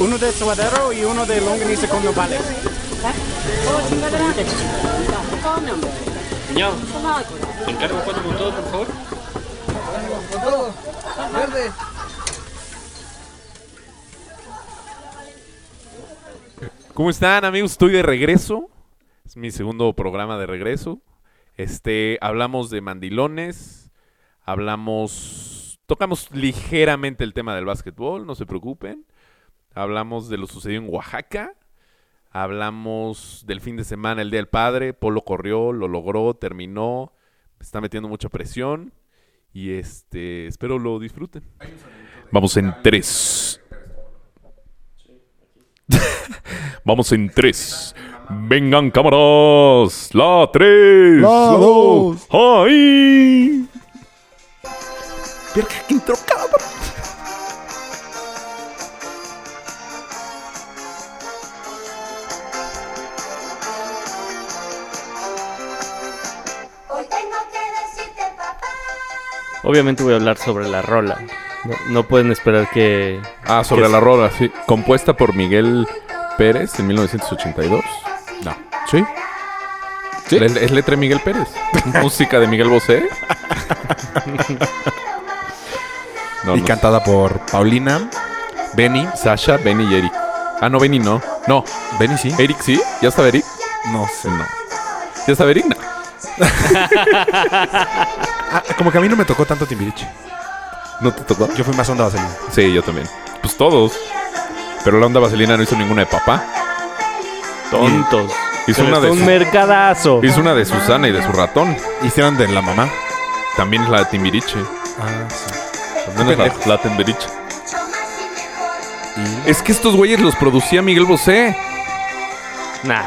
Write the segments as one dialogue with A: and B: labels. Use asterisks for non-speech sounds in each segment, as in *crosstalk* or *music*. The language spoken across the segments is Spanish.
A: Uno de suadero y uno de longaniza con nopales.
B: Cuñado, encargo cuatro con todo, por favor.
C: Con todo. Verde.
D: ¿Cómo están, amigos? Estoy de regreso. Es mi segundo programa de regreso. Este, hablamos de mandilones, hablamos, tocamos ligeramente el tema del básquetbol, no se preocupen. Hablamos de lo sucedido en Oaxaca. Hablamos del fin de semana, el Día del Padre. Polo corrió, lo logró, terminó. Está metiendo mucha presión. Y este, espero lo disfruten. Vamos en tres. Vamos en tres. Vengan cámaras. La tres. Oh, La dos. ¡Ay! Verga, que entró cabrón.
E: Hoy tengo que decirte papá.
F: Obviamente voy a hablar sobre la rola. No, no pueden esperar que...
G: Ah, sobre la rola, sí. Compuesta por Miguel Pérez en 1982.
D: No.
G: ¿Sí? Le- Es, letra de Miguel Pérez. Música de
D: *laughs*
G: Miguel Bosé. No,
A: Y
G: no.
A: cantada por Paulina, Benny.
G: Sasha, Benny y Eric. Ah, no, Benny no. No.
A: Benny sí.
G: Eric sí. ¿Ya está Eric?
A: No sé.
G: No. ¿Ya está Eric? No.
A: Ah, como que a mí no me tocó tanto Timbiriche.
G: ¿No te tocó?
A: Yo fui más onda Vaselina.
G: Sí, yo también. Pues todos. Pero la onda vaselina no hizo ninguna de papá.
F: Tontos.
G: Hizo
F: Pero
G: una
F: fue
G: de,
F: un
G: su-
F: mercadazo.
G: hizo una de Susana y de su ratón.
A: Hicieron de la mamá.
G: También es la de Timbiriche.
A: Ah, sí.
G: También es la, la Timbiriche.
A: Y
G: Es que estos güeyes los producía Miguel Bosé.
F: Nah.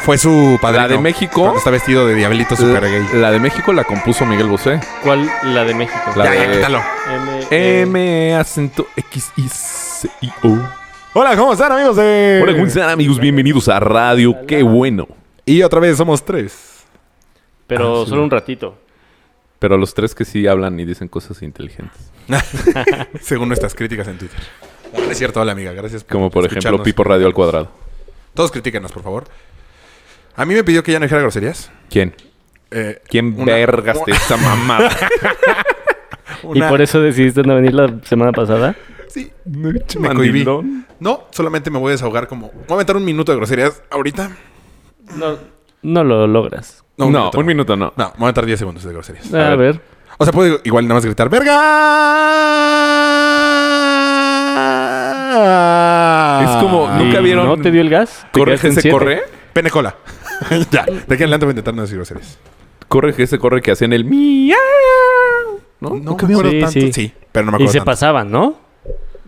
A: fue su padre.
G: ¿La de México? Eh,
A: Cuando está vestido de diablito super gay.
G: La de México la compuso Miguel Bosé.
F: ¿Cuál? La de México.
G: La
A: ya, ya,
G: de-
A: quítalo.
F: M, eh,
G: M E. acento X I C I O.
A: Hola, ¿cómo están, amigos? De...
G: Hola, ¿cómo están, amigos? Bienvenidos a Radio. Qué bueno.
A: Y otra vez somos tres.
G: Ah,
F: Pero solo un ratito.
G: Pero los tres que sí hablan y dicen cosas inteligentes.
A: *laughs* Según nuestras críticas en Twitter. No es cierto, hola, amiga. Gracias por
G: Como por ejemplo
A: escucharnos.
G: Pipo Radio al cuadrado.
A: Todos critíquenos, por favor. A mí me pidió que ya no dijera groserías.
G: ¿Quién?
A: Eh,
G: ¿Quién
A: Una-
G: vergaste esa mamada?
A: *laughs* una-
F: ¿Y por eso decidiste no venir la semana pasada?
A: Sí, me cohibí.
G: Mandilón.
A: Este No, solamente me voy a desahogar como... Voy a aventar un minuto de groserías ahorita.
F: No. No lo logras.
G: No, un, Ah. minuto,
A: no.
G: no.
A: No, me voy a aventar 10 segundos de groserías.
F: A,
G: A ver.
F: ver.
A: O sea, puedo igual nada más gritar... ¡Verga!
G: Es como-
F: ¿Y
G: Ah. Nunca vieron-
F: ¿No te dio el gas? ¿Te
G: Corre
F: quedaste
G: que
F: en
G: se
F: siete?
G: corre.
A: Ah. Pene cola.
G: *laughs*
A: *laughs* ya. De aquí en adelante voy a intentar no decir groserías.
G: Corre que se corre que hacían el miau. ¿No?
A: Nunca me acuerdo
F: Sí,
A: tanto. Sí.
F: sí.
A: pero no
F: Y
A: me acuerdo
F: se
A: tanto.
F: pasaban, ¿no?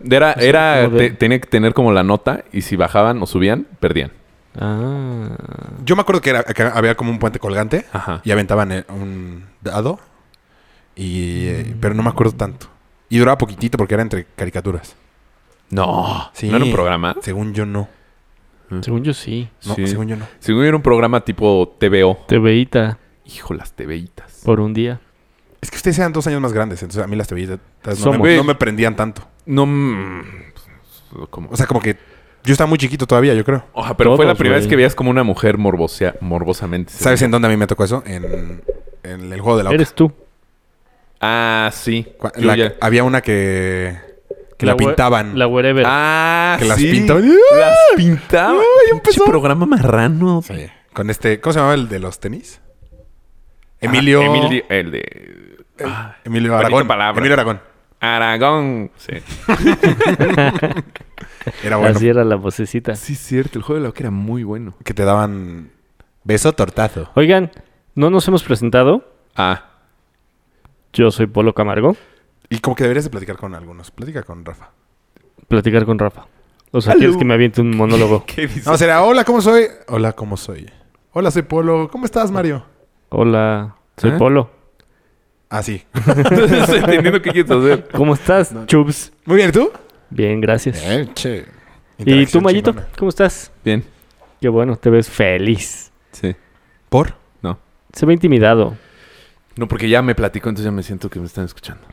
G: Era, era
F: como de-
G: te- tenía que tener como la nota y si bajaban o subían, perdían.
F: Ah.
A: Yo me acuerdo que, era, que había como un puente colgante
G: Ajá.
A: y aventaban eh, un dado. Y, eh, pero no me acuerdo tanto. Y duraba poquitito porque era entre caricaturas.
G: No.
A: Sí.
G: ¿No era un programa?
A: Según yo no.
F: Según yo sí.
A: No,
G: Sí.
A: según yo no.
G: Según yo era un programa tipo TVO.
F: Te veíta
G: Hijo, las TVitas.
F: por un día.
A: Es que ustedes eran dos años más grandes, entonces a mí las tevillitas no,
F: Somos.
A: me- no me prendían tanto.
G: No. mm, pues, como-
A: O sea, como que yo estaba muy chiquito todavía, yo creo.
G: Oja, pero fue
F: todos,
G: la primera
F: güey.
G: vez que veías como una mujer morbosea, morbosamente. sexy.
A: ¿Sabes en dónde a mí me tocó eso? En, en el juego de la Oca.
F: Eres tú.
G: Ah, sí.
A: Cua-
G: Yo
A: la-
G: ya-
A: Había una que, que la,
F: hue-
A: pintaban.
F: La wherever.
G: Ah,
A: Que las
G: sí.
A: pintaban.
G: Las pintaban. Pinche programa marrano. Ah,
A: Sí. Con este, ¿cómo se llamaba el de los tenis? Emilio.
G: Ah,
A: Emilio,
G: Emilio. El de. Ah,
A: Aragón.
G: bonita palabra.
A: Emilio Aragón.
G: Aragón. Sí. Ah.
F: *laughs*
A: Era Ah, bueno.
F: Así era la vocecita.
G: Sí, cierto. El juego de la oca era muy bueno.
A: Que te daban beso tortazo.
F: Oigan, no nos hemos presentado.
G: Ah.
F: Yo soy Polo Camargo.
A: Y como que deberías de platicar con algunos. Platica con Rafa.
F: Platicar con Rafa. O sea, quieres que me aviente un monólogo.
G: ¿Qué dices? *laughs*
A: No, será, hola, ¿cómo soy? Hola, ¿cómo soy? Hola, soy Polo. ¿Cómo estás, Mario?
F: Hola, soy
G: ¿Eh?
F: Polo.
A: Ah, sí. *laughs*
G: no *laughs* estoy entendiendo qué quieres hacer.
F: ¿Cómo estás, Chubs?
A: Muy bien, ¿y tú?
F: Bien, gracias.
G: ¿Eh?
A: che.
F: ¿Y tú, Mayito? ¿Cómo estás?
G: Bien.
F: Qué bueno, te ves feliz.
G: Sí.
A: ¿Por?
G: No.
F: Se ve intimidado.
G: No, porque ya me platico, entonces ya me siento que me están escuchando.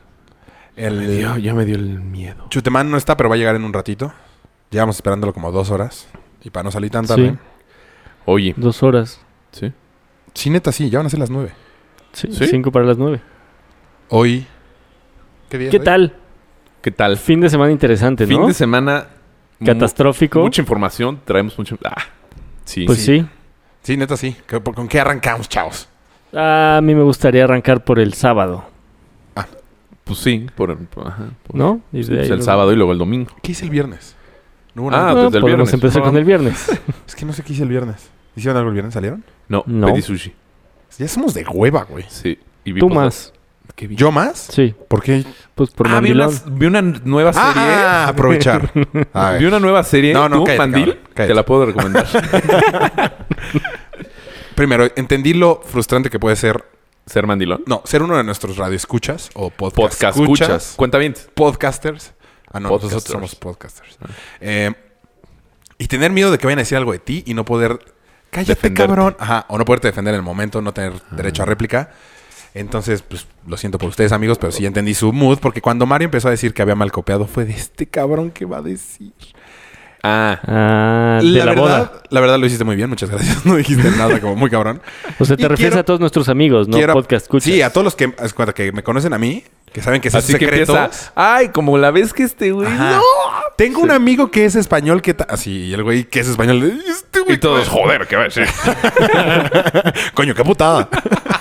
A: El,
G: Me dio- ya me dio el miedo.
A: Chutemán no está, pero va a llegar en un ratito. Llevamos esperándolo como dos horas. Y para no salir tan
F: Sí.
A: tarde.
G: Oye,
F: Dos horas.
G: ¿sí?
A: Sí, neta, sí, ya van a ser las nueve.
F: Sí,
G: ¿Sí?
F: Cinco para las nueve.
A: Hoy. ¿Qué día? es
F: ¿Qué
A: hoy?
F: tal?
G: ¿Qué tal?
F: Fin de semana interesante,
G: Fin
F: ¿no?
G: de semana. mu-
F: Catastrófico.
G: Mucha información, traemos mucha. Ah, sí.
F: pues sí.
A: Sí, neta, sí. ¿Qué- por- ¿Con qué arrancamos, chavos?
F: A mí me gustaría arrancar por el sábado,
G: Pues sí, por, por- ajá, por-
F: ¿no? Y
G: sí,
F: de
G: pues
F: ahí
G: el
F: lo-
G: sábado y luego el domingo.
A: ¿Qué hice el viernes? No hubo
G: Ah,
A: nada.
F: Ah,
G: desde el
F: podemos
G: viernes.
F: empezar con
G: Ah.
F: el viernes.
G: *laughs*
A: Es que no sé qué hice el viernes. ¿Hicieron algo el viernes? ¿Salieron?
G: No,
F: No.
G: pedí sushi.
A: Ya somos de hueva, güey.
G: Sí. Y vi
F: Tú
G: posada.
F: más.
G: ¿Qué vi?
A: ¿Yo más?
F: Sí,
A: ¿Por qué?
F: pues por
G: Ah, vi una,
F: mandilón.
G: vi una nueva serie. ah,
A: Ah,
F: *laughs*
A: aprovechar. A ver.
G: Vi una nueva serie.
A: No, no,
G: Eh, ¿Tú,
A: cállate,
G: Mandil?
A: cabrón, cállate.
G: Te la puedo recomendar. *laughs*
A: Primero, entendí lo frustrante que puede ser.
G: Ser Mandilón.
A: No, ser uno de nuestros radioescuchas o podcast,
G: Podcast escuchas. Cuenta bien.
A: podcasters. Ah, no, nosotros
G: Podcasters.
A: somos podcasters. Eh, y tener miedo de que vayan a decir algo de ti y no poder. Cállate,
G: Defenderte.
A: cabrón. Ajá, o no poderte defender en el momento, no tener derecho a réplica. Entonces, pues lo siento por ustedes, amigos, pero sí entendí su mood, porque cuando Mario empezó a decir que había mal copiado, fue de este cabrón que va a decir.
G: Ah,
F: Ah, de la,
A: verdad,
F: boda.
A: la verdad lo hiciste muy bien, muchas gracias. *laughs* No dijiste nada como muy cabrón.
F: O sea, te
A: Y
F: refieres
A: quiero-
F: a todos nuestros amigos, ¿no?
A: Quiero-
F: Podcast escuchas.
A: Sí, a todos los que, es cuando que me conocen a mí, que saben que sé
G: así que
A: secretos.
G: empieza. Ay, como la vez que este güey.
A: Ajá.
G: No.
A: Ah, Tengo un amigo que es español que ta- así y el güey que es español "Y este güey
G: Y todos,
A: que-
G: joder, ¿qué va a decir?
A: coño qué putada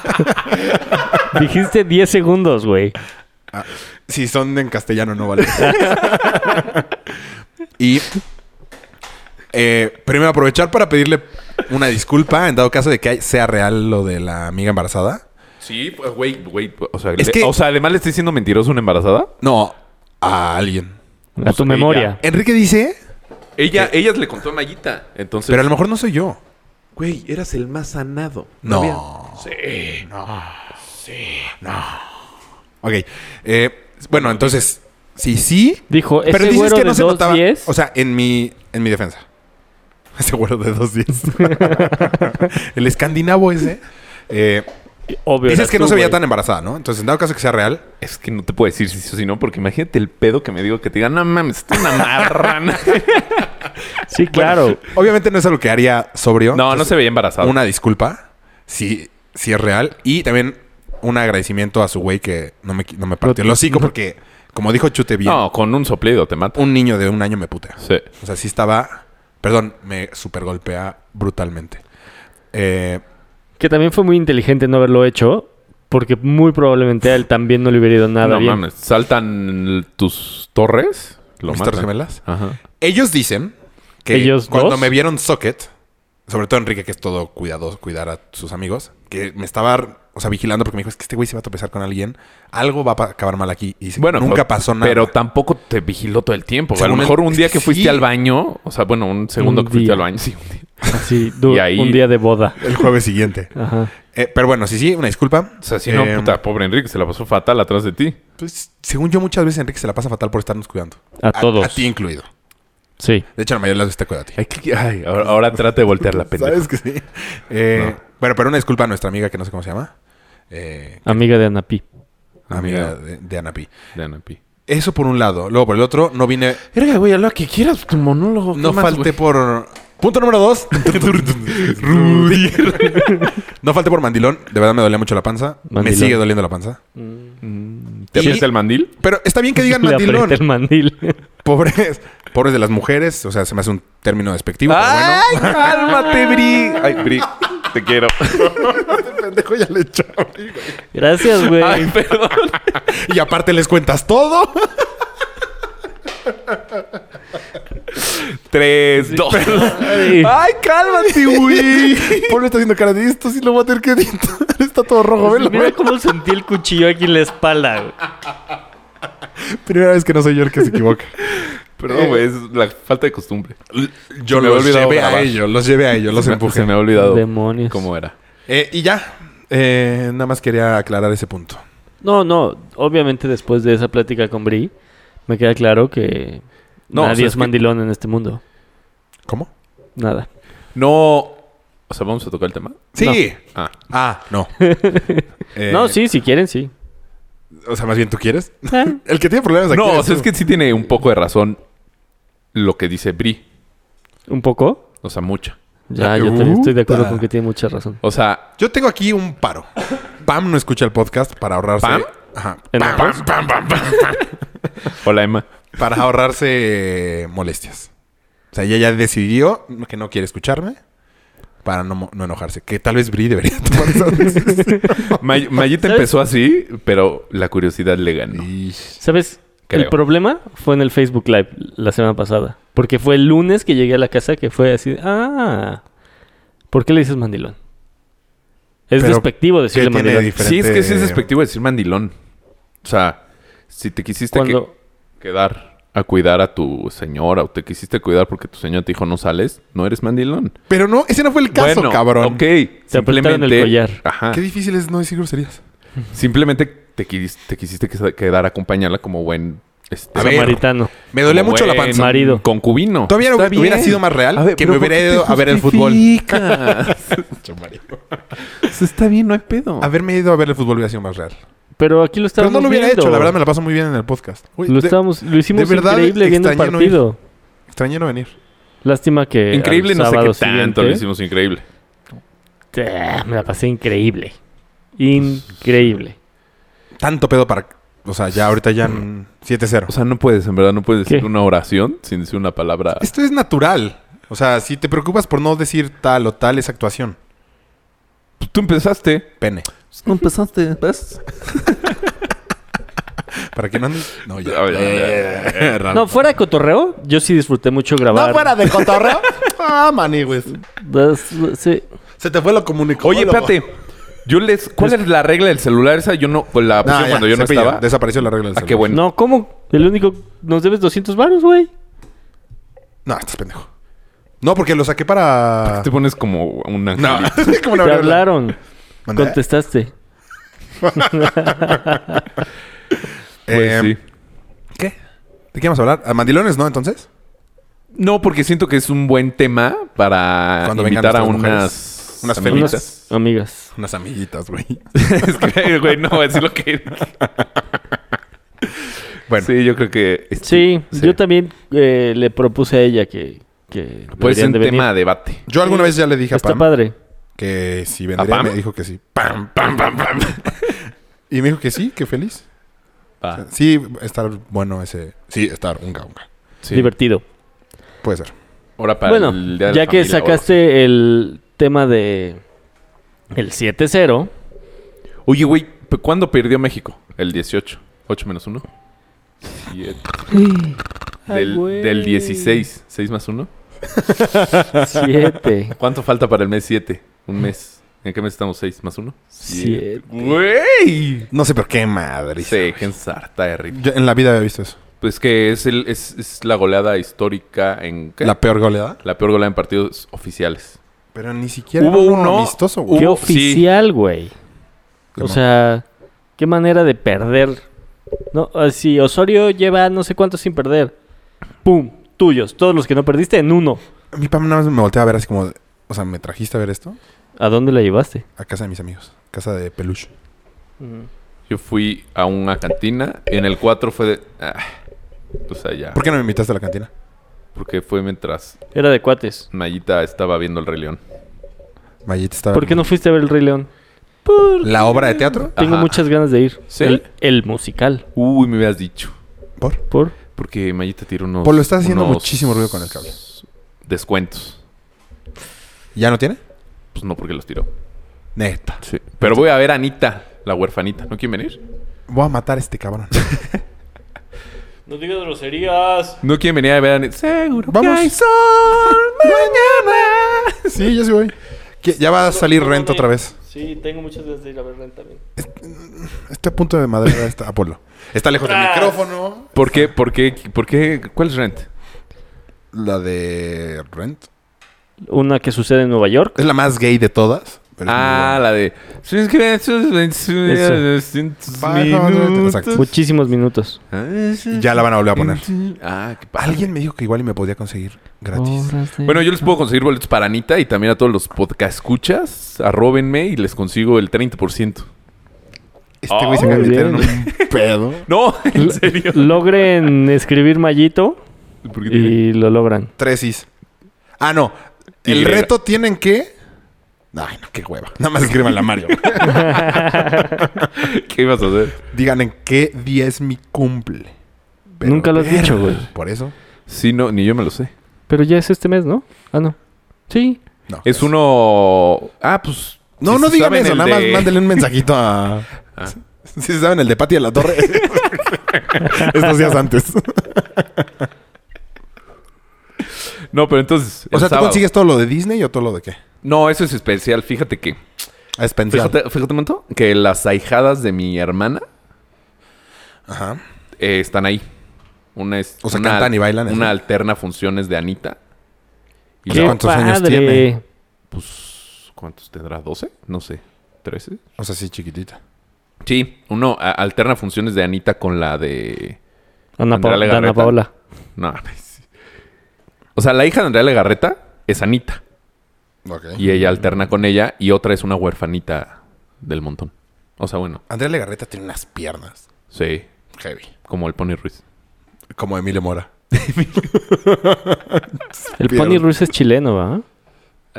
F: *laughs*
A: *laughs*
F: Dijiste 10 segundos, güey.
A: Ah, si son en castellano no vale *laughs* y eh, primero aprovechar para pedirle una disculpa en dado caso de que hay- sea real lo de la amiga embarazada
G: Sí, pues, güey, güey. O sea,
A: Es
G: le-
A: que-
G: o sea, además le estoy diciendo mentiroso a una embarazada.
A: no a alguien
F: A tu
A: Pues,
G: ella.
F: memoria.
A: Enrique dice
G: Ella, ellas le contó a Mayita. Entonces.
A: pero a lo mejor no soy yo
G: Güey, eras el más sanado.
A: no
G: Sí.
A: ok eh, bueno entonces sí sí
F: Dijo,
A: Pero
F: ese
A: dices
F: güero
A: que
F: de
A: no se notaba.
F: 2.10.
A: O sea, en mi, en mi defensa. *laughs* Ese güero de 2.10. el escandinavo ese. Eh,
F: obvio.
A: dices
F: eras
A: que no
F: tú,
A: se veía
F: güey.
A: tan embarazada, ¿no? Entonces, en dado caso que sea real,
G: Es que no te puedo decir si sí o si no, porque imagínate el pedo que me digo que te digan, no mames, tú una marrana.
F: Sí, claro.
A: obviamente no es algo que haría
G: *laughs*
A: sobrio.
G: no, no
A: Entonces,
G: se veía embarazada.
A: Una disculpa, si, si es real. Y también un agradecimiento a su güey que no me, qui- no me partió el hocico porque, como dijo Chute bien,
G: No, con un soplido te mata.
A: un niño de un año me putea.
G: Sí.
A: O sea, sí estaba... Perdón, me super golpea brutalmente. Eh...
F: Que también fue muy inteligente no haberlo hecho, porque muy probablemente a él también no le hubiera ido nada
G: no
F: bien.
G: mames, saltan tus torres. Lo
A: ¿Mis
G: matan.
A: torres gemelas?
G: Ajá.
A: Ellos dicen que
F: ¿Ellos
A: cuando
F: dos?
A: me vieron Socket, sobre todo Enrique, que es todo cuidadoso, cuidar a sus amigos, que me estaba, o sea, vigilando porque me dijo, es que este güey se va a tropezar con alguien, algo va a pa- acabar mal aquí. Y dice,
G: Bueno,
A: nunca
G: pero-
A: pasó nada.
G: Pero tampoco te vigiló todo el tiempo. güey. A lo
A: Según él-
G: mejor un
A: es
G: día
A: que
G: que fuiste
A: sí.
G: al baño, o sea, bueno, un segundo
F: Un
G: que fuiste
F: día.
G: al baño, *laughs* sí, un día.
A: *laughs*
F: Así, du-
G: Y ahí-
F: un día de boda.
A: el
G: *laughs*
A: jueves siguiente.
F: Ajá.
A: Eh, pero bueno, sí, sí, una disculpa.
G: O sea, si no,
A: Eh,
G: puta, pobre Enrique, se la pasó fatal atrás de ti.
A: pues, según yo, muchas veces Enrique se la pasa fatal por estarnos cuidando.
F: A todos.
A: A ti incluido.
F: Sí.
A: De hecho, la mayoría de las veces te cuida a ti.
G: Ay, qué- ay, ahora, ahora trata de voltear
A: *laughs*
G: la pendeja.
A: que sí? Eh, Bueno, pero una disculpa a nuestra amiga que no sé cómo se llama. Eh,
F: Amiga de Anapí.
A: amiga
G: Amiga.
A: de, de Anapi.
G: De Ana Pi.
A: Eso por un lado. Luego, por el otro, no vine.
G: Verga, güey, a lo que quieras, tu monólogo.
A: No falté por. Punto número dos.
G: *laughs*
A: Rudy. no falté por mandilón. De verdad me dolía mucho la panza. Me
F: Mandilón.
A: sigue doliendo la panza.
G: ¿Te
A: Y-
G: aprieta el mandil?
A: Pero está bien que digan
F: Le apreté
A: mandilón.
F: el mandil. *laughs*
A: Pobres, pobres de las mujeres. O sea, se me hace un término despectivo. pero bueno.
G: cálmate, Bri! Ay, Bri, te quiero.
A: *laughs* pendejo ya le echó.
F: Gracias, güey.
G: Ay,
A: *laughs*
G: perdón.
A: Y aparte les cuentas todo.
G: Tres, dos.
F: Ay.
G: cálmate,
A: *laughs* Pablo está haciendo cara de esto. Sí lo voy a tener que editar. Está todo rojo.
F: Pues
A: velo,
F: mira
A: velo.
F: cómo sentí el cuchillo aquí en la espalda. güey.
A: Primera vez que no soy yo el que se equivoca.
G: Perdón, güey, es la falta de costumbre.
A: *laughs* Yo
G: Se me ha
A: los
G: olvidado
A: llevé a
G: grabar.
A: ellos. Los llevé a ellos. *laughs* Los
G: se, me,
A: empujé.
G: se me ha olvidado
F: Demonios.
G: cómo era.
A: Eh, y ya, Eh, nada más quería aclarar ese punto.
F: No, no. Obviamente después de esa plática con Bri, me queda claro que
G: No, o
F: nadie
G: sea, es
F: es
G: que-
F: mandilón en este mundo.
A: ¿Cómo?
F: Nada.
G: No. O sea, vamos a tocar el tema.
A: Sí.
G: Ah.
A: Ah, no. *laughs* Eh,
F: no, sí, si quieren, sí.
A: O sea, más bien tú quieres. El que tiene problemas aquí.
G: No, o
A: eres
G: sea, es
A: tú.
G: que sí tiene un poco de razón lo que dice Bri.
F: ¿Un poco?
G: O sea, mucha.
F: Ya, yo también estoy de acuerdo
A: Upa.
F: con que tiene mucha razón.
G: O sea,
A: Yo tengo aquí un paro. Pam no escucha el podcast para ahorrarse.
G: ¿Pam?
A: Ajá.
F: ¿En
A: Pam,
F: ambos?
A: pam, pam, pam, pam.
G: *laughs* hola Emma.
A: Para ahorrarse eh, molestias. O sea, ella ya decidió que no quiere escucharme para no, mo- no enojarse. Que tal vez Bri debería *laughs* tomar esa decisión.
G: May- Mayita
F: ¿Sabes?
G: empezó así, pero la curiosidad le ganó.
F: ¿Sabes? El
G: Creo.
F: problema fue en el Facebook Live la semana pasada. Porque fue el lunes que llegué a la casa que fue así, ah, ¿por qué le dices mandilón? Es
A: Pero,
F: despectivo decirle
A: ¿qué tiene
F: mandilón.
A: de dif-
G: Sí, es que sí es
A: Diferente-
G: despectivo decir mandilón. O sea, si te
A: Este
G: quisiste que-
F: Cuando,
G: quedar a cuidar a tu señora o te quisiste cuidar porque tu señora te dijo no sales, no eres mandilón.
A: Pero no, ese no fue el caso,
G: Bueno,
A: cabrón.
G: Ok. Te
F: apretaron el collar.
G: Ajá.
A: Qué difícil es no decir groserías.
G: Simplemente te, quis- te quisiste que- quedar a acompañarla como buen este,
A: A ver,
F: samaritano.
A: Me dolía
G: como
A: mucho la
G: buen
A: panza.
F: marido.
G: Concubino.
A: Todavía
G: Está
A: hubiera
G: bien. *laughs*
A: sido más real que
G: pero
A: me hubiera
G: ¿por qué
A: ido
G: te
A: a ver el fútbol.
G: justificas? Eso Pues está bien, no hay pedo.
A: Haberme ido a ver el fútbol hubiera sido más real.
F: Pero aquí lo
A: Pero
F: estábamos
A: no lo hubiera
F: viendo.
A: hecho, la verdad me la paso muy bien en el podcast. Uy,
F: Lo,
A: de-
F: estábamos, lo hicimos
A: de verdad
F: increíble viendo el
A: extrañé no ir.
F: partido.
A: Extrañé no venir.
F: Lástima que
G: Eh, increíble,
F: al
G: no sé qué
F: sábado
G: tanto lo
F: siguiente-
G: hicimos increíble.
F: Ah, Me la pasé increíble. Increíble.
A: Tanto pedo para. O sea, ya ahorita ya en 7-0.
G: O sea, no puedes, en verdad, no puedes decir
F: ¿Qué?
G: una oración sin decir una palabra.
A: Esto es natural. O sea, si te preocupas por no decir tal o tal, es actuación.
G: Tú empezaste.
A: Pene.
G: Tú empezaste. ¿Ves?
A: Para que no andes. No, ya.
G: Ya, ya, ya.
F: No, fuera de cotorreo, yo sí disfruté mucho grabar.
A: de cotorreo. *laughs* ah, maní, güey.
F: Das- sí.
A: Se te fue lo comunicó.
G: Oye, espérate. Yo les, ¿Cuál es la regla del celular? Esa yo no pues, la puse
A: No, Ah, ya,
G: cuando yo no
A: cepillo.
G: estaba.
A: Desapareció la regla del
G: Ah, qué
A: celular.
G: bueno.
F: No, ¿cómo? El único... Nos debes 200 varos, güey.
A: No, estás pendejo. No, porque lo saqué para.
G: Te pones como un
A: No, *laughs*
G: angelito.
A: como
F: Te
A: una regla.
F: hablaron.
A: Mandé.
F: Contestaste.
A: Eh,
G: Pues, sí.
A: ¿Qué? ¿De qué vamos a hablar? ¿A mandilones, no? Entonces.
G: No, porque siento que es un buen tema para
A: Cuando vengan
G: invitar a
A: nuestras
G: unas...
A: Unas
G: amigas.
F: Unas amigas.
A: Unas amiguitas, güey.
G: *laughs* es que, güey, no, es lo que...
A: Bueno.
G: Sí, yo creo que...
F: Sí,
G: Sí.
F: yo también eh, le propuse a ella que... que
G: Puede
F: deberían
G: ser Pues, un
F: de venir.
G: tema de debate.
A: Yo alguna vez ya le dije a
F: Está
A: Pam
F: padre.
A: que si
G: ¿A
A: vendría.
G: Pam?
A: Me dijo que sí. Pam, pam,
G: *laughs*
A: pam, pam. y me dijo que sí, que feliz.
G: Va.
A: Ah. Sí, estar bueno ese. Sí, estar unga unga.
G: Sí.
F: Divertido.
A: Puede ser.
G: Ahora para
F: bueno,
G: el Día de la
F: ya que
G: Familia,
F: sacaste el tema de... El
G: *laughs*
F: 7-0.
G: ahora. Oye, güey, ¿p- ¿cuándo perdió México? El 18. 8 menos 1.
F: Ay, güey.
G: Del, del 16. 6 más 1.
F: 7.
G: ¿Cuánto falta para el mes 7? Un mes. ¿En qué mes estamos? ¿6 más 1?
F: Siete.
G: ¡Güey!
A: No sé, pero qué madre.
G: Sí, qué ensarta de rip.
A: Yo en la vida había visto eso.
G: Pues que es, el, es, es la goleada histórica en... ¿qué?
A: La peor goleada.
G: La peor goleada en partidos oficiales.
A: Pero ni siquiera
G: Hubo
A: era
G: uno-
A: amistoso,
F: Qué
A: güey.
G: hubo-
F: oficial, güey. O
A: Simón.
F: sea, qué manera de perder. No, ah, si Osorio lleva no sé cuánto sin perder. Pum, tuyos, todos los que no perdiste en uno.
A: Mi Pam nada más me volteaba a ver así como. O sea, ¿me trajiste a ver esto?
F: ¿A dónde la llevaste?
A: A casa de mis amigos. Casa de peluche.
G: Yo fui a una cantina. En el 4 fue de... ah, o sea, ya.
A: ¿Por qué no me invitaste a la cantina?
G: Porque fue mientras
F: Era de cuates.
G: Mayita estaba viendo El Rey León.
A: Mayita
G: Ah.
A: estaba.
F: ¿Por qué no fuiste a ver el Rey León?
A: ¿La obra de teatro?
F: Tengo
G: Ajá.
F: muchas ganas de ir.
G: ¿Sí?
F: El, el musical.
G: Uy, me hubieras dicho.
A: ¿Por?
F: Por
G: Porque Mayita tiró unos...
A: Polo, estás Pues haciendo
G: unos
A: muchísimo ruido con el cable.
G: Descuentos.
A: ¿Ya no tiene?
G: Pues no, porque los tiró.
A: Neta.
G: Sí. Pero voy a ver a Anita, la huerfanita. ¿No quieren venir?
A: Voy a matar a este *laughs* cabrón.
F: No digas groserías.
G: No quieren venir a ver a Anita. Seguro
A: Vamos.
G: que hay sol mañana.
A: sí, yo sí voy. ¿Qué? Ya va a salir renta otra vez.
F: Sí, tengo muchas ganas de ir a ver Rent también.
A: Estoy a punto de madera a esta- a Polo. Está lejos
F: Ah.
A: del micrófono.
G: ¿Por qué? ¿Por qué? ¿Por qué? ¿Cuál es Rent?
A: La de Rent.
F: Una que sucede en Nueva York.
A: Es la más gay de todas. pero es muy
G: Ah,
A: buena.
G: la de...
A: Exacto.
F: Muchísimos minutos.
A: Y Ya la van a volver a poner.
G: Ah, qué padre.
A: Alguien me dijo que igual y me podía conseguir gratis.
F: Horas de-
G: Bueno, yo les puedo conseguir boletos para Anita y también a todos los podcast escuchas. Arróbenme y les consigo el 30%.
A: Este güey se
G: Ah,
F: Oh,
A: acaba de meter en
F: bien.
A: un *laughs* pedo.
G: *laughs*
D: No, en serio.
A: *laughs*
F: Logren escribir Mallito y lo logran.
A: Tres is. Ah, no.
D: Y
A: El
D: griega.
A: reto tienen que. Ay, no, qué hueva. Nada más escriban la
G: *laughs*
A: Mario.
D: ¿Qué ibas a hacer?
A: Digan en qué día es mi cumple.
F: Nunca lo has
A: verga,
F: dicho, güey.
A: Por eso.
G: Sí, no, ni yo me lo sé.
F: Pero ya es este mes, ¿no? Ah, no. Sí.
A: No.
G: Es uno. Ah, pues.
A: No,
G: si
A: no
G: se
A: digan
G: saben
A: eso.
G: el
A: Nada más
G: de- Ah.
A: mándenle un mensajito
G: *laughs*
A: a. Si se saben el de Pati de la Torre. Estos días antes.
G: *laughs* No, pero entonces.
A: O
G: el
A: sea, ¿tú
G: sábado.
A: consigues todo lo de Disney o todo lo de qué?
G: No, eso es especial. Fíjate que.
A: Ah, Es pensar.
G: Fíjate, fíjate un momento. Que las ahijadas de mi hermana
A: Ajá.
G: eh, están ahí. Una es.
A: O sea,
G: una-
A: cantan y bailan, ¿eso?
G: Una alterna funciones de Anita. Y
A: ¿Qué?
G: la-
A: cuántos años tiene?
G: pues. ¿Cuántos tendrá? ¿12? No sé. ¿13?
A: O sea, sí, chiquitita.
G: Sí, uno a- alterna funciones de Anita con la de.
F: Ana, Pa-
G: Andrea
F: de Ana
G: Legarreta.
F: Paola.
G: No, no es- O sea, la hija de Andrea Legarreta es Anita.
A: Ok.
G: Y ella alterna con ella. Y otra es una huerfanita del montón. O sea, bueno.
A: Andrea Legarreta tiene unas piernas.
G: Sí.
A: Heavy.
G: Como el Pony Ruiz.
A: Como Emilio Mora.
F: El
A: Pierna.
F: Pony Ruiz es chileno, ¿va?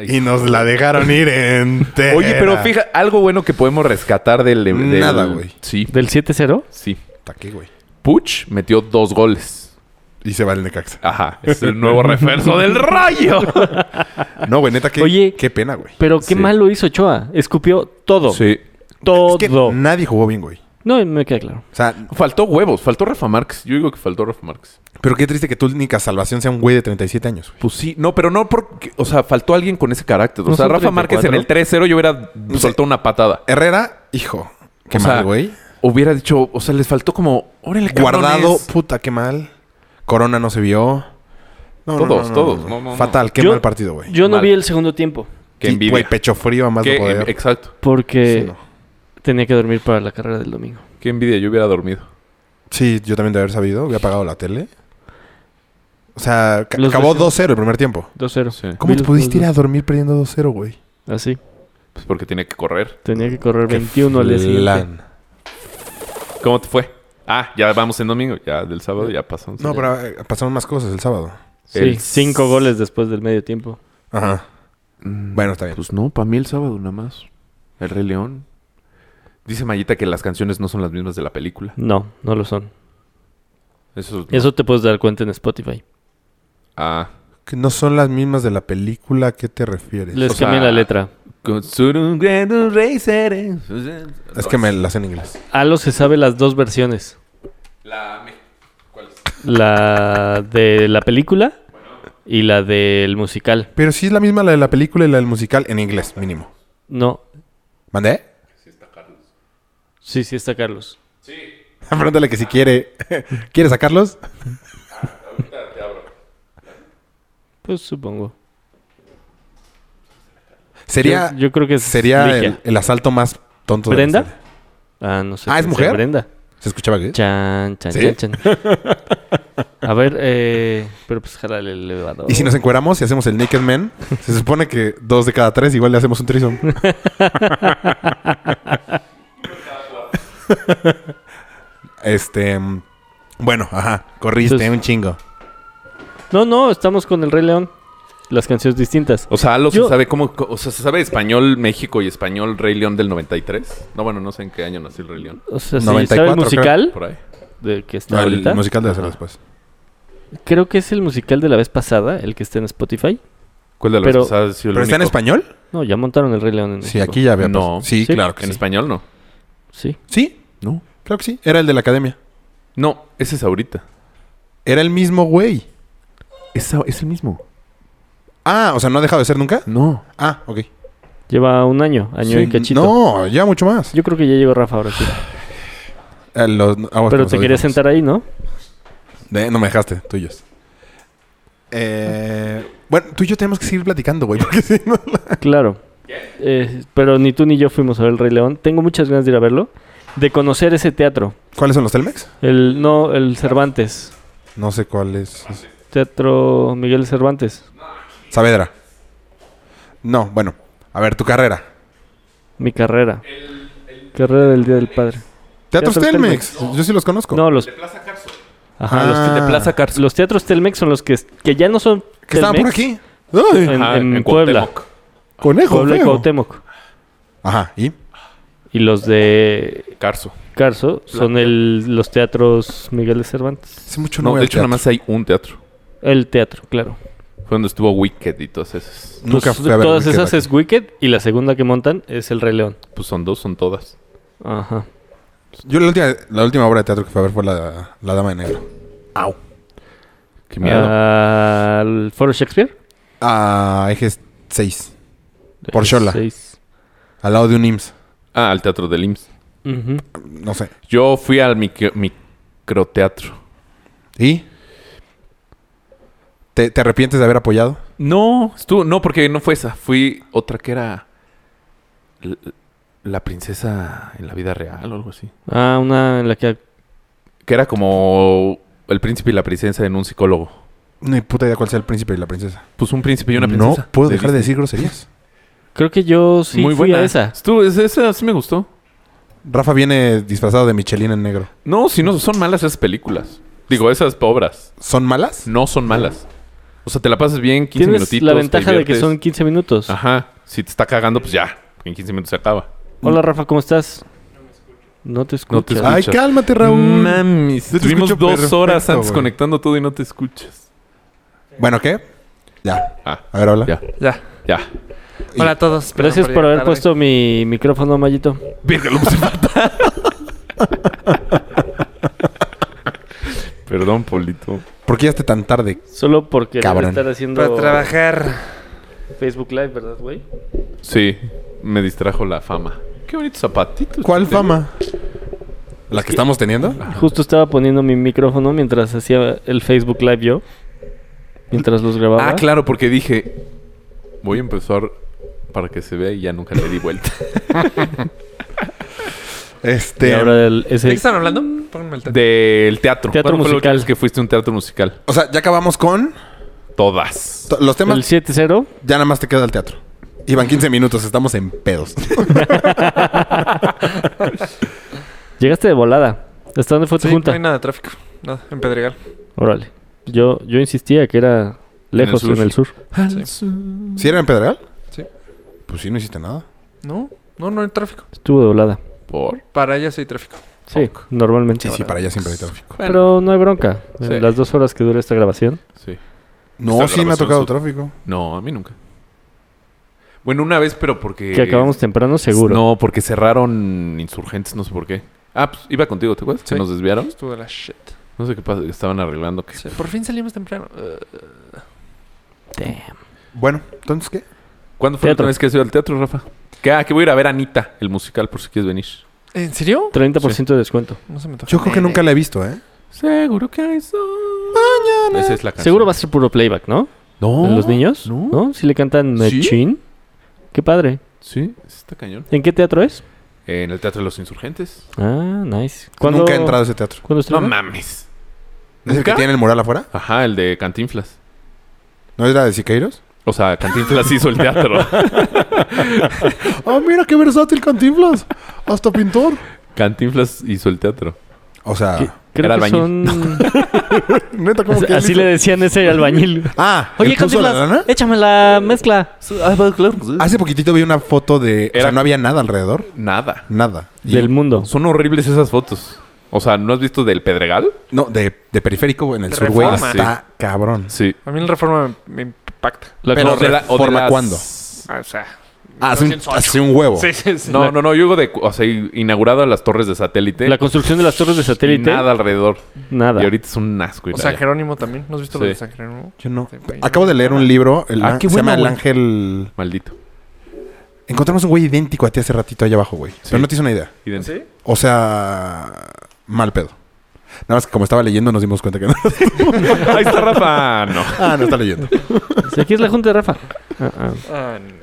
A: Y nos la dejaron ir entera.
G: *laughs* Oye, pero fíjate, algo bueno que podemos rescatar del... del-
A: Nada, güey.
G: Sí,
F: ¿Del 7-0?
G: sí.
A: ¿Hasta qué, güey?
G: Puch metió dos goles.
A: Y se va el Necaxa.
G: Ajá. Es el nuevo refuerzo del rayo.
A: No, güey, neta, qué,
F: Oye.
A: qué pena, güey.
F: Pero qué
G: Sí.
F: mal lo hizo Ochoa. Escupió todo.
G: Sí.
F: Todo.
A: Es que nadie jugó bien, güey.
F: No, me queda claro.
A: O sea,
G: Faltó huevos. Faltó Rafa Márquez. Yo digo que faltó Rafa Márquez.
A: pero qué triste que tu única salvación sea un güey de 37 años, güey.
G: Pues sí. No, pero no porque... O sea, faltó alguien con ese carácter. O
F: ¿No
G: sea,
F: son
G: Rafa Márquez en el 3-0 yo hubiera pues, soltado una patada.
A: Herrera, hijo. Qué
G: O sea,
A: mal, güey.
G: Hubiera dicho... O sea, les faltó como...
F: *laughs*
G: Órale,
A: Guardado,
G: cabrones.
A: puta, qué mal. Corona no se vio. No, no,
G: Todos,
A: no, no,
G: todos.
A: no.
G: No, no, no.
A: Fatal, qué
F: Yo-
A: mal partido, güey.
F: Yo no
G: Mal.
F: vi el segundo tiempo.
G: Qué
A: Y,
G: envidia.
A: Güey, pecho frío a más
G: Qué- em-
A: no poder.
G: exacto.
F: Porque
A: Sí, no.
F: tenía que dormir para la carrera del domingo.
G: Qué envidia. Yo hubiera dormido.
A: Sí, yo también de haber sabido. Había apagado la tele. O sea, ca-
F: Los
A: acabó
F: vecinos.
A: 2-0 el primer tiempo.
F: 2-0.
G: Sí.
A: ¿Cómo
F: Vi
A: te
F: los
A: pudiste ir
F: dos-
A: a dormir perdiendo 2-0, güey?
F: Así.
G: Pues porque tiene que correr.
F: Tenía que correr
A: Qué
F: 21 al día siguiente.
A: flan.
G: ¿Cómo te fue? Ah, ya vamos en domingo, ya del sábado ya pasamos.
A: No, pero eh, pasaron más cosas el sábado.
F: Sí,
G: El-
F: cinco goles después del medio tiempo.
A: Ajá. Bueno, está bien.
G: Pues no, para mí el sábado nada más. El Rey León. Dice Mayita que las canciones no son las mismas de la película.
F: No, no lo son.
G: Eso.
F: Eso te puedes dar cuenta en Spotify.
G: Ah.
A: Que no son las mismas de la película. ¿A qué te refieres?
F: Les
G: O sea,
F: cambié la letra.
G: Con su- gran rey seré. No,
A: Es que me las en inglés.
F: Alo se sabe las dos versiones.
G: La me- ¿Cuál es?
F: La de la película y la del musical.
A: Pero sí es la misma la de la película y la del musical en inglés, mínimo.
F: No,
A: ¿Mandé?
F: sí, sí está Carlos.
A: *laughs* Pregúntale que si quiere. *laughs* ¿Quieres sacarlos?
F: Pues supongo.
A: Sería,
F: yo, yo creo que es
A: sería
F: Ligia.
A: el, el asalto más tonto de la
F: ¿Brenda?
A: historia.
F: Ah, no sé.
A: Ah, ¿es
F: pensé
A: mujer?
F: Brenda.
A: ¿Se escuchaba que?
F: Chan, chan,
A: ¿Sí?
F: chan, chan. A ver, eh, pero pues jala el elevador.
A: Y si nos encueramos y hacemos el
F: *laughs*
A: Naked Man, se supone que dos de cada tres igual le hacemos un trison. este. mm, Bueno, ajá. Corriste
F: Entonces-
A: un chingo.
F: *laughs* No, no, estamos con el Rey León. Las canciones distintas.
G: O sea, Alo
F: Yo-
G: se sabe cómo. O sea, se sabe español México y español Rey León del 93. No, bueno, no sé en qué año nació el Rey León.
F: O sea, si
A: 94
F: sabe el musical
G: Por ahí.
F: de que está
A: No, el
F: ahorita.
A: musical debe ser después.
F: Creo que es el musical de la vez pasada, el que está en Spotify.
G: ¿Cuál de los
F: Pero-
G: que ha sido el
A: ¿Pero está en
G: único?
A: español?
F: No, ya montaron el Rey León en
A: Sí,
F: México.
A: aquí ya había.
G: No.
A: pasado. Sí,
F: Sí.
A: claro que
G: ¿En
A: sí.
G: español no?
F: Sí.
A: Sí,
G: No.
A: claro que sí. Era el de la academia.
G: No, ese es ahorita.
A: Era el mismo güey.
G: Es, el mismo.
A: Ah, o sea, ¿no ha dejado de ser nunca?
G: No.
A: Ah, ok.
F: Lleva un año, año
A: Sí,
F: y cachito.
A: No, ya mucho más.
F: Yo creo que ya llegó Rafa ahora sí.
A: Eh, los- aguas
F: Pero
A: con los
F: te querías
A: audífonos.
F: sentar ahí, ¿no?
A: Eh, no me dejaste, tuyos. Eh, bueno, tú y yo tenemos que seguir platicando, güey. *laughs* Porque si no...
F: Claro. Eh, pero ni tú ni yo fuimos a ver el Rey León. Tengo muchas ganas de ir a verlo. De conocer ese teatro.
A: ¿Cuáles son los Telmex?
F: El, no, el Cervantes.
A: No sé cuáles.
F: Teatro Miguel Cervantes.
A: Saavedra. No, bueno. A ver, tu carrera.
F: Mi carrera.
G: El
F: Carrera del Día del Padre.
A: Teatros
F: Teatro
A: Telmex.
F: Telmex.
A: Yo sí los conozco.
F: No, los... Ajá, los
A: Ah.
F: de Plaza Carso. Los teatros Telmex son los que, que ya no son
A: que estaban por
F: Telmex,
A: aquí.
F: En,
A: Ay,
G: Ajá,
F: en
G: en
F: Puebla.
G: Cuauhtémoc.
A: conejo.
F: Puebla y
A: feo.
F: Cuauhtémoc.
A: Ajá, ¿y?
F: Y los de
G: Carso.
F: Carso son el, los teatros Miguel de Cervantes.
A: Hace mucho no,
G: No,
A: voy
G: de
A: al
G: hecho, nada
A: teatro.
G: más hay un teatro.
F: El teatro, claro.
G: Fue donde estuvo Wicked y todas esas.
A: Nunca
F: Pues,
A: fui a ver
F: todas
A: Wicked
F: esas
A: aquí.
F: es Wicked y la segunda que montan es El Rey León.
G: Pues son dos, son todas.
F: Ajá.
A: Yo la última, la última obra de teatro que fui a ver fue la, la Dama de Negro.
G: Qué miedo.
F: Ah. ¿Al Foro Shakespeare?
A: Ah, eje 6. Por Xola.
F: Seis.
A: Al lado de un IMSS.
G: Ah, al teatro del IMSS.
F: Ujú.
A: No sé.
G: Yo fui al micro- microteatro.
A: ¿Y? ¿Te, te arrepientes de haber apoyado?
G: No, estuvo, no, porque no fue esa. Fui otra que era l- la princesa en la vida real o algo así.
F: Ah, una en la que...
G: Que era como el príncipe y la princesa en un psicólogo.
A: No hay puta idea cuál sea el príncipe y la princesa.
G: Pues un príncipe y una
A: no
G: princesa.
A: puedo dejar de
G: Disney.
A: decir groserías.
F: Creo que yo sí
G: Muy
F: fui
G: buena
F: a esa.
G: Estuvo, es- esa sí me gustó.
A: Rafa viene disfrazado de Michelin en negro.
G: No, si no, son malas esas películas. Digo, esas obras.
A: ¿Son malas?
G: No son malas. O sea, te la pasas bien 15
F: Tienes
G: minutitos.
F: la
G: te
F: ventaja de que
G: diviertes.
F: son 15 minutos.
G: Ajá. Si te está cagando, pues ya. En 15 minutos se acaba.
F: Hola, Rafa, ¿cómo estás? No te escucho.
G: No te escucho.
A: Ay,
G: escuchas.
A: cálmate, Raúl.
G: Mami,
A: te
G: estuvimos
A: escucho
G: dos horas
A: perfecto,
G: antes
A: güey.
G: conectando todo y no te escuchas.
A: Bueno, ¿qué? Ya.
G: Ah,
A: A ver, habla.
G: ya,
H: Ya.
G: ya.
H: Hola a todos. perdón
F: Gracias por
H: llegar
F: haber
H: tarde.
F: puesto mi micrófono, Mayito.
G: Verga, lo puse fatal. Perdón, Polito.
A: ¿Por qué ya esté tan tarde?
F: Solo porque debe
A: Cabrón.
F: estar haciendo
H: Para trabajar.
F: Facebook Live, ¿verdad, güey?
G: Sí, me distrajo la fama. Qué bonitos zapatitos.
A: ¿Cuál
G: tengo.
A: fama? ¿La que estamos teniendo?
F: Justo estaba poniendo mi micrófono mientras hacía el Facebook Live yo. Mientras los grababa.
G: Ah, claro, porque dije, voy a empezar para que se vea y ya nunca le di vuelta.
F: Y
A: Este.
F: ahora el, ese-
H: ¿De qué están hablando? Pónganme el teatro.
G: Del teatro.
F: Teatro
G: ¿Cuándo fue la última
F: musical.
G: vez que fuiste a un teatro musical?
A: O sea, ya acabamos con
G: Todas.
A: to- los temas.
F: el 7-0.
A: Ya nada más te queda el teatro. Iban 15 minutos, estamos en
G: *laughs*
A: pedos.
F: Llegaste de volada. ¿Hasta dónde fue tu
H: Sí, no
F: junta?
H: hay nada de tráfico. Nada, en Pedregal.
F: Órale. Yo, yo insistía que era lejos
G: sur.
F: en el sur.
A: ¿Sí era en Pedregal?
H: Sí.
A: Pues sí, no hiciste nada.
H: No, no, no hay tráfico.
F: Estuvo de volada.
G: Por.
H: Para allá sí hay tráfico.
F: Sí, normalmente.
A: Sí, sí, para allá siempre hay tráfico.
F: Pero no hay bronca.
G: Sí.
F: En Las dos horas que dura esta grabación.
G: Sí.
A: No, sí me ha
G: grabación
A: tocado
G: sur.
A: tráfico.
G: No, a mí nunca. Bueno, una vez, pero porque...
F: Que acabamos temprano, seguro.
G: Eh, No, porque cerraron insurgentes, no sé por qué. Ah, pues iba contigo, ¿te acuerdas? Se
H: Sí.
G: nos desviaron.
H: Estuvo de la shit.
G: No sé qué pasa, estaban arreglando. Que...
H: Sí, por fin salimos temprano. Eh,
A: Bueno, entonces qué? Pues
G: ¿Cuándo fue la
F: Teatro.
G: última vez que has ido al teatro, Rafa? Que, ah, que voy a ir a ver a Anita, el musical, por si quieres venir.
H: ¿En serio?
F: 30% de descuento.
H: No se me toca.
A: Yo creo que nunca la he visto, ¿eh?
G: Seguro que hay sol. Ah, Esa es la canción.
F: Seguro va a ser puro playback, ¿no?
G: No.
F: ¿De los niños?
G: no.
F: ¿No? Si le cantan
G: ¿Sí?
F: Machín. Qué padre.
G: Sí, está cañón.
F: ¿En qué teatro es?
G: en el Teatro de los Insurgentes.
F: Ah, nice.
A: Nunca he entrado a ese teatro.
F: ¿Cuándo
G: No
F: estrena?
G: mames.
A: ¿Es el que
G: ¿Nunca?
A: tiene el mural afuera?
G: Ajá, el de Cantinflas.
A: ¿No era de Siqueiros?
G: O sea, Cantinflas hizo el teatro. *laughs*
A: ¡Ah, mira qué versátil Cantinflas! Hasta pintor.
G: Cantinflas hizo el teatro.
A: O sea,
F: Que- Creo
G: Era
F: que
G: albañil. *laughs*
F: son... *laughs*
A: neta, como que. él
F: Así
A: hizo-
F: le decían ese albañil.
A: Ah,
F: Oye,
A: ¿él puso la
F: Cantinflas, eh,
A: lana?
F: échame la mezcla.
G: ah, pues, eh.
A: Hace poquitito vi una foto de. O sea,
G: Era-
A: no había nada alrededor.
G: Nada.
A: Nada. Y-
F: Del mundo.
G: Son horribles esas fotos. O sea, ¿no has visto del Pedregal?
A: No, de, de periférico en el
H: De
A: sur, güey.
H: Reforma.
A: Está cabrón.
G: Sí.
H: A mí la reforma me impacta.
F: La
A: Pero
F: corre-
A: de la- ¿Forma cuándo?
H: Ah, o sea.
A: Hace un,
H: 1908.
A: hace un huevo.
H: Sí, sí, sí.
G: No, no, no. Yo digo de... O sea, inaugurado las torres de satélite.
F: La construcción de las torres de
G: y
F: satélite.
G: nada alrededor.
F: Nada.
G: Y ahorita es un asco. ir
H: O San
G: allá.
H: Jerónimo también. ¿No has visto lo
G: Sí.
H: de San Jerónimo?
A: Yo no.
H: Sí, güey.
A: Acabo de leer un libro. el-
G: Ah, qué
A: se
G: bueno,
A: llama El
G: güey.
A: Ángel.
G: Maldito.
A: Encontramos un güey idéntico a ti hace ratito allá abajo, güey. Pero no te hizo una idea.
G: Y de-
H: ¿Sí?
A: O sea, mal pedo. Nada más que como estaba leyendo nos
G: *laughs*
A: dimos cuenta que no.
G: *laughs* Ahí está Rafa. No.
A: ah, no está leyendo.
F: O sea, Aquí es la junta de Rafa. Ah, ah.
H: Ah, no,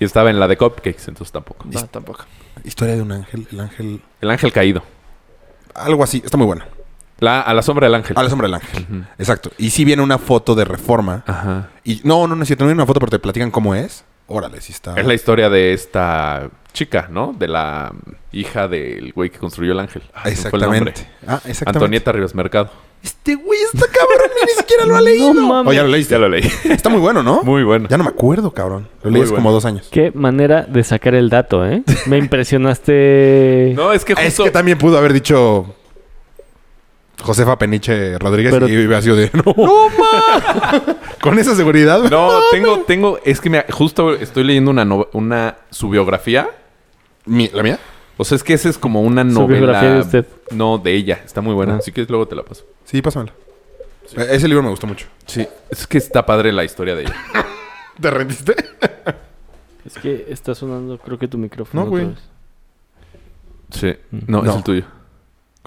G: Y estaba en la de Cupcakes, entonces tampoco.
H: no, tampoco.
A: Historia de un ángel. El ángel.
G: El ángel caído.
A: Algo así. Está muy bueno.
G: La, a la sombra del ángel.
A: A la sombra del ángel. Exacto. Y sí viene una foto de reforma.
G: Ajá.
A: Y no, no, no es cierto. No viene una foto, pero te platican cómo es. Órale, sí está.
G: Es la historia de esta chica, ¿no? De la hija del güey que construyó el ángel.
A: Ah,
G: Ay, se me fue el nombre.
A: Exactamente. Ah, exactamente.
G: Antonieta Rivas Mercado.
A: Este güey está cabrón, ni
G: *laughs*
A: siquiera lo ha leído.
F: No mames.
A: O Oh, ya lo leíste.
G: Ya
A: *laughs*
G: lo leí.
A: Está muy bueno, ¿no?
G: Muy bueno.
A: Ya no me acuerdo, cabrón. Lo
G: Muy
A: leí hace
G: bueno.
A: como dos años.
F: Qué manera de sacar el dato, ¿eh? Me impresionaste.
H: *laughs*
G: No, es que
A: Ah, Es
G: justo...
A: que también pudo haber dicho Josefa Peniche Rodríguez
F: Pero-
A: y hubiera sido de *laughs* no. *laughs* Con esa seguridad.
G: No, tengo, tengo... Es que me- justo estoy leyendo una, no- una... Su biografía.
A: Mi- ¿La mía?
G: O sea, es que esa es como una
F: Su
G: novela...
F: biografía de usted.
G: No, de ella. Está muy buena.
F: Ah.
G: Si quieres, luego te la paso.
A: Sí, pásamela. E- Ese libro me gustó mucho.
G: Sí. Es que está padre la historia de ella.
A: ¿Te rendiste? *laughs*
F: Es que está sonando, creo que tu micrófono.
A: No, güey.
F: otra vez.
G: Sí. No, es
A: No.
G: el tuyo.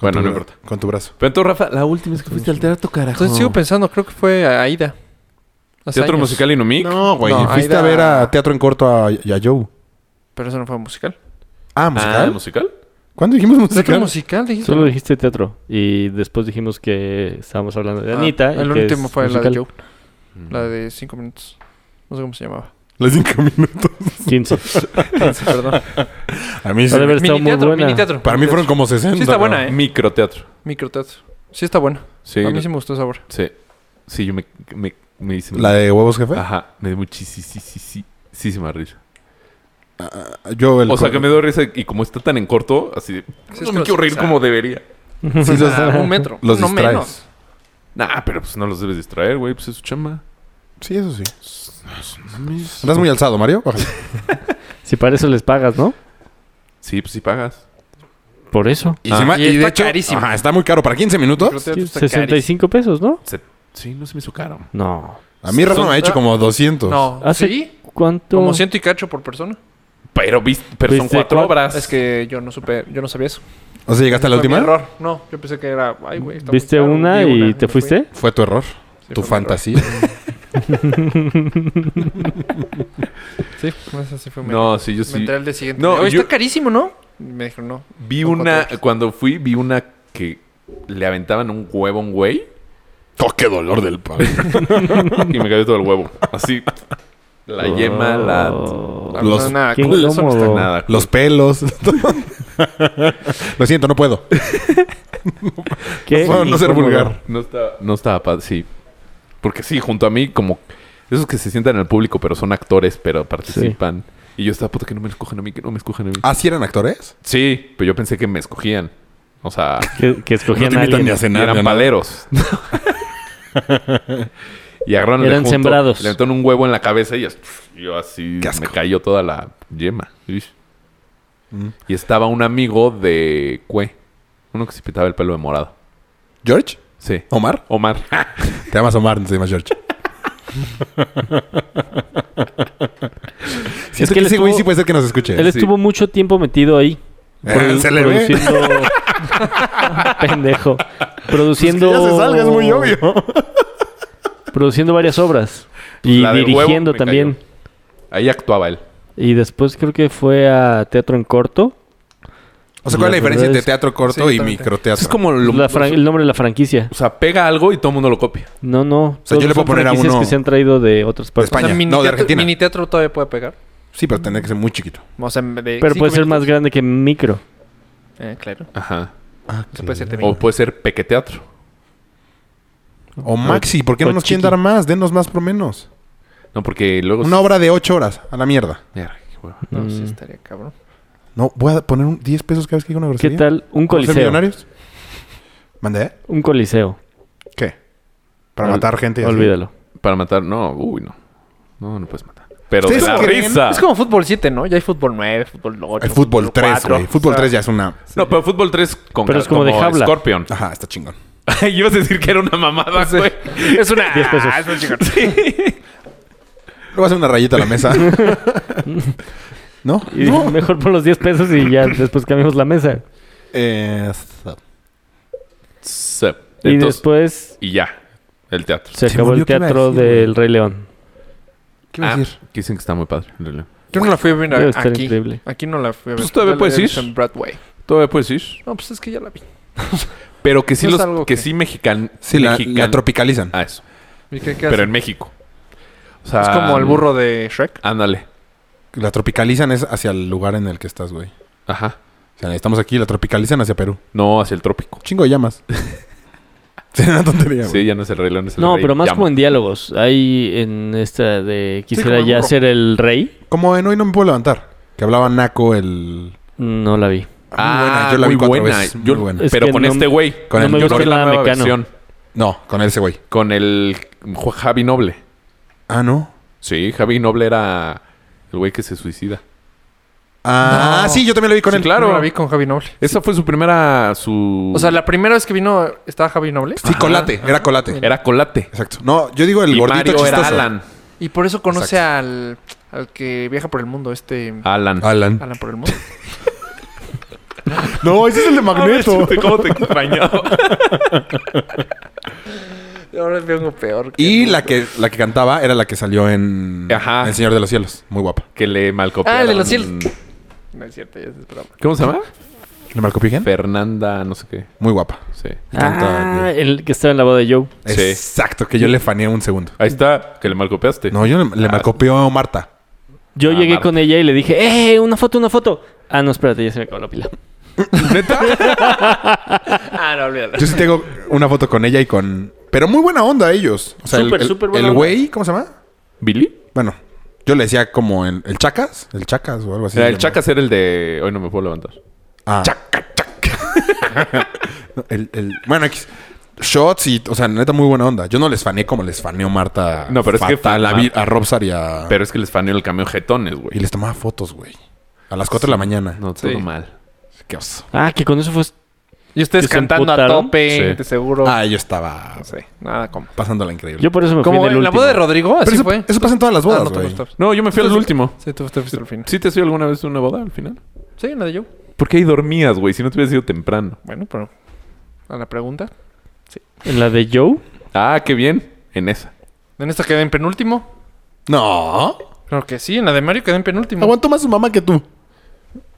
G: Bueno, no
A: Tu-
G: importa.
A: Con tu brazo.
G: Pero entonces, Rafa, la última es que fuiste al teatro, carajo.
H: Entonces sigo pensando, creo que fue a Aida. Hace
G: ¿Teatro
H: años.
G: musical Inumic?
A: No, güey.
H: No,
A: Fuiste
H: Aida-
A: a ver a Teatro en Corto a, y a Joe.
H: Pero eso no fue musical.
A: Ah,
G: Ah,
A: musical.
G: ¿musical?
A: ¿Cuándo dijimos
H: ¿Teatro
A: musical?
H: musical? Dijiste.
F: Solo dijiste teatro. Y después dijimos que estábamos hablando de
H: Ah,
F: Anita. y
H: el
F: que
H: último
F: es
H: fue la
F: musical.
H: de Joe. La de 5 minutos. No sé cómo se llamaba.
A: Los cinco minutos.
F: 15.
H: *laughs* Perdón.
A: A mí
F: Ha de
A: se-
F: haber estado muy
H: Miniteatro,
F: buena.
H: miniteatro.
A: Para mí fueron como 60.
H: Sí está
A: ¿no?
H: buena, ¿eh?
G: Microteatro.
H: Microteatro. Sí está buena.
G: Sí.
H: A mí sí me gustó esa obra.
G: Sí. Sí, yo me, me, me hice...
A: ¿La de huevos, jefe?
G: Ajá. Me dio muchísima risa.
A: Yo el
G: O sea, que me dio risa y como está tan en corto, así de...
H: Sí,
G: no
H: es
G: me
H: que-
G: quiero reír
H: o sea,
G: como debería.
H: *laughs*
A: Sí, los-
H: Ah, un metro.
A: *laughs* los
H: no
A: distraes.
H: menos.
G: Nah, pero pues no los debes distraer, güey. Pues es su chamba.
A: Sí, eso sí. Andas muy alzado, Mario. Bájale.
F: Si para eso les pagas, ¿no?
G: Sí, pues sí pagas.
F: Por eso.
A: Y,
G: Ah.
A: si ma-
H: Y
A: y de
H: está
A: hecho,
H: carísimo.
A: ajá, está muy caro. ¿Para 15 minutos?
H: Microteatro está
F: 65 pesos, ¿no?
G: Se- sí, no se me hizo caro.
F: No.
A: A mí Rafa
G: Son-
A: me ha hecho como 200.
H: carísimo. No,
F: Hace-
H: sí.
F: ¿Cuánto?
H: Como ciento y cacho por persona.
G: Pero, vis- pero son
F: Viste,
G: cuatro
F: cua-
G: obras.
H: Es que yo no supe, yo no sabía eso.
A: O sea, ¿llegaste a la
H: Fue mi
A: última?
H: error. No, yo pensé que era. Ay, güey. está muy
F: ¿Viste
H: caro.
F: una
H: Vi
F: y
H: una,
F: te
H: me fui.
F: fuiste?
A: Fue tu error.
H: Sí,
A: tu
H: fue mi error.
A: fantasía.
H: Sí, esa sí fue mi error.
G: No, sí, yo
H: Me
G: sí.
H: enteré al día siguiente.
G: No,
H: No,
G: yo-
H: está carísimo, ¿no? Y Me dijeron, no.
G: Vi
H: Son cuatro
G: una...
H: horas.
G: Cuando fui, vi una que le aventaban un huevo a un güey.
A: *laughs* ¡Oh, qué dolor del pavo!
G: y me cayó todo el huevo. Así. La yema, la...
F: Oh.
H: La-
A: Los-
H: nada,
F: qué
H: como de eso no está
F: incómodo.
H: nada.
G: Nada.
A: *laughs* Los pelos. Lo siento, no puedo.
F: Qué
A: Bueno, no ser
F: incómodo.
A: vulgar.
G: No estaba... No estaba padre, sí. Porque sí, junto a mí, como... Esos que se sientan en el público, pero son actores, pero participan. Y yo estaba, puta, que no me escogen a mí, que no me escogen a mí.
A: ¿Ah, sí eran actores?
G: Sí, pero yo pensé que me escogían. O sea,
F: Que, que escogían a alguien.
G: y eran paleros. *laughs* y agarraron el
F: Eran
G: junto,
F: sembrados.
G: Le metieron un huevo en la cabeza y as- yo así
A: Qué asco.
G: me cayó toda la yema. Ish. Y estaba un amigo de Cue. Uno que se pintaba el pelo de morado.
A: ¿George?
G: Sí.
A: ¿Omar?
G: Omar.
A: Te llamas Omar, no te llamas George. Si es que,
F: que él
A: ese
F: estuvo-
A: güey Este, sí puede ser que nos escuche.
F: Él estuvo mucho tiempo metido ahí.
A: Eh, se le ve. *laughs* Pues
F: produciendo... Pendejo. Produciendo...
A: Que ya se salga, es muy obvio.
F: Produciendo varias obras.
A: Pues
F: Y
G: La del huevo
F: dirigiendo
G: me
F: también.
G: cayó. Ahí actuaba él.
F: Y después creo que fue a Teatro en Corto.
A: O sea, ¿cuál es la
F: La
A: diferencia
F: verdad
A: entre
F: es-
A: teatro corto
H: Sí,
A: y
H: totalmente.
A: microteatro?
G: Es como lo...
F: La fran- el nombre de la franquicia.
G: O sea, pega algo y todo el mundo lo copia.
F: No, no. O
A: Pues, sea, yo le puedo poner a uno-
F: que se han traído de otras partes.
A: España.
H: O sea, mini,
A: No, de
H: teatro,
A: Argentina.
H: mini teatro todavía puede pegar.
A: Sí, pero tendría que ser muy chiquito.
H: O sea, de
F: Pero
H: cinco
F: puede ser más
H: minutos.
F: grande que micro.
H: Eh, claro.
G: Ajá.
H: Se puede ser de
G: O
H: mini.
G: puede ser pequeteatro.
A: O Maxi, ¿por qué no
F: o
A: nos
F: chiqui. Pues
A: quieren dar más? Denos más por menos.
G: No, porque luego...
A: Una obra de 8 horas, a la mierda.
G: Mierda, qué hueva.
H: No,
F: Mm.
H: sí estaría cabrón.
A: No, voy a poner un 10 pesos cada vez que diga una
F: ¿Qué
A: grosería.
F: tal? Un
A: ¿Vamos a
F: coliseo.
A: ser millonarios? ¿Mandé?
F: Un coliseo.
A: ¿Qué? ¿Para
F: Ol-
A: matar gente? y así?
F: Olvídalo.
G: Para matar... No, uy, no. No, no puedes matar. Pero de
A: ¿Ustedes
G: la
A: creen?
G: risa.
H: Es como fútbol 7, ¿no? Ya hay fútbol 9, fútbol 8.
A: El fútbol 3, güey. Fútbol 3 ya es una...
G: No, pero fútbol 3 con
F: Pero es como de Ah. jaula.
G: Scorpion. *laughs*
A: Ajá, está chingón.
G: Ibas a decir que era una
F: *laughs*
G: mamada, güey.
H: Es una.
F: 10 pesos.
H: Ah,
A: Ah,
H: es un chico.
A: Le voy a hacer una rayita a
F: *laughs*
A: la mesa. ¿No?
F: Y Mejor por los 10 pesos y
A: *laughs*
F: ya después cambiamos la mesa.
A: Eh,
G: Sí.
F: Y
G: Entonces,
F: después
G: y ya. El teatro.
F: se
A: Se
F: acabó
A: me
F: el
A: olvidó qué iba a
F: teatro
A: decir,
F: del Rey León.
A: ¿Qué iba a
G: Ah,
A: decir?
G: Dicen que está muy padre. en realidad.
H: Yo no la fui a ver
F: Debe estar
H: aquí.
F: increíble.
H: Aquí no la fui a ver.
G: Pues todavía
H: Ya la
G: puedes
H: había
G: ir.
H: visto En Broadway.
G: Todavía puedes ir.
H: No, pues es que ya la vi.
G: Pero que sí
H: No es
G: los...
H: algo
G: que,
H: que-
G: sí mexican...
A: Sí, la,
G: mexican-
A: la tropicalizan.
G: Ah, eso.
H: ¿Y qué- qué
G: Pero
H: hace?
G: en México. O sea...
H: Es como el burro de Shrek.
G: Ándale.
A: la tropicalizan es hacia el lugar en el que estás, güey.
G: Ajá.
A: O sea, estamos aquí, la tropicalizan hacia Perú.
G: No, hacia el trópico.
A: Chingo de llamas. *laughs* Sería una tontería, güey.
G: Sí, ya no es el rey león, es el
F: No,
G: rey
F: pero más
G: llama.
F: como en diálogos. Hay en esta de quisiera
A: como en
F: ya
A: Ro-
F: ser el rey.
A: Como en Hoy no me puedo levantar. Que hablaba Naco el...
F: No la vi.
G: Ah,
A: Muy buena, yo la
G: muy
A: vi cuatro
G: buena.
A: veces, muy
G: Yo-
A: buena.
F: Es
G: pero
F: que
G: con
F: no
G: este
F: me-
G: güey.
A: Con
F: no
A: el-
F: me
A: yo
F: gusta
A: no vi
F: la
G: nueva
F: Mecano.
G: versión.
A: No, con ese güey.
G: Con el Ju- Javi Noble.
A: Ah, ¿no?
G: Sí, Javi Noble era el güey que se suicida.
A: Ah, sí, yo también lo vi con
G: Sí,
A: él.
G: claro.
H: Yo la vi con Javi Noble.
G: Esa fue su primera. Su...
H: O sea, la primera vez que vino estaba Javi Noble.
A: Sí, Colate. Era Colate.
G: Era Colate.
A: Exacto. No, yo digo el
G: y
A: gordito
G: Mario
A: chistoso.
G: era Alan.
H: Y por eso conoce al, al que viaja por el mundo, este...
A: Ah.
G: Alan.
A: Alan.
H: Alan por el mundo.
A: *laughs* No, ese es el
H: *laughs*
A: de Magneto.
G: ¿Cómo
A: *laughs*
G: te extrañaba?
H: Ahora vengo peor.
A: Y la que, la que cantaba era la que salió en
G: Ajá.
A: El Señor de los Cielos. Muy guapa.
G: que le malcopiaron.
H: Ah, el de los cielos. No es cierto, ya se esperaba.
G: ¿Cómo se llama?
A: ¿Le marcó Pigen?
G: Fernanda, no sé qué.
A: Muy guapa.
G: Sí.
A: canta,
F: Ah, el que estaba en la boda de Joe.
G: Sí.
A: Exacto, que yo le faneé un segundo.
G: Ahí está, que le malcopiaste.
A: No, yo le, le
G: Ah.
A: marcopió Marta.
G: *laughs*
F: Yo
G: Ah,
F: llegué
G: Marta.
F: con ella y le dije, ¡eh, una foto, una foto! Ah, no, espérate, ya se me acabó la pila.
H: Ah, no, olvídalo.
A: Yo sí tengo una foto con ella y con... Pero muy buena onda ellos. O sea, el-
F: Súper,
A: el,
F: súper buena
A: el
F: onda.
A: güey, ¿cómo se llama?
G: ¿Billy?
A: Bueno, yo le decía como el, el Chacas. El Chacas o algo así.
G: Era
A: se
G: el
A: llamaba.
G: Chacas era el de hoy no me puedo levantar.
A: Ah. *laughs* No, el, el- bueno, X. Shots y, o sea, neta, muy buena onda. Yo no les faneé como les faneó Marta.
G: No, pero es que
A: fatal
G: fue
A: a, Vi-
G: Marta.
A: a Robsar y a.
G: Pero es que les faneó el camión jetones,
A: Ah. Y
G: güey.
A: les tomaba fotos, güey. A las 4 de la mañana.
G: No, todo
H: Sí.
G: mal.
A: Qué oso.
F: Ah, que con eso fue...
H: Y ustedes
F: ¿Se
H: cantando a
F: emputaron?
H: tope,
G: Sí.
H: de seguro.
A: Ah, yo estaba
H: No sé, nada como.
A: pasándola increíble.
F: Yo por eso me fui
H: Como
F: en el
H: en la
F: último.
H: boda de Rodrigo,
A: pero
H: así
A: eso,
H: fue.
A: eso pasa en todas las
H: Ah,
A: bodas,
H: no te
A: güey.
H: gustó.
G: No, yo me fui al último.
H: Sí, tú fuiste al final.
G: ¿Sí te has ido alguna vez a una boda al final?
H: Sí, la de yo.
G: Porque ahí dormías, güey. Si no te hubieras ido temprano.
H: Bueno, pero a la pregunta.
F: ¿En la de Joe?
G: Ah, qué bien. En esa.
H: En esta quedé en penúltimo.
A: no.
H: Claro que sí, en la de Mario quedé en penúltimo.
A: Aguanto más su mamá que tú.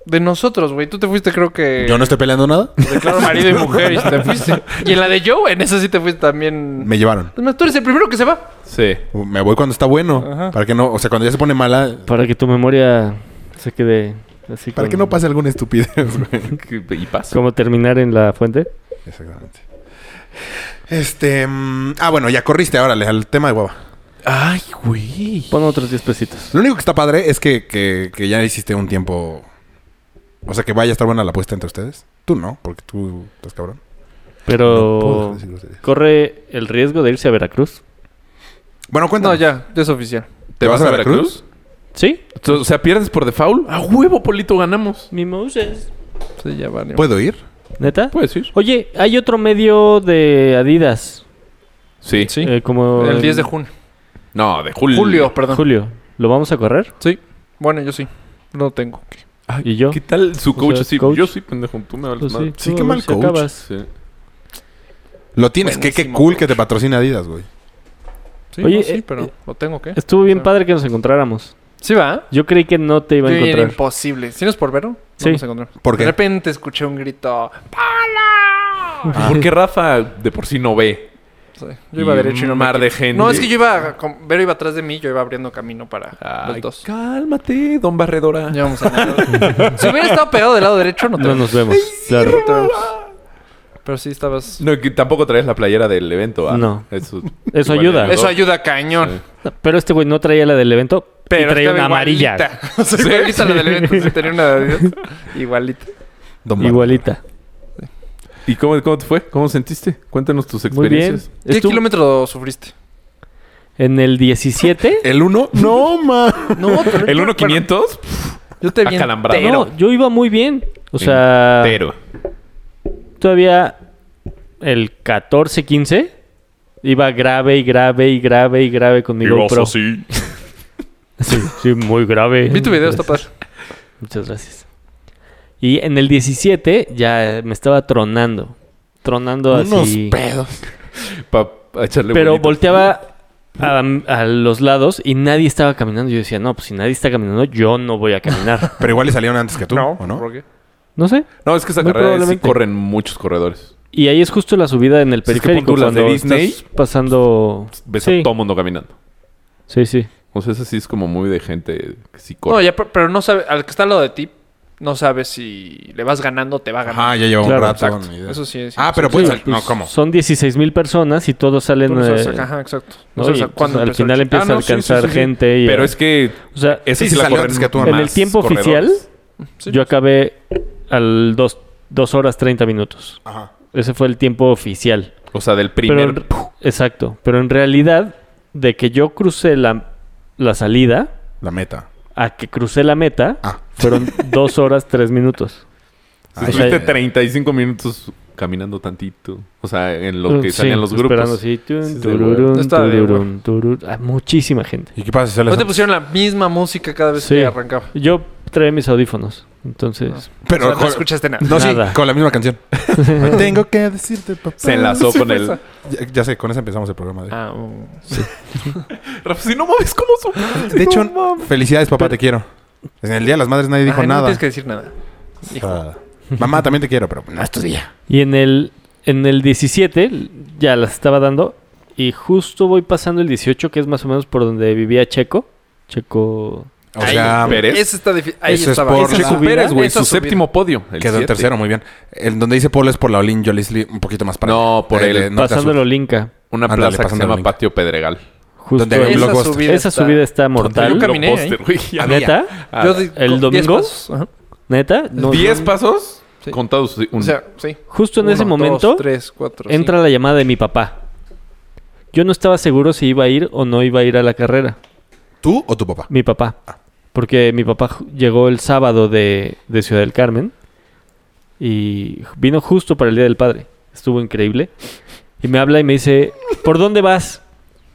H: De nosotros, güey. Tú te fuiste, creo que. *laughs*
A: Yo no estoy peleando nada.
H: Declaro marido y mujer y te fuiste. Y en la de Joe, en esa sí te fuiste también.
A: Me llevaron.
H: Es más, tú eres el primero que se va.
G: Sí. *laughs*
A: Me voy cuando está bueno. Para que no, o sea, cuando ya se pone mala,
F: Para que tu memoria se quede así
A: para
F: con-
A: que no pase alguna estupidez, *laughs* güey.
G: *laughs* Y pasa.
F: Como terminar en la fuente.
A: Exactamente. Este. mm, ah, bueno, ya corriste, órale, al tema de guava.
G: Ay, güey.
F: Pon otros 10 pesitos.
A: Lo único que está padre es que, que- que ya hiciste un tiempo. O sea, que vaya a estar buena la apuesta entre ustedes. Tú no, porque tú estás cabrón. No puedo dejar
F: Pero...
A: de decir groserías.
F: ¿Corre el riesgo de irse a Veracruz?
A: bueno,
H: No,
A: cuéntanos.
H: ya, ya es oficial.
G: ¿Te vas a Veracruz?
F: ¿Sí?
G: O sea, pierdes por default. A huevo, Polito, ganamos.
F: Mi Moses.
H: Sí, ya vale.
A: ¿Puedo ir?
F: ¿Neta?
G: Puedes ir.
F: Oye, hay otro medio de Adidas.
G: Sí.
H: Sí.
F: eh, como
H: el 10 de
F: en
H: junio.
G: No, de julio.
H: Julio, perdón.
F: Julio. ¿Lo vamos a correr?
H: Sí. Bueno, yo sí. No tengo.
G: Ay,
F: ¿Y yo?
G: ¿Qué tal su coach?
F: sea,
G: Sí,
F: coach.
G: Yo soy pendejo. Tú me vales
F: Pues
G: madre.
A: Sí,
F: tú
A: qué
F: a ver
A: mal coach.
F: acabas.
G: Sí.
A: Lo tienes. Qué, qué
H: Buenísimo,
A: cool que te patrocina Adidas, güey.
H: Sí,
F: Oye,
H: no, sí,
F: eh,
H: pero
F: eh,
H: lo tengo que.
F: Estuvo bien
H: Sí.
F: padre que nos encontráramos.
H: Sí, va.
F: Yo creí que no te iba a
H: Sí, era
F: encontrar.
H: imposible. Si no es por Vero, no
F: Sí.
H: nos encontramos.
A: ¿Por qué?
H: De repente escuché un grito.
G: Porque Rafa de por sí no ve.
H: Sí, Yo iba
G: Y
H: derecho y no
G: un
H: me
G: mar
H: equivo-
G: de gente.
H: No, es que yo iba. con- Vero iba atrás de mí, yo iba abriendo camino para
G: Ay,
H: los dos.
G: cálmate, don Barredora.
H: Ya vamos a ganar. Si hubiera estado pegado del lado derecho, no te
F: No nos vemos.
H: no
F: Claro.
H: te vemos. Pero sí estabas.
G: No, que tampoco traes la playera del evento, ¿ah?
F: No.
G: Eso,
F: Eso
G: igual
F: ayuda.
G: de-
H: Eso ayuda cañón.
F: Pero este güey no traía la del evento. Pero
H: Pero
F: traía
H: estaba
F: una amarilla.
H: igualita. *laughs* O sea, igualita la del evento. sí, tenía una de Adidas. Igualita.
A: Don Mar-
F: Igualita.
G: ¿Y cómo, cómo te fue? ¿Cómo sentiste? Cuéntanos tus
F: Muy bien.
G: experiencias.
H: ¿Qué
F: Estuvo
H: kilómetro sufriste?
F: en el
H: *laughs*
F: 17.
A: ¿El 1? No, ma.
H: No, pero-
G: El
H: bueno,
G: 1500,
H: Yo te vi
G: acalambrado.
H: entero.
F: No, yo iba muy bien. O sea,
G: pero.
F: todavía el 14, 15 iba grave y grave y grave y grave con mi GoPro. Sí.
G: sí.
F: *laughs* sí, muy grave.
H: Vi tu video, está padre.
F: Muchas gracias. Y en el 17 ya me estaba tronando. Tronando
A: Unos
F: así.
A: pedos.
G: Para echarle
F: Pero
G: huevito.
F: volteaba a, a los lados y nadie estaba caminando. Yo decía, no, pues si nadie está caminando, yo no voy a
H: *laughs*
F: caminar.
A: Pero igual le salieron antes que tú, ¿o no?
H: ¿por qué?
F: no sé.
G: No, es que esa
F: Muy
G: carrera sí
F: probablemente.
G: corren muchos corredores.
F: Y ahí es justo la subida en el
G: Si es que
F: periférico
G: pon tú las de
F: cuando
G: Disney,
F: estás pasando...
G: Ves a
F: sí.
G: todo mundo caminando.
F: sí, sí.
G: O sea, eso sí es como muy de gente que sí corre.
H: No, ya, pero- pero no sabe, al que está al lado de ti, no sabes si le vas ganando o te va a ganar.
A: Ajá, ya lleva
F: Claro,
A: un rato.
H: exacto.
A: ni idea.
H: Eso sí es-
A: Ah, pero
H: sí,
A: pues,
F: Sí,
A: al- no,
F: pues,
A: ¿cómo?
F: Son 16 mil personas y todos salen...
H: Tú no sabes,
F: eh,
H: ajá, exacto.
F: ¿no?
H: No
F: Y
H: sabes a
F: entonces
H: cuándo
F: al
H: empezó el
F: final
H: chip.
F: empieza
G: Ah,
F: a
G: no, sí, sí,
F: alcanzar
G: sí.
F: gente y...
G: Pero
F: eh,
G: es que
F: O sea,
A: Ese sí
G: la
A: salió
G: corren
A: antes que tú.
G: en
F: en
A: más
F: el tiempo
A: corredores.
F: oficial
H: Sí.
F: yo acabé al 2, horas 30 minutos.
A: Ajá.
F: Ese fue el tiempo oficial.
G: O sea, del
F: Pero en
G: primer...
F: re- exacto. Pero en realidad, de que yo crucé la, la salida
A: La meta.
F: a que crucé la meta,
A: Ah.
F: fueron 2 horas 3 minutos.
G: Sí,
F: o sea,
G: Estuviste 35 minutos caminando tantito. O sea, en lo que
F: Sí,
G: salían los
F: esperando
G: grupos.
F: así, tun,
G: Sí, es de
F: tururun,
H: hueva. Está de
F: tururun, tururun. Ah, muchísima gente.
A: ¿Y qué pasa si sales
H: ¿No te
A: antes?
H: pusieron la misma música cada vez
F: Sí.
H: que arrancaba?
F: Yo traía mis audífonos. Entonces,
A: Pero
H: O sea, no
A: con-
H: escuchaste nada.
A: No, sí,
F: Nada.
A: con la misma canción. Tengo que decirte, papá.
G: Se enlazó con el...
A: Ya, ya sé, con esa empezamos el programa. De,
F: oh.
H: Ah, um,
G: Rafa, si no mames, ¿cómo son?
A: de hecho, felicidades, papá, te quiero. En el Día de las Madres nadie dijo
H: ay, No
A: nada.
H: tienes que decir nada. Hijo.
A: Ah, Mamá, también te quiero, pero no es tu día.
F: y en el, en el 17 ya las estaba dando. Y justo voy pasando el 18, que es más o menos por donde vivía Checo. Checo.
A: O sea,
G: Pérez.
H: Ese está difícil. Ahí
A: Eso es
H: estaba.
A: por
H: Esa
A: Checo
H: subida,
G: Pérez, güey,
H: esa
G: su
H: subida.
G: séptimo podio. el
A: quedó en
G: siete.
A: tercero, muy bien. El donde dice Paul es por la Olin Jolisli, un poquito más para
G: No, por
A: el,
G: el-
A: eh, norte a sur.
F: pasándolo Linca.
G: Una
A: Ándale,
G: plaza que se
A: pasando
G: llama
A: el link.
G: Patio Pedregal.
F: Justo
A: Donde había
F: ahí.
A: un
H: Esa
A: Blockbuster.
H: subida,
F: Esa
H: está-
F: subida está mortal.
G: Yo
H: Yo caminé
G: caminé,
H: ahí.
F: Ah, ¿Neta?
H: Ah, Yo di-
F: ¿El
H: con- diez
F: domingo?
H: pasos, ajá.
F: ¿Neta? No,
G: ¿Diez
F: no.
G: pasos?
H: Sí.
G: Contados. sí, un-
H: O sea, sí.
F: Justo en ese
H: Uno,
F: momento
H: Dos, tres, cuatro,
F: entra la llamada de mi papá. Yo no estaba seguro si iba a ir o no iba a ir a la carrera.
A: ¿Tú o tu papá?
F: Mi papá.
H: Ah.
F: Porque mi papá ju- llegó el sábado de, de Ciudad del Carmen y ju- vino justo para el Día del Padre. Estuvo increíble. Y me habla y me dice, ¿por dónde vas?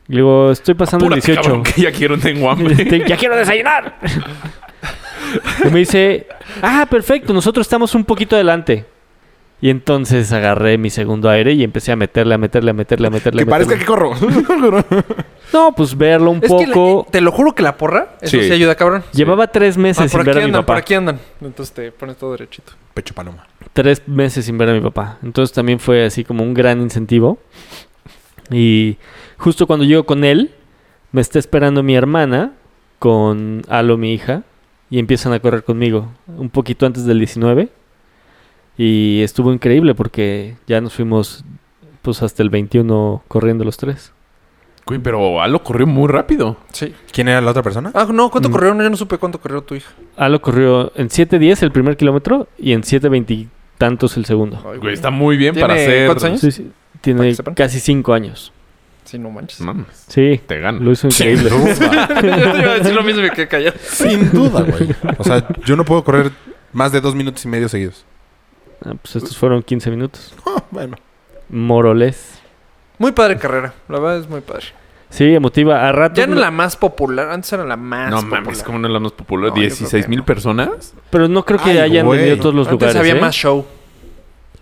F: Le digo, estoy pasando
G: Apúrate,
F: el 18. *laughs*
G: cabrón, *laughs* que ya quiero tengo hambre.
F: Este, ya quiero desayunar. *laughs* y me dice, ah, perfecto, nosotros estamos un poquito adelante. Y entonces agarré mi segundo aire y empecé a meterle, a meterle, a meterle, a meterle. a
A: Que parezca
F: meterle.
A: que
H: *laughs*
A: corro.
F: No, pues verlo un
H: sí. Es que la-
F: poco.
H: te lo juro que la porra, eso
G: Sí.
H: sí, ayuda, cabrón.
F: Llevaba tres
H: Ah,
F: meses sin
H: por aquí
F: ver a mi
H: andan, por
F: papá.
H: aquí andan. Entonces te pones todo derechito.
A: Pecho paloma.
F: Tres meses sin ver a mi papá. Entonces también fue así como un gran incentivo. Y justo cuando llego con él, me está esperando mi hermana con Alo, mi hija, y empiezan a correr conmigo un poquito antes del 19. Y estuvo increíble porque ya nos fuimos pues hasta el 21 corriendo los tres.
G: Güey, pero Alo corrió muy rápido.
H: Sí.
A: ¿Quién era la otra persona?
H: Ah, no, ¿cuánto
F: Mm.
H: corrió? No, yo no supe cuánto corrió tu hija.
F: Alo corrió en 7.10 el primer kilómetro y en 7.20 y tantos el segundo.
H: Ay,
G: Güey, está muy bien
H: ¿Tiene
G: para hacer...
H: cuántos años?
F: Sí, sí,
H: Para
F: tiene
H: que sepan.
F: casi cinco años.
H: Sí, no manches.
G: Mames,
F: Sí,
G: te gana.
F: lo hizo increíble.
H: *laughs* yo te iba a decir lo mismo y me quedé callado.
A: *laughs* Sin duda, güey. O sea, yo no puedo correr más de dos minutos y medio seguidos.
F: Ah, pues estos fueron 15
A: *laughs*
F: minutos.
A: Oh, bueno.
F: Moroles.
H: Muy padre carrera. La verdad es muy padre.
F: Sí, emotiva. A ratos.
H: Ya no
F: me-
H: la más popular. Antes era la más
G: No
H: popular.
G: mames, como no es la más popular.
H: No, yo creo que
G: 16 mil
H: no.
G: personas.
F: Pero no creo que
A: Ay,
F: hayan
A: güey.
F: venido a todos los
H: Antes
F: lugares.
H: había
F: ¿eh?
H: más show.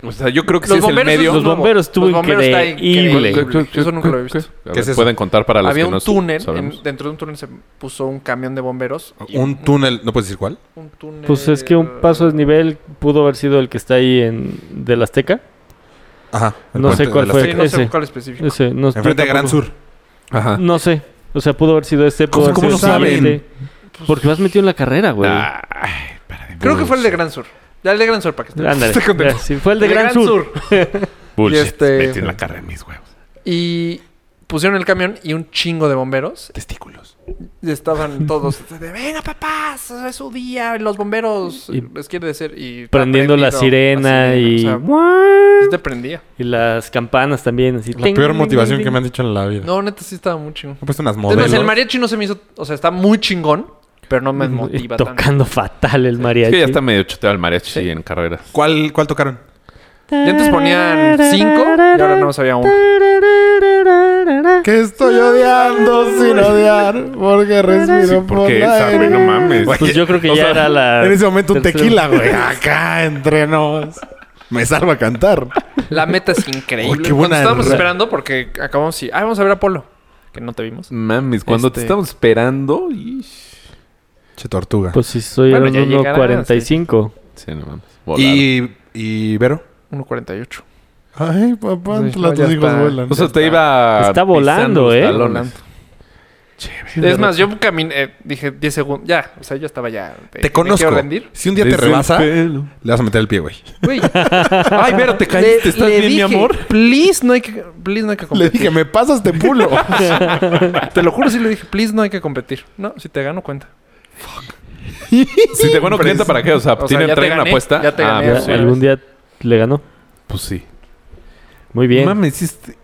G: O sea, yo creo que
H: Los
G: sí es el
H: bomberos
G: medio.
H: es
F: Los
H: nuevo.
F: bomberos estuvo
H: Los bomberos está
F: increíble.
H: increíble. Eso nunca lo he visto.
G: A
A: ¿Qué
G: ver,
A: es eso?
G: pueden contar para los
H: Había
G: que
H: un
G: no
H: túnel. en-
G: sabemos.
H: dentro de un túnel se puso un camión de bomberos. y
A: Un túnel, no puedes decir cuál.
H: un túnel...
F: Pues es que un paso de nivel pudo haber sido el que está ahí en del Azteca.
A: Ajá. el
F: No
A: puente
F: sé cuál
A: de las
F: fue.
H: Sí, no
F: ese.
H: sé cuál específico.
F: Ese, no,
A: tres. Enfrente de
F: yo
A: Gran
F: tampoco-
A: Sur.
G: Ajá.
F: No sé. O sea, pudo haber sido este. Pudo
A: ¿Cómo-
F: haber
A: cómo
F: sido
A: lo
F: el
A: saben? Ah,
F: siguiente. Porque vas metido en la carrera, güey.
G: Ay,
H: Creo que fue el de Gran Sur. Ya el de Gran Sur para que estés-
A: *laughs*
H: *laughs*
F: Ándale.
H: estés contento.
F: Ya, sí, fue el de Gran, Sur.
G: bullshit.
H: Y este-
G: Metí en la carrera mis huevos.
H: Y pusieron el camión y un chingo de bomberos.
G: Testículos.
F: *laughs*
H: Y estaban todos de, venga papás, es su día, los bomberos eh,
F: Y-
H: les quiere decir y
F: Prendiendo la
H: prendido,
F: sirena,
H: la
F: y.
H: sirena, o sea, sí te prendía.
F: Y las campanas también. Así.
A: La peor motivación que me han dicho en la vida.
H: No, neta sí estaba muy chingón.
A: He puesto unas
H: Entonces,
A: modelos.
H: el mariachi no se me hizo, o sea, está muy chingón, pero
F: *laughs*
H: no me motiva tanto.
F: Tocando fatal el
G: Es
F: mariachi.
G: que ya está medio choteado el mariachi en carreras.
A: ¿Cuál, ¿Cuál tocaron?
H: Y antes ponían cinco y ahora nada más había uno.
A: Que estoy odiando sin odiar. Porque respiro
G: Porque esa, güey, no mames.
F: Pues yo creo que
G: O
F: ya
G: sea,
F: era la.
A: En ese momento un
F: tercera.
A: tequila, *laughs* güey. Acá entre nos. Me salva cantar.
H: La meta es increíble.
A: Uy, qué buena
H: Cuando estábamos
A: ra-
H: esperando porque acabamos y, ah, vamos a ver a Polo, que no te vimos.
G: Mames, cuando te
H: Este-
G: estamos esperando. ish.
A: Che, tortuga.
F: Pues sí, soy
H: Bueno,
F: eran
H: ya
F: uno
H: llegará,
F: 45.
G: Sí, no mames. Volaron.
A: ¿Y, ¿Y Vero?
H: 1.48.
A: Ay, papá,
H: Sí, no, ya está.
G: O sea,
H: Está-
G: te iba.
F: Está volando,
G: pisando los
F: ¿eh?
G: talones.
H: Es más, yo caminé, eh, dije 10 segundos, ya, o sea, yo estaba ya. de-
A: Te
H: Me
A: conozco.
H: quiero rendir.
A: Si un día te
G: Desde el
A: rebasa, le *laughs*
G: pelo.
A: vas a meter el pie, güey.
H: Güey,
G: Ay, Vero, te caíste.
H: le-
G: ¿Estás
H: le
G: bien, mi
H: dije,
G: amor?
H: Please, no hay que, please, no hay que
A: Le
H: competir.
A: dije, me pasas de pulo.
H: Te lo juro, sí le dije, please, no hay que competir. No, si te gano, cuenta.
G: Si te bueno, clienta para qué? O sea,
H: O sea,
G: ¿tienen
H: ya te
G: traen una
H: gané,
G: apuesta?
H: ya te
G: ah,
H: gané,
F: Ya
G: pues, sí.
H: ya.
F: algún día le ganó.
G: Pues sí.
F: Muy bien.
G: No mames, hiciste-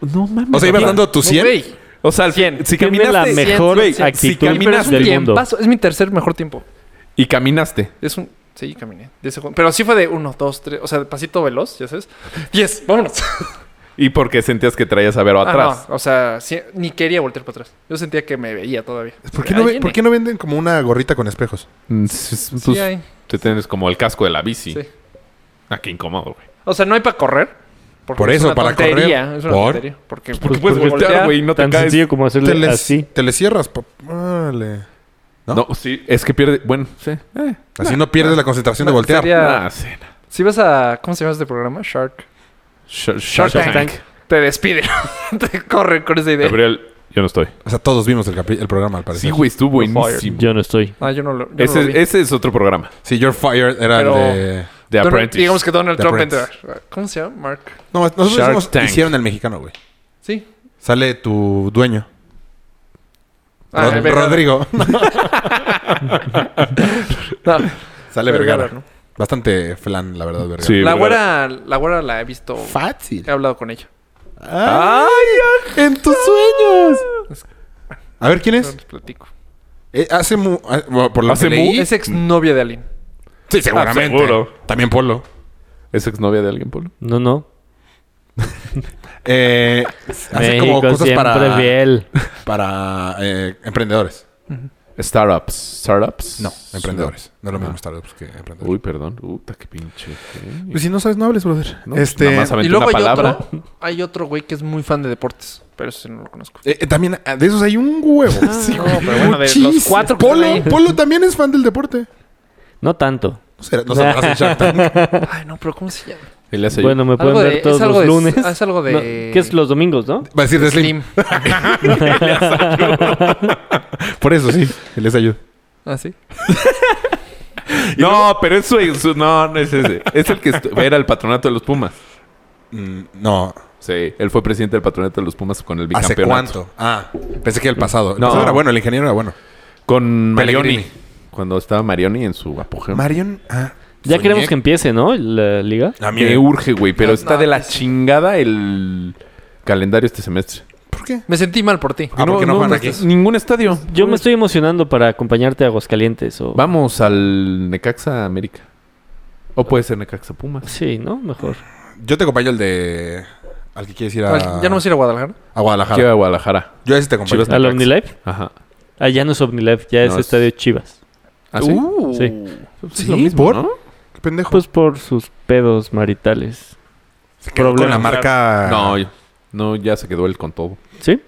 G: No mames.
A: O sea, ibas
G: Rafa.
A: dando tu 100.
H: Güey,
G: O sea, al
H: Cien.
G: fin, si
F: Tiene la
G: caminaste
F: mejor
G: Güey, si
F: actitud
G: caminaste
F: del mundo.
H: tiempazo. Es mi tercer mejor tiempo.
G: y caminaste.
H: Es un. Sí, caminé. 10 segundos. Pero sí fue de 1, 2, 3. O sea, de pasito veloz, ya sabes. 10, vámonos.
G: Y porque sentías que traías a Vero
H: Ah,
G: atrás.
H: no, o sea, sí, ni quería voltear para atrás. Yo sentía que me veía todavía.
A: *laughs* ¿Por qué, no,
H: Ahí
A: ve-
H: viene.
A: por qué no venden como una gorrita con espejos?
G: Mm, s- s-
H: Sí,
G: pues,
H: hay.
G: te tienes como el casco de la bici.
H: Sí.
G: Ah, qué incómodo, güey.
H: O sea, no hay para correr. porque
A: Por
H: es
A: eso,
H: una
A: para correr.
H: tontería, Es una
A: ¿Por? Pues
H: tontería. Porque, pues,
G: Porque puedes
H: porque
G: voltear, güey, y no te
F: Tan
G: caes.
F: sencillo como hacerle
A: Te le,
F: así.
A: te le cierras. pa- Órale. ¿no?
G: ¿No? sí, es que pierde. Bueno, sí. Eh,
A: Así no pierdes la concentración de
H: No,
A: voltear.
H: sería- Ya.
G: Ah, sí.
H: Si vas a. ¿Cómo se llama este programa? Shark.
G: Shark,
H: Shark Tank. Te despiden. *laughs* te corren con esa idea.
G: Gabriel, yo no estoy.
A: O sea, todos vimos el, capi- el programa, al
G: Sí,
A: parecer.
G: güey, estuvo
H: You're fired.
G: buenísimo.
F: Yo no estoy.
H: Ah, yo no lo. Yo no lo vi.
G: Ese, ese es otro programa.
A: Sí, You're Fired era
H: Pero-
A: el de...
G: The
H: Donald-
G: Apprentice.
H: Digamos que Donald
A: The
H: Trump
A: Apprentice.
H: entra. ¿Cómo se llama? Mark.
A: No, nosotros
G: Shark
A: hicimos-
G: Tank.
A: hicieron el mexicano, güey. *laughs*
H: Sí.
A: Sale tu dueño.
H: Ah,
A: Rod-
H: el Vergara. *laughs*
A: Rodrigo. *laughs*
H: No,
A: Sale Vergara.
H: ¿no?
A: Bastante flan, la verdad, Vergara. Ah,
G: Sí,
H: La
G: Vergara.
H: güera, la güera la he visto.
A: Fácil.
H: He hablado con ella. Ah.
A: ¡Ay! ¡En tus sueños!
H: Ah.
A: A ver, ¿quién
H: No
A: es?
H: les platico.
A: Eh, hace mu... ah, bueno, Por lo
G: ¿Hace
A: que leí-
G: mu?
H: Es exnovia de Aline.
A: Sí, seguramente.
G: Ah, seguro.
A: También Polo.
G: ¿Es exnovia de alguien, Polo?
F: No, no.
A: Eh, hace
F: México
A: como cosas
F: siempre
A: para...
F: fiel.
A: Para eh, emprendedores.
G: Startups. ¿Startups?
A: No, emprendedores. No es lo mismo startups que emprendedores.
G: Uy, perdón. Puta, qué pinche.
A: Pues si no sabes, no hables, brother.
G: No,
A: este,
G: nada más aventé
H: Y luego
G: una
H: hay
G: palabra.
H: otro. Hay otro güey que es muy fan de deportes. Pero ese sí no lo conozco.
A: eh, eh, también ah, de esos hay un huevo. sí,
H: No, pero bueno, de los cuatro que están
A: Polo,
H: ahí.
A: Polo también es fan del deporte.
F: No tanto.
A: No será, no sabrás en Shark Tank.
H: Ay, no, pero ¿cómo se llama?
G: Y le hace
F: Bueno, me pueden
H: Algo
F: ver
H: de-
F: todos
H: es
F: los
H: algo de-
F: lunes.
H: ah, es algo de-
F: No, ¿Qué es los domingos, no?
A: Va a decir de Slim.
H: Slim.
A: Por eso, sí. Él les ayuda.
H: Ah, sí.
G: No, pero es su, su- No, no es ese. Es el que estu- era el patronato de los Pumas.
A: Mm, no.
G: Sí, él fue presidente del patronato de los Pumas con el
A: ¿Hace
G: bicampeonato.
A: cuánto? Ah, pensé que el pasado. El
G: No.
A: pasado era bueno, el ingeniero era bueno.
G: Con Marioni.
A: Pellegrini.
G: Cuando estaba Marioni en su apogeo.
A: Marion. Ah,
F: Ya
A: soñé-
F: queremos que empiece, ¿no? La liga.
A: A mí
G: Me urge, güey, pero
H: No,
G: está
H: no,
G: de la
H: es-
G: chingada el calendario este semestre.
A: ¿Por qué?
H: Me sentí mal por ti.
A: Ah, ¿por qué no, juegan aquí?
G: Ningún estadio.
F: Yo me estoy emocionando para acompañarte a Aguascalientes o...
G: Vamos al Necaxa América. O puede ser Necaxa Pumas.
F: Sí, ¿no? Mejor.
A: Yo te acompaño al de... Al que quieres ir a...
H: Ya no vamos a ir a Guadalajara.
A: A Guadalajara.
G: Quiero a Guadalajara.
A: Yo a ese te acompaño.
G: Chivas.
F: ¿Al
G: Necaxa.
F: OmniLife?
G: Ajá.
F: Ah, ya no es OmniLife, ya es
G: No, es-
F: Estadio Chivas.
G: ¿Ah, sí?
H: Uh.
F: Sí.
G: Pues es
A: sí, ¿por?
G: ¿no?
A: Qué pendejo.
F: Pues por sus pedos maritales.
A: Se quedó con
F: problema.
A: la marca...
G: No, yo- no, ya se quedó él con todo.
F: ¿Sí?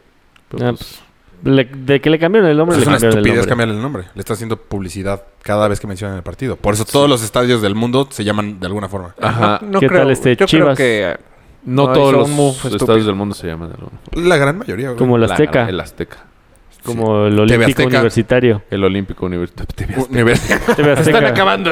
G: Pero,
F: Ah,
G: pues,
F: Le- de que le cambiaron el nombre,
A: Pues es
F: le
A: una
F: cambiaron el
A: estupidez
F: nombre.
A: cambiarle el nombre. Le está haciendo publicidad cada vez que mencionan el partido. Por eso todos los estadios del mundo se llaman de alguna forma.
G: Ajá.
H: No
F: ¿Qué tal este
H: yo
F: Chivas?
H: creo que
G: No,
H: No,
G: todos
H: hizo
G: los
H: un move
G: estados
H: estúpido.
G: del mundo se llaman. de alguna forma.
A: La gran mayoría, güey.
F: Como el
G: La-
F: Azteca,
G: el Azteca.
F: como el Olímpico
A: Azteca.
F: Universitario.
G: El Olímpico
A: Uh,
G: Universitario.
A: Universidad.
F: TV
H: están
F: Azteca.
H: acabando.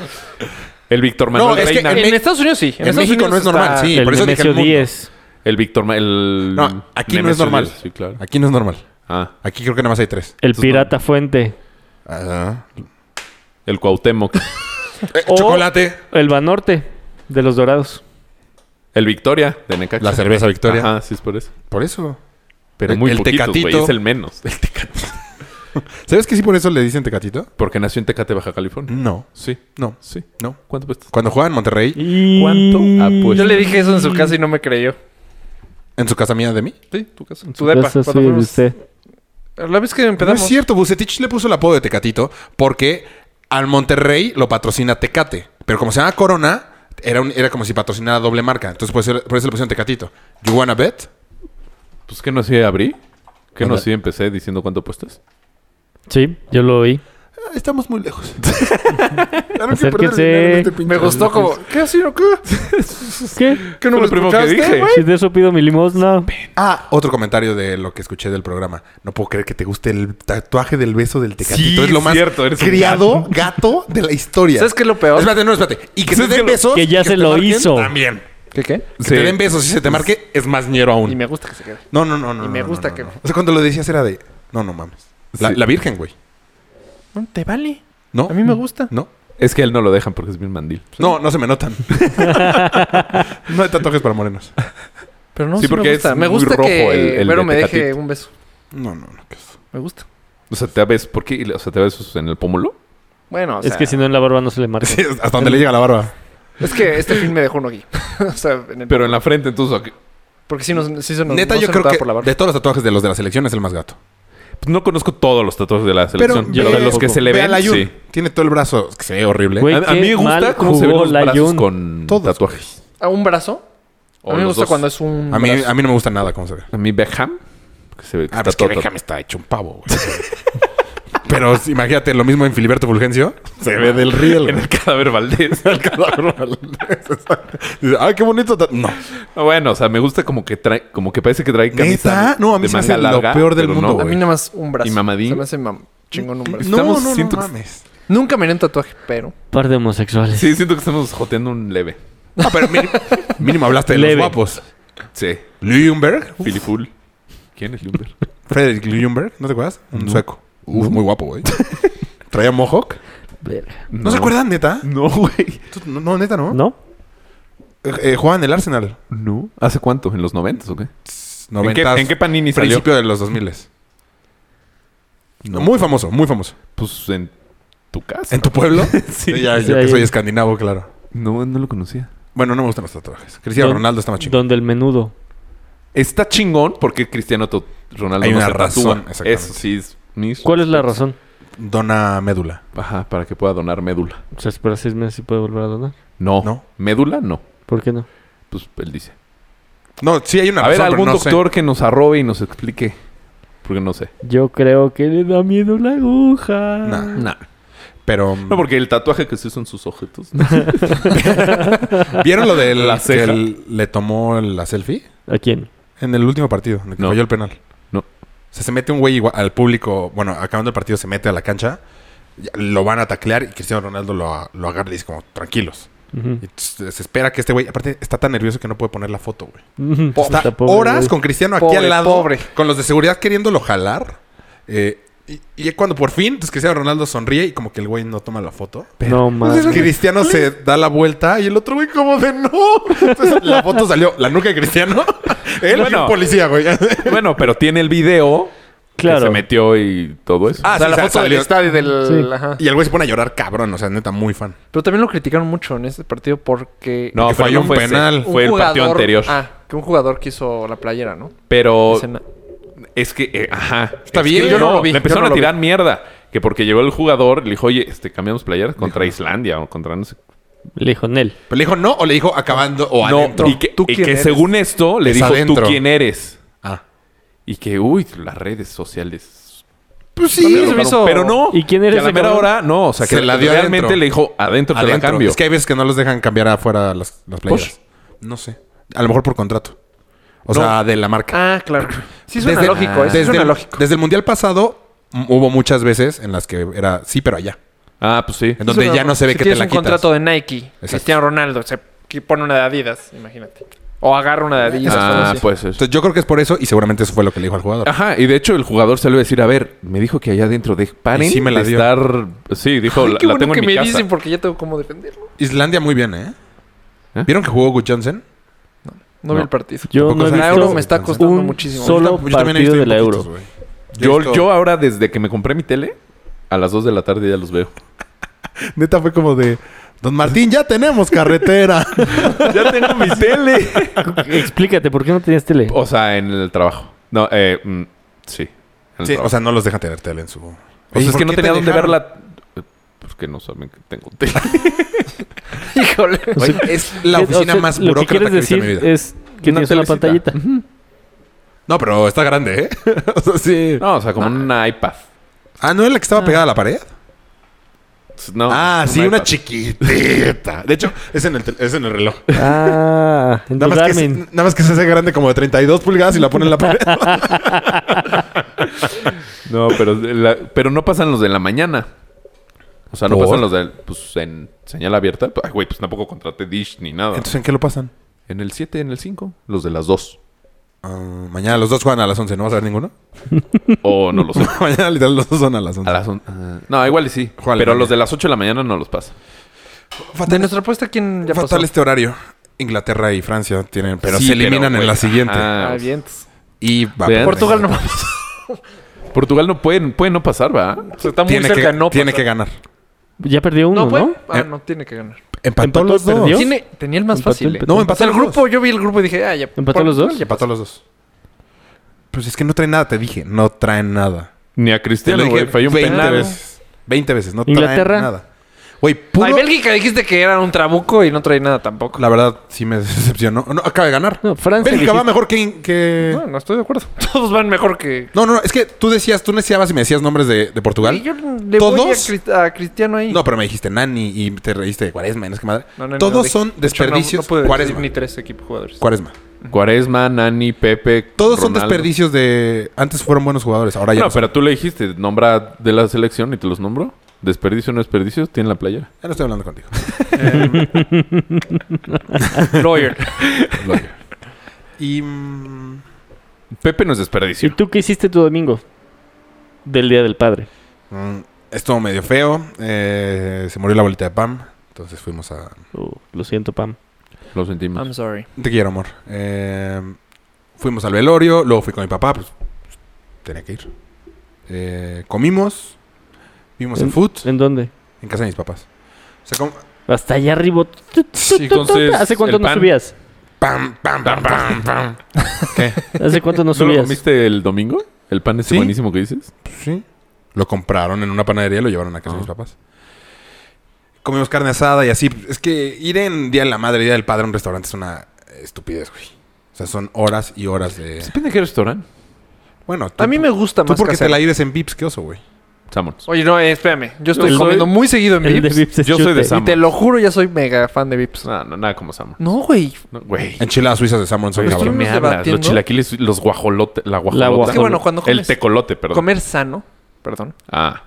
G: *laughs* El Víctor Manuel
A: es que
G: Reina.
A: en
H: en
A: Me-
H: Estados Unidos sí.
A: En
H: Estados
A: México no es
H: Unidos
A: normal,
H: está-
A: sí.
F: el
A: por eso dije
F: Nemesio
A: el mundo.
F: 10.
G: El Víctor Ma- el
A: No, aquí no es
G: Nemesio
A: normal.
G: Díaz, Sí, claro.
A: Aquí no es normal.
G: Ah,
A: Aquí creo que nada más hay tres.
F: El
A: Esos
F: Pirata Fuente.
A: no. Ajá.
G: el Cuauhtémoc.
A: Eh,
F: O-
A: Chocolate.
F: El Banorte, de los Dorados.
G: el Victoria de Necaxa.
A: La cerveza Victoria.
G: Ajá, sí es por eso.
A: Por eso.
G: Pero
A: El-
G: muy
A: el
G: poquitos, güey,
A: Tecatito.
G: Es el menos.
A: ¿Sabes que sí por eso le dicen Tecatito?
G: Porque nació en Tecate, Baja California.
A: No.
G: Sí,
A: No.
G: sí.
A: No.
G: ¿Cuánto cuesta?
A: Cuando jugaba en Monterrey,
G: ¿Cuánto
F: Ah, pues.
G: apuestas?
H: Yo le dije eso en su casa y no me creyó.
A: en su casa mía de mí.
H: Sí, tu casa. Tu
F: Su
H: depa.
F: casa,
H: cuando
F: sí, de
H: fuimos-
F: usted.
H: La vez que
A: No
H: empezamos.
A: es cierto, Bucetich le puso el apodo de Tecatito porque al Monterrey lo patrocina Tecate. Pero como se llama Corona, era, un- era como si patrocinara doble marca. Entonces por eso, por eso le pusieron Tecatito. ¿You wanna bet?
G: Pues que no así abrí. Que no
A: Ajá.
G: así empecé diciendo cuánto apuestas.
F: Sí, yo lo oí.
A: "Ah, estamos muy lejos. *laughs* Ya no quiero perder el
F: Acérquense.
A: dinero en este pinche
H: Me gustó
A: negocio.
H: como, ¿qué ha sido? ¿Qué?
F: ¿Qué?
H: ¿Qué no
G: Fue
H: me
G: lo primero que
H: escuchaste,
G: dije.
H: güey?
F: Si de eso pido mi limosna.
A: Ah, otro comentario de lo que escuché del programa. No puedo creer que te guste el tatuaje del beso del tecatito.
G: Sí,
A: es lo más
G: cierto, eres un
A: criado gato. de la historia.
H: ¿Sabes qué es lo peor?
A: Espérate, no, espérate. Y que te
G: ¿Sabes
A: den
G: qué lo-
A: besos.
F: que ya
A: y
F: se
A: te
F: lo
A: marquen,
F: hizo.
A: También.
H: ¿Qué qué?
A: Que
G: Sí.
A: te den besos y se te marque es más ñero aún.
H: Y me gusta que se quede.
A: No, no, no, no.
H: Y me
A: no,
H: gusta
A: no,
H: que-
A: no. O sea, cuando lo decías era de. No, no mames. La,
G: Sí.
A: la virgen, güey.
H: No, te vale.
A: ¿No?
H: A mí me gusta.
A: ¿No?
G: Es que a él no lo dejan porque es bien mandil.
A: No, no se me *laughs* notan. no hay tatuajes para morenos.
H: Pero no,
G: Sí,
H: sí,
G: porque
H: me gusta.
G: es
H: me
G: muy
H: gusta
G: rojo
H: que
G: el- el
H: Vero
G: de
H: me deje
G: Tecatito.
H: un beso.
A: No, no, no. qué oso.
H: Me gusta.
G: O sea, te ves, ¿por qué? O sea, te ves en el pómulo.
H: Bueno, o
F: es
H: sea,
F: que si no en la barba no se le marca.
A: *laughs* Sí, hasta donde le llega la barba.
H: es que este film me dejó uno aquí. *laughs* o sea, en el-
G: Pero en la frente, entonces. ¿a qué?
H: porque sí, nos, sí se nos
A: Neta,
H: no
A: yo
H: se
A: creo
H: notaba
A: que
H: por la barba.
A: de todos los tatuajes de los de la selección es el más gato.
G: Pues no conozco todos los tatuajes de la
A: Pero
G: selección.
A: ve-
G: Pero, de los que se le
A: ve a
G: ven,
A: Layun.
G: sí.
A: Tiene todo el brazo que se ve horrible.
F: Güey,
G: A, a
F: qué
G: mí me gusta
F: mal
G: cómo se ven
F: jugó
G: los brazos
F: Layun.
G: con
A: Todos.
G: tatuajes.
H: ¿A un brazo?
G: O
H: a mí me
G: los
H: gusta
G: dos.
H: cuando es un
A: a, mí,
H: brazo.
A: a mí no me gusta nada cómo se ve.
G: A mí Beckham. Que se ve que
A: Ah,
G: está
A: pues que
G: todo
A: Beckham está hecho un pavo, güey. *laughs* Pero sí, imagínate lo mismo en Filiberto Fulgencio. Se ve del riel.
G: *laughs* en el cadáver
A: *laughs*
G: Valdés.
A: el cadáver. Dice, ah, qué bonito. ta- No.
G: No, bueno, o sea, me gusta como que trae, como que parece que trae camisa
A: ¿Neta? No, a mí se me hace lo peor del
G: pero
A: mundo,
H: A mí
A: güey.
H: nada más un brazo.
G: ¿Y mamadín?
H: Se me hace mam- chingón un brazo.
A: No,
G: Estamos-
A: no,
G: siento
A: no
G: que-
A: mames.
H: Nunca me haría un tatuaje, pero...
F: Par de homosexuales.
G: Sí, siento que estamos joteando un leve.
A: No, pero mínimo, mínimo hablaste de
F: Leve.
A: los guapos.
G: Sí.
A: Lüyenberg.
G: Filipul. ¿Quién es Lumber?
A: Frederick Lüyenberg. ¿No te acuerdas? Un sueco. Uf, muy guapo, güey. *laughs* Traía mohawk.
F: Verga.
A: *laughs* ¿No, se acuerdan, neta?
G: No, güey.
A: Tú- No, no, neta, ¿no?
F: ¿No?
A: Eh, eh, jugaba en el Arsenal.
G: No. ¿Hace cuánto? ¿En los noventas o qué? ¿En qué,
A: Noventas,
G: en qué panini salió?
A: Principio de los 2000. muy famoso, muy famoso.
G: Pues en tu casa.
A: ¿En tu pueblo?
G: Sí.
A: Ya,
F: Sí,
A: yo que
F: ahí.
A: soy escandinavo, claro.
G: No, no lo conocía.
A: Bueno, no me gustan los tatuajes. Cristiano
F: Don-
A: Ronaldo está más chingón.
F: Donde el menudo.
G: Está chingón porque Cristiano to- Ronaldo
A: Hay
G: no
A: una
G: se
A: razón,
G: tatúa.
A: exactamente.
G: Eso sí es... mis
F: ¿Cuál es la
G: respetos.
F: razón?
A: Dona médula.
G: Ajá, para que pueda donar médula.
F: O sea, espera seis meses y puede volver a donar.
G: No.
A: No.
G: ¿Médula? No.
F: ¿Por qué no?
G: Pues él dice.
A: No, sí hay una
G: A ver,
A: razón, pero
G: algún
A: no sé.
G: doctor que nos arrobe y nos explique. Porque no sé.
F: Yo creo que le da miedo la aguja.
A: Nah.
G: No.
A: Pero. mm,
G: No, porque el tatuaje que se hizo en sus ojitos. *laughs*
A: ¿Vieron lo de
G: La
A: la que
G: ceja.
A: él le tomó la selfie?
F: ¿A quién?
A: En el último partido, en el que
G: No.
A: falló el penal.
G: No.
A: O sea, se mete un güey igual- al público. Bueno, acabando el partido se mete a la cancha. ya- Lo van a taclear y Cristiano Ronaldo lo, a- lo agarra y dice como, tranquilos.
F: Ujú.
A: Y t- se espera que este güey, aparte, está tan nervioso que no puede poner la foto, güey.
F: Ujú.
A: Está
F: Está pobre,
A: horas
F: güey.
A: con Cristiano aquí
H: Pobre,
A: al lado,
H: pobre.
A: con los de seguridad queriéndolo jalar. eh, y, y cuando por fin, pues Cristiano Ronaldo sonríe y como que el güey no toma la foto.
F: No
A: Entonces
F: mames.
A: Cristiano se da la vuelta y el otro güey como de no. Entonces la foto salió, la nuca de Cristiano. *laughs* Él y
G: Bueno.
A: un policía, güey.
G: *laughs*
A: *laughs*
G: bueno, pero tiene el video que se
F: Claro.
G: metió y todo eso.
A: Ah,
H: o sea,
A: sí,
H: la
A: sa-
H: foto del
A: salió.
H: estadio y del...
F: Sí.
H: Ajá.
A: Y el güey se pone a llorar cabrón, o sea, neta, muy fan.
H: Pero también lo criticaron mucho en este partido porque...
G: no,
A: que
G: pero
A: falló
G: no
A: un
G: fue ese.
A: penal.
G: Fue el partido
H: jugador-
G: anterior.
H: Ah, que un jugador quiso la playera, ¿no?
G: Pero
H: Escena-
G: es que, eh, ajá.
A: Está
G: Es
A: bien,
G: que
A: yo no
H: lo vi,
G: Le
H: yo
G: empezaron
H: no
G: a
H: lo
G: tirar mierda. Que porque llegó el jugador, le dijo, oye, este, cambiamos player contra Islandia o contra no sé.
F: Le dijo Nel.
A: Pero le dijo no o le dijo acabando o
G: No,
A: adentro.
G: y que,
H: ¿Tú
G: y
H: quién
G: que
H: eres?
G: según esto le
A: Es
G: dijo, tú
A: adentro.
G: quién eres.
A: Ah.
G: Y que, uy, las redes sociales.
A: Pues
H: A mí
A: sí,
H: se me hizo-
G: Pero no.
F: ¿Y quién
G: que
F: eres
G: A la
F: ese
G: mera
F: cabrón?
G: hora, no. O sea, que
A: Se la dio
G: realmente
A: adentro.
G: le dijo, adentro, te la
A: Adentro.
G: cambio.
A: Es que hay veces que no los dejan cambiar afuera las, las playeras. No sé. A lo mejor por contrato. O
G: No.
A: sea, de la marca.
H: Ah, claro. Sí suena
A: Desde-
H: lógico, ¿eh? Sí
A: desde
H: suena
A: el,
H: lógico.
A: Desde el Mundial pasado m- hubo muchas veces en las que era sí, pero allá.
G: Ah, pues sí.
A: En donde
H: Suena
A: ya no
H: lógico.
A: se ve
H: Si
A: que te
H: tienes
A: la
H: un
A: quitas.
H: contrato de Nike, Cristiano Ronaldo, se que pone una de Adidas, imagínate. O agarra una de Adidas. o algo
G: Ah,
H: así.
G: puede ser.
A: Entonces yo creo que es por eso y seguramente eso fue lo que le dijo al jugador.
G: Ajá, y de hecho el jugador salió a decir, a ver, me dijo que allá adentro de paren
A: Y sí me la
G: de
A: dio.
G: estar... Sí, dijo,
H: Ay,
G: la,
H: qué
G: la
H: bueno
G: tengo
H: que
G: en mi
H: me
G: casa.
H: dicen porque ya tengo cómo defenderlo.
A: Islandia muy bien, ¿eh?
G: ¿Eh?
A: ¿Vieron que jugó Good Johnson?
H: No, vi
G: No.
H: el partido.
F: Yo
A: Tampoco
F: no he
A: sé.
H: La
A: La
H: euro
A: visto
H: me está
A: un
H: costando
F: un
H: muchísimo.
F: solo-
A: Yo tam- yo también he
F: partido
A: visto
F: de la
A: bien
F: Euro.
A: poquitos, güey.
H: pues,
A: he
G: Yo,
A: visto-
G: yo ahora, desde que me compré mi tele, a las 2 de la tarde ya los
H: *laughs*
G: veo.
A: Neta fue como de... Don Martín, ya tenemos carretera.
G: ¡Ya tengo *laughs* mi tele!
F: Explícate, ¿por qué no tenías tele?
G: O sea, en el trabajo. No, eh... mm, sí. en el
A: *laughs* sí,
G: trabajo.
A: o sea, no los dejan tener tele en su...
G: O sea, Pues es
A: ¿por
G: que no
A: qué te
G: tenía dónde
A: dejaron?
G: verla. eh, Porque no saben que tengo tele. *laughs*
H: Híjole.
A: Güey, es la
F: ¿Qué-
A: oficina
F: o sea,
A: más
F: Lo que
A: burócrata
F: quieres
A: que he visto en
F: decir
A: mi vida.
F: es que
G: Una
F: tienes una
G: telecita.
F: pantallita.
A: No, pero está grande, ¿eh? o sea, sí.
G: No, o sea, como un iPad.
A: Ah, ¿no es la que estaba pegada a la pared?
G: No,
A: ah,
G: un
A: sí, una
G: iPad.
A: chiquitita. De hecho, es en el, tel- es en el reloj.
F: *laughs* Ah, en
A: Nada más, que se,
F: Dudarmin.
A: nada más que se hace grande como de 32 pulgadas y la pone en la pared.
G: No, pero, de la- pero no pasan los de la mañana. O sea, no
A: ¿Por?
G: pasan los de... Pues en señal abierta. Ay, güey, pues tampoco contraté Dish ni nada.
A: Entonces, ¿en qué lo pasan?
G: en el 7, en el 5. Los de las 2.
A: Ah, mañana los dos juegan a las 11. ¿No vas a ver ninguno? *laughs*
G: O no lo sé.
A: mañana literal los dos son *laughs* a las 11.
G: A las on- ah, no, igual y sí.
A: Ojalá.
G: Pero los de las 8 de la mañana no los pasa.
A: Fatal,
H: De nuestra apuesta, ¿quién ya
A: fatal
H: pasó?
A: este horario. Inglaterra y Francia tienen, pero
G: Sí,
A: se eliminan
G: güey,
A: en la siguiente.
G: ajá,
H: Ah,
G: o sea,
H: bien.
A: Y va
G: Vean.
H: Portugal no va
G: *laughs* Portugal no puede, puede no pasar, ¿va?
H: O sea, está muy
A: Tiene,
H: cerca,
A: que,
H: no
A: tiene
H: pasa.
A: que ganar.
F: Ya perdió uno,
H: No,
F: ¿no?
H: puede. Ah,
A: Eh,
H: no, tiene que ganar.
A: Empató,
F: Empató,
A: los dos.
F: perdió.
H: Tiene- tenía el más
F: Empató,
H: fácil. eh.
F: empató.
A: No,
H: O sea,
A: empató
H: el
A: los
H: grupo,
A: dos.
H: yo vi el grupo y dije, ah, ya.
F: ¿Empató los dos?
H: Ya
A: Empató los dos. Pues es que no traen nada, te dije. No traen nada.
G: Ni a Cristiano, güey. Falló un
A: 20
G: penal.
A: veces. 20 veces. No
F: Inglaterra.
A: traen nada. Güey,
H: Ay,
A: puro...
H: Bélgica dijiste que era un trabuco y no trae nada tampoco.
A: La verdad, sí me *laughs* decepcionó. No, acaba de ganar.
F: No, Francia.
A: Bélgica va
F: dijiste-
A: mejor que, que-
H: No, no estoy de acuerdo. *laughs* Todos van mejor que.
A: No, no, no. Es que tú decías, tú necesitabas y me decías nombres de, de Portugal.
H: Y yo le voy a,
A: ¿Todos?
H: Crist- a Cristiano ahí.
A: No, pero me dijiste Nani y te reíste de Cuaresma. No es que madre.
H: No, no, no,
A: Todos
H: dije-
A: son
H: de hecho, no-
A: desperdicios.
H: No, puede
A: cuaresma.
H: ni tres equipos jugadores.
A: Cuaresma.
G: Cuaresma, Nani, Pepe.
A: Todos son
G: Ronaldo.
A: desperdicios de. Antes fueron buenos jugadores, ahora Ah, ya
G: No,
A: no, son.
G: pero tú le dijiste, nombra de la selección y te los nombro. Desperdicio, no desperdicio, tiene la playera.
A: Ya no estoy hablando contigo.
H: *laughs*
F: *laughs*
H: Lawyer.
A: y. mm,
G: *laughs* Pepe no es
F: ¿Y
G: desperdicio.
F: tú qué hiciste tu domingo? Del Día del Padre.
A: mm, estuvo medio feo. eh, se murió la abuelita de Pam. Entonces fuimos a.
F: Oh, lo siento, Pam.
G: Lo sentimos.
H: I'm sorry.
A: Te quiero, amor. Eh, fuimos al velorio, luego fui con mi papá, pues tenía que ir. Eh, comimos, vimos el foot
F: ¿En dónde?
A: en casa de mis papás. O sea, como
F: Hasta allá arriba.
G: Sí, entonces,
F: ¿Hace cuánto
G: el
F: no
G: pan.
F: subías?
A: pam, pam, pam, pam, pam. ¿Qué?
F: ¿Hace cuánto
A: *laughs*
F: no
G: ¿No lo
F: subías?
G: comiste el domingo? ¿El pan ese
A: Sí.
G: buenísimo que dices?
A: Sí. Lo compraron en una panadería y lo llevaron a casa
G: Ah.
A: de mis papás. Comimos carne asada y así. Es que ir en Día de la Madre, Día del Padre a un restaurante es una estupidez, güey. O sea, son horas y horas Pues de...
G: Depende de qué restaurante.
A: Bueno, tú,
H: A mí me gusta
A: tú
H: más
A: porque te
H: casero.
A: la ibes en Vips, qué oso, güey.
G: Vámonos.
H: Oye, no, eh, espérame. Yo estoy
F: soy-
H: comiendo muy seguido en
F: El de
H: Vips.
F: Vips es
G: Yo soy de
F: chute.
G: Sam.
H: Te lo juro, ya soy mega fan de Vips.
G: Ah, No, no, nada como Samuel.
H: No, güey.
G: No, Güey.
A: Enchiladas suizas de Samuel son
H: Pero
G: ¿Qué
A: cabrón.
H: estuvimos
G: me hablas? Los
H: debatiendo.
G: chilaquiles, los guajolotes, la guajolota.
F: guajolota. Es que
H: bueno, cuando
G: El
H: comes-
G: tecolote, perdón.
H: Comer sano, perdón.
G: Ah.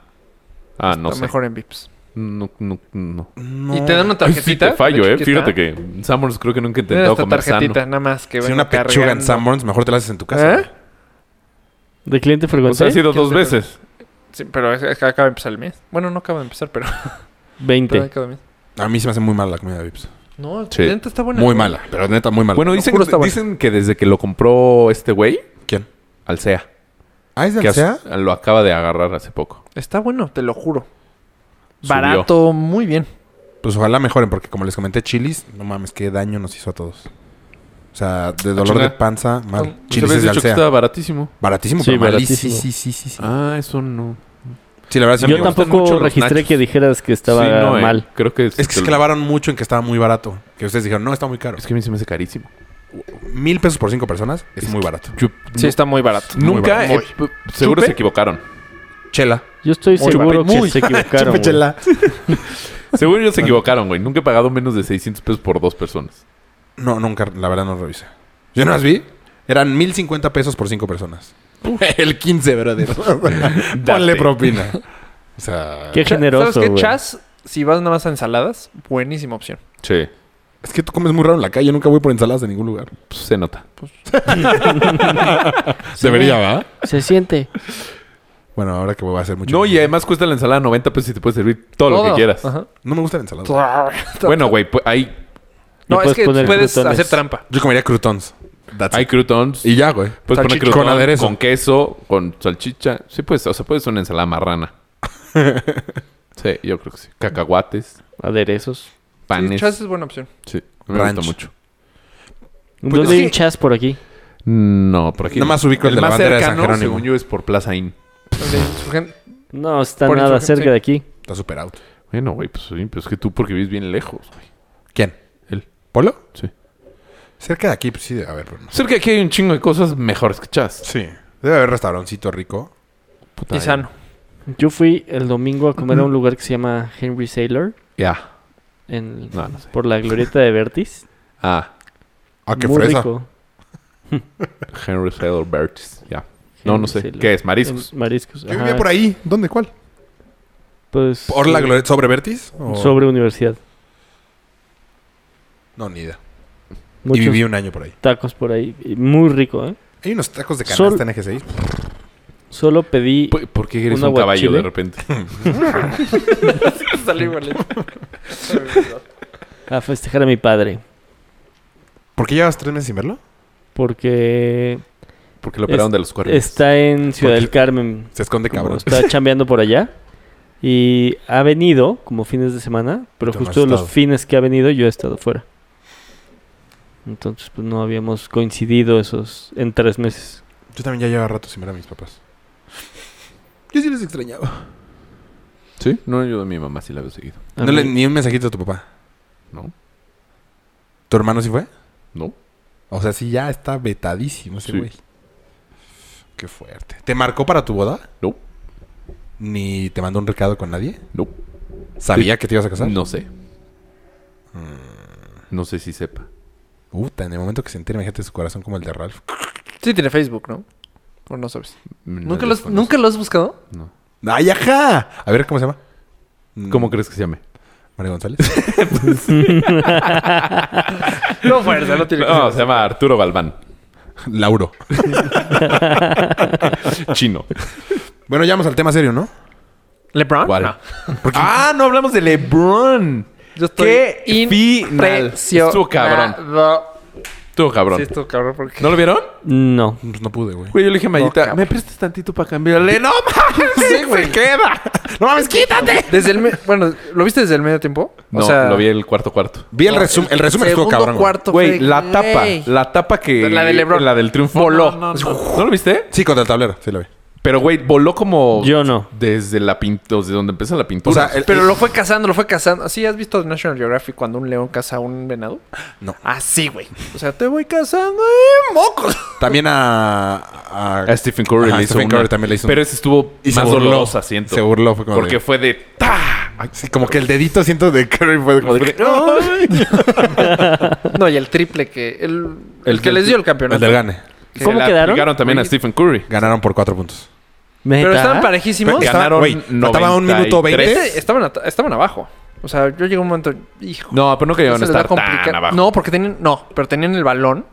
G: Ah, no
H: está
G: sé.
H: mejor en Vips.
G: No, no, no.
A: No.
H: Y te dan una
G: Ay, sí,
H: tarjetita.
G: te fallo, eh.
H: la chiquita.
G: Fíjate que Samuels creo que nunca
H: Tienen
G: intentó
H: esta
G: comer
H: tarjetita,
G: sano.
H: nada más que
A: Si
H: vengo
A: una pechuga en
H: cargando.
A: Sanborns, mejor te la haces en tu casa.
H: ¿Eh?
A: güey.
F: ¿De cliente
G: O
F: frecuente?
G: sea, ha sido dos
H: ¿Qué haces?
G: veces.
H: Sí, pero es- es que acaba de empezar el mes. Bueno, no acaba de empezar, pero...
F: 20.
H: pero acaba de empezar.
A: A mí se me hace muy mala la comida de Vips.
H: No,
G: Sí.
H: neta está buena.
A: Muy mala, pero neta muy mala.
G: Bueno,
H: Lo
G: dicen,
H: juro, está bueno.
G: dicen que desde que lo compró este güey,
A: ¿quién?
G: Alsea.
A: ¿Ah, es de
G: Que as-
A: Alsea?
G: lo acaba de agarrar hace poco.
H: Está bueno, te lo juro.
G: Subió.
H: Barato, muy bien.
A: Pues ojalá mejoren, porque como les comenté, chilis, no mames, qué daño nos hizo a todos. O sea, de dolor
G: chinga.
A: de panza, mal.
G: Nos
A: Chilis
G: Pues habías
A: es de
G: dicho que
A: Alsea.
G: estaba baratísimo.
A: Baratísimo,
F: Sí,
A: pero
F: baratísimo.
A: malísimo. Sí, sí, sí, sí.
G: Ah, eso no.
A: Sí, la verdad sí me
F: Yo
A: gustó.
F: tampoco
G: mucho los
F: registré
G: nachos.
F: que dijeras que estaba
G: Sí, no, eh.
F: mal.
G: Creo que
A: Es que se clavaron mucho en que estaba muy barato. Que ustedes dijeron, no, está muy caro.
G: Es que a mí se me hace carísimo.
A: Mil pesos por cinco personas es muy barato.
G: Yo-
H: Sí, está muy barato.
A: Muy
G: nunca.
A: barato.
G: eh, seguro
H: ¿Chupe?
G: se equivocaron.
A: Chela.
F: Yo estoy
H: Muy
F: seguro
H: barato.
F: que
H: Muy.
F: se equivocaron. güey.
A: chela.
G: Seguro ellos se equivocaron, güey. Nunca he pagado menos de 600 pesos por dos personas.
A: No, nunca, la verdad no revisé. Yo no las vi. Eran mil cincuenta pesos por cinco personas. *laughs* El 15, brother. Ponle
G: *laughs* Date.
A: propina. O sea,
F: Qué generoso,
H: ¿Sabes qué?
F: güey.
H: Chas, si vas nada más a ensaladas, buenísima opción.
G: Sí.
A: es que tú comes muy raro en la calle. Nunca voy por ensaladas de ningún lugar.
G: Pues se nota.
A: Debería, ¿va?
F: Se siente.
A: Bueno, ahora que voy a hacer mucho.
G: No, y además cuesta la ensalada 90 pesos y te puede servir todo, lo que
H: Todo.
G: quieras.
H: Ajá.
A: No me gusta la ensalada.
H: *laughs*
G: Bueno, güey, pues hay,
H: No,
F: puedes
H: es que
F: poner
H: puedes
F: crutones.
H: hacer trampa.
A: Yo comería croutons. That's
G: hay
A: it.
G: croutons.
A: Y ya, güey.
G: Puedes poner
A: Salchicha.
G: crudón
A: Pues Con aderezo.
G: Con queso, con salchicha. Sí, pues, o sea, puedes una ensalada
A: *laughs*
G: marrana. sí, yo creo que sí. Cacahuates,
F: Aderezos.
H: Sí,
G: panes.
H: Chas es buena opción.
G: Sí, me gusta
A: Ranch.
G: mucho.
F: ¿Dónde
A: Pues
H: es
F: hay
H: que-
F: un chas por aquí?
G: No, por aquí.
A: Nada más ubico el de la
G: más
A: bandera de San
G: cercano,
A: Jerónimo.
G: según yo, es por Plaza Inn.
H: Donde surgen-
F: No, está
H: Por el
F: nada
H: sur-
F: cerca
H: sí.
F: de aquí.
A: Está super out.
G: Bueno, güey, pues sí, pero es que tú porque vives bien lejos, güey.
A: ¿Quién?
G: Él.
A: ¿Polo?
G: Sí.
A: Cerca de aquí, pues sí. A ver, pero no.
G: Cerca de aquí hay un chingo de cosas mejores que chas.
A: Sí. Debe haber restaurancito rico.
G: Puta,
H: Y
G: ya.
H: sano.
F: Yo fui el domingo a comer a un lugar que se llama Henry Sailor
G: Ya.
F: en,
G: No, no sé.
F: por la glorieta de Vertis.
G: Ah,
A: Ah, qué
F: Muy
A: fresa.
F: rico.
G: Henry Sailor Birds. Ya. No, no sé.
F: Henry Sailor.
G: ¿Qué es? ¿Mariscos?
F: En Mariscos.
A: Yo
F: ajá.
A: vivía por ahí. ¿Dónde? ¿Cuál?
F: Pues,
A: ¿Por la
F: eh,
A: glorieta? ¿Sobre Vertis? ¿O-
F: Sobre universidad.
A: No, ni idea. Y
F: Muchos
A: viví un año por ahí.
F: tacos por ahí. y Muy rico, ¿eh?
A: Hay unos tacos de canasta
F: Sol-
A: en Eje 6.
F: Solo pedí...
G: ¿Por, por qué eres
F: ¿Un
G: un, caballo
F: aguachile?
G: de repente?
H: Salió igualito.
F: *laughs* a festejar a mi padre.
A: ¿Por qué llevas tres meses sin verlo?
F: Porque
G: Porque lo operaron
F: Es-
G: de los cuernos.
F: está en Ciudad del
A: Porque-
F: Carmen.
A: Se esconde
F: como
A: cabrón. *laughs*
F: Está chambeando por allá. Y ha venido como fines de semana, pero
A: Tú no has
F: justo los
A: estado.
F: fines que ha venido yo he estado fuera. Entonces, pues no habíamos coincidido esos en tres meses.
A: Yo también ya llevaba rato sin ver a mis papás. Yo sí les extrañaba.
G: Sí, no, yo a mi mamá sí la veo seguido.
F: A
A: No le-
F: mí-
A: ni un mensajito a tu papá.
G: No.
A: ¿Tu hermano sí fue?
G: No.
A: O sea, sí ya está vetadísimo ese
G: Sí.
A: güey. Qué fuerte. ¿Te marcó para tu boda?
G: No.
A: ¿Ni te mandó un recado con nadie?
G: No.
A: ¿Sabía que te ibas a casar?
G: No sé. No sé si sepa.
A: Puta, en el momento que se entera, imagínate su corazón como el de Ralph.
H: Sí tiene Facebook, ¿no? O no sabes. ¿Nunca,
G: La
H: lo has,
G: desconozco.
H: ¿Nunca lo has buscado?
G: No.
A: ¡Ay, ajá! A ver, ¿cómo se llama?
G: ¿Cómo crees que se llame?
A: María González. *laughs*
H: No, fuerza, no tiene que
G: No,
H: ser.
G: se llama Arturo Galván.
A: Lauro.
G: *laughs* Chino.
A: Bueno, ya vamos al tema serio, ¿no?
H: ¿LeBron?
G: ¿Cuál?
H: No.
G: Ah, no hablamos de LeBron.
H: Yo estoy
G: ¡Qué final!
H: impresionado.
G: Estuvo cabrón. Tú, cabrón.
H: Sí, estuvo cabrón porque...
G: ¿No lo vieron?
H: *laughs*
F: No.
A: Pues no pude, güey.
G: Güey, yo le dije a Mayita,
H: cabrón.
G: ¿me prestas tantito para cambiarle? ¡No mames!
H: *laughs* Sí, güey.
G: ¡Se queda! ¡No mames, quítate!
H: Desde el... me- Bueno, ¿lo viste desde el medio tiempo?
G: *laughs* No, lo vi el cuarto cuarto.
A: Vi el resumen. El resumen estuvo
H: segundo,
A: cabrón. güey.
H: cuarto
G: Güey,
H: fue-
G: la tapa.
H: Güey.
G: La tapa que...
H: La de LeBron.
G: La del triunfo. Voló. No, lo viste?
A: Sí, contra el tablero. Sí, lo vi.
G: Pero, güey, voló como...
F: Yo no.
G: Desde la pintura, desde donde empieza la pintura.
A: O sea, el-
H: Pero lo fue cazando, lo fue cazando. ¿Sí has visto National Geographic cuando un león caza a un venado?
A: No.
H: Así, güey. O sea, te voy cazando eh, mocos.
A: También a... a-
G: A Stephen Curry
A: Ajá,
G: le hizo
A: Stephen
G: una.
A: Curry también le hizo
G: Pero
A: una.
G: ese estuvo
A: Y se
G: más
A: burló.
G: dolorosa, siento.
A: Se burló, fue como
G: Porque
A: de-
G: fue de... ¡Ta!
A: Ay, sí, como que el dedito siento de Curry fue como de...
H: *laughs* No, y el triple que. El, el
G: El
H: que
G: del-
H: les dio el
A: El
H: campeonato.
A: del gane.
G: Se
F: ¿Cómo
G: la
F: quedaron?
G: aplicaron también a Stephen Curry.
A: Ganaron por cuatro puntos.
H: Pero
F: ¿Neta?
H: estaban parejísimos.
A: Pero- Estaba-
G: Ganaron
A: güey, faltaba un minuto
G: 93.
A: veinte.
H: Estaban, at- estaban abajo. O sea, yo llegué a un momento. Hijo.
G: No, pero no
H: se
G: querían
H: les va a
G: estar tan
H: complicar.
G: abajo.
H: No, porque tenían. No, pero tenían el balón.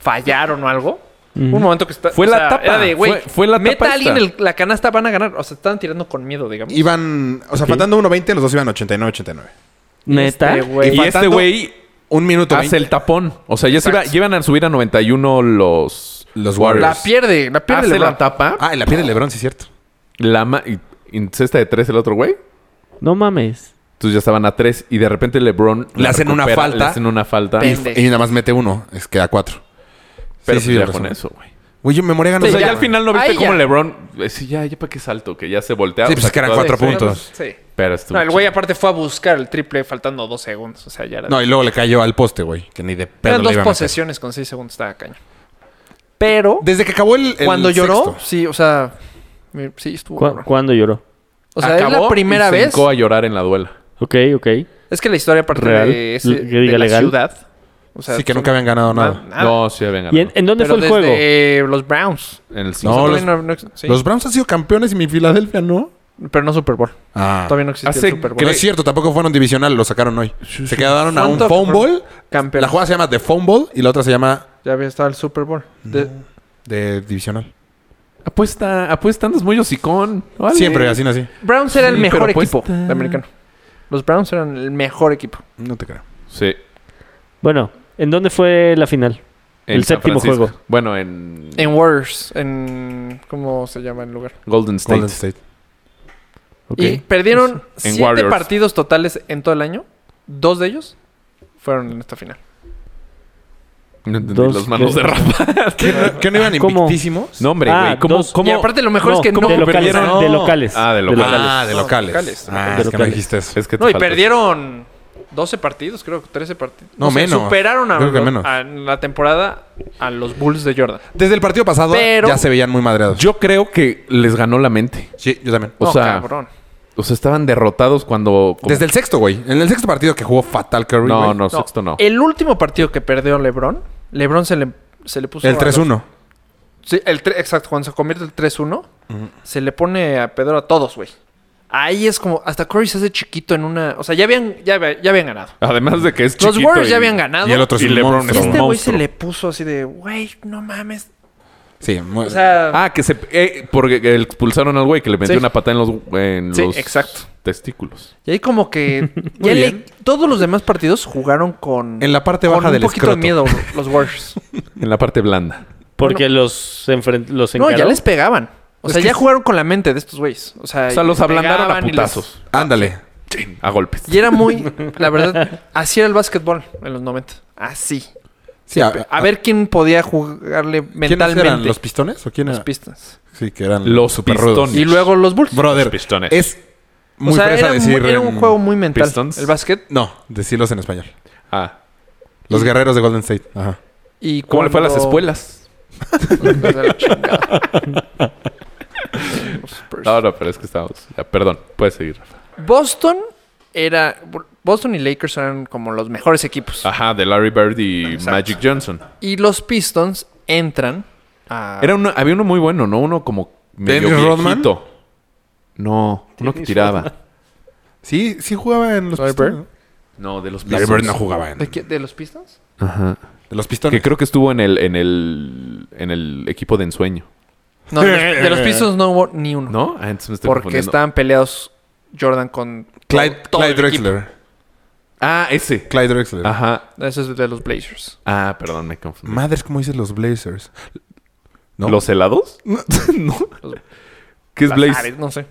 H: Fallaron o algo. Un momento que está.
G: Fue
H: o
G: la
H: sea,
G: tapa.
H: Era de, güey.
G: Fue- fue la
H: Meta
G: tapa
H: a alguien
G: esta.
H: el- la canasta, van a ganar. O sea, estaban tirando con miedo, digamos.
A: Iban... O sea, faltando 1.20, los dos iban 89-89.
F: ¿Neta?
H: Este, güey.
G: Y este
A: faltando
G: güey
A: Un minuto
G: hace
A: 20.
G: el tapón. O sea, ya se iba,
H: Exacto.
G: llevan a subir a 91 los,
A: Los
H: La
A: Warriors.
H: pierde, la pierde
G: Hace
H: LeBron.
G: la tapa.
A: Ah, en la piel de Lebron, sí es cierto.
G: La ma- y- y cesta de tres el otro güey.
F: No mames.
G: Entonces ya estaban a tres y de repente LeBron
A: Le
G: la
A: hacen una
G: recupera,
A: falta.
G: Le hacen una falta.
H: Pero-
A: Y nada más mete uno. Es que a cuatro.
G: Pero pues ya
A: lo
G: con
A: resumen.
G: eso, güey.
A: Güey, yo me moría ganando.
G: o sea, ya,
H: ya,
G: al final no
H: güey.
G: viste
H: Ahí
G: cómo
H: ya.
G: LeBron. eh, sí, ya, ya para qué salto, que ya se voltea.
A: Sí,
G: o
A: pues
G: sea,
A: es que eran
G: todo-
A: cuatro
G: sí,
A: puntos.
H: Sí.
G: Pero estuvo
H: No, el güey
G: chido.
H: aparte fue a buscar el triple faltando dos segundos. O sea, ya era.
A: No, y luego le cayó al poste, güey. Que ni de pedo
H: Eran
A: le
H: dos
A: iba a meter.
H: posesiones con seis segundos, estaba caño. Pero
A: Desde que acabó el, el
H: cuando lloró,
A: sexto.
H: sí, o sea, mi- sí, estuvo.
F: ¿Cu-
H: cabrón.
F: ¿Cuándo lloró?
H: O sea, es la
G: Acabó
H: primera
G: y Se
H: vez.
G: hincó a llorar en la duela.
F: Ok, ok.
H: Es que la historia aparte
F: Real,
H: de, ese-
F: que
H: de
F: diga
H: la
F: legal.
H: ciudad. O sea,
A: sí, que
H: son-
A: nunca habían ganado
H: na-
A: nada.
H: nada.
G: No, sí habían ganado.
F: ¿Y en, en dónde
H: Pero
F: fue el juego?
H: desde los Browns.
G: En el
A: No,
H: O sea,
A: los-
H: todavía no- no- sí.
A: Los Browns han sido campeones y mi Filadelfia no.
H: Pero no Super Bowl.
A: Ah.
H: Todavía no existe
G: Hace-
H: el Super Bowl.
A: Que no es cierto, tampoco fueron divisional, lo sacaron hoy. Se quedaron a un
H: ¿Cuánto-
A: phone ball.
H: Campeón.
A: La jugada se llama The Phone Ball y la otra se llama
H: Ya había estado el Super Bowl. De-
A: de divisional.
G: Apuesta, apuesta, andas muy hocicón. Órale.
A: Siempre, así nací.
H: Browns era el
G: Sí,
H: mejor
G: pero pues
H: equipo
G: está-
H: de americano. Los Browns eran el mejor equipo.
A: No te creo.
G: Sí.
F: Bueno, ¿en dónde fue la final?
G: en
F: El
G: San
F: séptimo
G: Francisco.
F: juego.
G: Bueno, en,
H: En Warriors, en. ¿Cómo se llama el lugar?
G: Golden State.
A: Golden State.
F: Ok.
H: Y perdieron
G: En
H: siete
G: Warriors.
H: partidos totales en todo el año. Dos de ellos fueron en esta final.
G: No entendí
F: Dos-
G: las manos
F: dos-
G: de
A: *laughs*
G: Rafa.
H: *laughs*
A: ¿Qué no iban
F: ¿Cómo?
A: invictísimos?
G: No, hombre,
F: Ah,
G: güey. ¿Cómo,
F: dos.
G: cómo-
H: Y aparte, lo mejor es que no
F: de locales,
G: perdieron?
F: de locales.
G: Ah, de locales.
A: Ah, de
H: No,
A: locales.
H: locales.
A: Ah,
F: De
A: es que no
F: locales.
A: dijiste eso.
G: Es que te
H: No, y
G: falta-
H: perdieron 12 partidos, creo, 13 partidos.
A: No, menos.
H: superaron a,
A: Creo que
H: los-
A: menos.
H: a la temporada a los Bulls de Jordan.
A: Desde el partido pasado
H: Pero-
A: ya se veían muy madreados.
G: Yo creo que les ganó la mente.
A: sí, yo también.
G: O
H: no,
G: sea,
H: cabrón.
G: O sea, estaban derrotados cuando... como-
A: Desde el sexto, güey. En el sexto partido que jugó fatal Curry.
G: No,
A: güey.
G: no, sexto no.
H: El último partido que perdió LeBron, LeBron se le, se le puso. Pues, a
A: El
H: los-
A: 3-1.
H: Sí, el tre- exacto. Cuando se convierte el 3-1, se le pone a Pedro a todos, güey. Ahí es como, hasta Curry se hace chiquito en una. O sea, ya habían, ya, había- ya habían ganado.
G: Además de que es
H: Los
G: chiquito
H: Warriors
G: y-
H: ya habían ganado.
A: Y el otro es
G: Y
A: un
G: LeBron
H: Y
A: monstruo.
G: es
H: este güey se
G: monstruo.
H: le puso así de, güey, no mames.
A: Sí, muy-
H: O sea,
G: Ah, que se... eh, porque expulsaron al güey que le metió
H: Sí.
G: una patada en los... en
H: Sí,
G: los
H: exacto.
G: Testículos.
H: y ahí como que. ya le- todos los demás partidos jugaron con.
A: En la parte
H: con
A: baja
H: un
A: del
H: poquito
A: escroto.
H: de miedo los Warriors.
G: En la parte blanda.
F: Porque los, enfren- los
H: no, ya
F: encaró.
H: les pegaban. O
G: Es
H: sea,
G: que
H: ya
G: es-
H: jugaron con la mente de estos güeyes. O sea,
G: O sea, los
H: les
G: ablandaron a
H: pegaban y les-
G: putazos.
A: Ándale.
G: A golpes.
H: Y era muy, la verdad, así era el básquetbol en los 90. Así.
A: Sí, a,
H: A ver quién podía jugarle
A: ¿quiénes
H: mentalmente.
A: eran? ¿Los pistones o quién
H: Los
A: era?
H: Pistons.
A: Sí, que eran
G: Los
A: superrudos.
G: Pistones.
H: Y luego los Bulls.
A: Brother,
G: Pistones.
A: es muy
H: o sea,
A: fresa
H: era, un-
A: decir... em,
H: era un
A: en-
H: juego muy mental.
G: Pistons.
H: El básquet.
A: No, decirlos en español.
G: Ah.
A: Los guerreros de Golden State. Ajá.
H: Y
G: ¿Cómo le fue a las
H: cuando-
G: escuelas?
H: Hijos de la chingada. Los Spurs.
G: No, no, pero es que estábamos... ya, perdón, puedes seguir. Rafa.
H: *laughs* Boston era... Boston y Lakers eran como los mejores equipos.
G: Ajá, de Larry Bird y
H: Exacto.
G: Magic Johnson.
H: Y los Pistons entran a...
G: Era uno, había uno muy bueno, ¿no? Uno como medio
A: ¿Dennis
G: viejito.
A: Rodman?
G: No, uno que tiraba.
A: Sí, sí jugaba en los
H: Larry
A: pistones.
H: Bird.
A: ¿no?
G: No, de los
A: Larry Bird no jugaba en...
H: ¿De, qué- de los Pistons?
G: Ajá.
A: de los
G: Que
A: pistones.
G: creo que estuvo en el, en el, en el equipo de ensueño.
H: No, de los, de los Pistons no hubo ni uno.
G: ¿No? Ah, entonces me estoy
H: porque
G: confundiendo.
H: estaban peleados Jordan con
A: Clyde,
H: todo- todo
A: Clyde
H: el equipo.
A: Drexler.
G: Ah, ese.
A: Clyde Drexler.
G: Ajá.
H: Eso es de los Blazers.
G: Ah, perdón, me confundí.
A: Madres, ¿cómo dicen los
H: *laughs*
A: Blazers? ¿No?
G: ¿Los helados? No. ¿Qué es Blaze?
H: Bazares, no sé.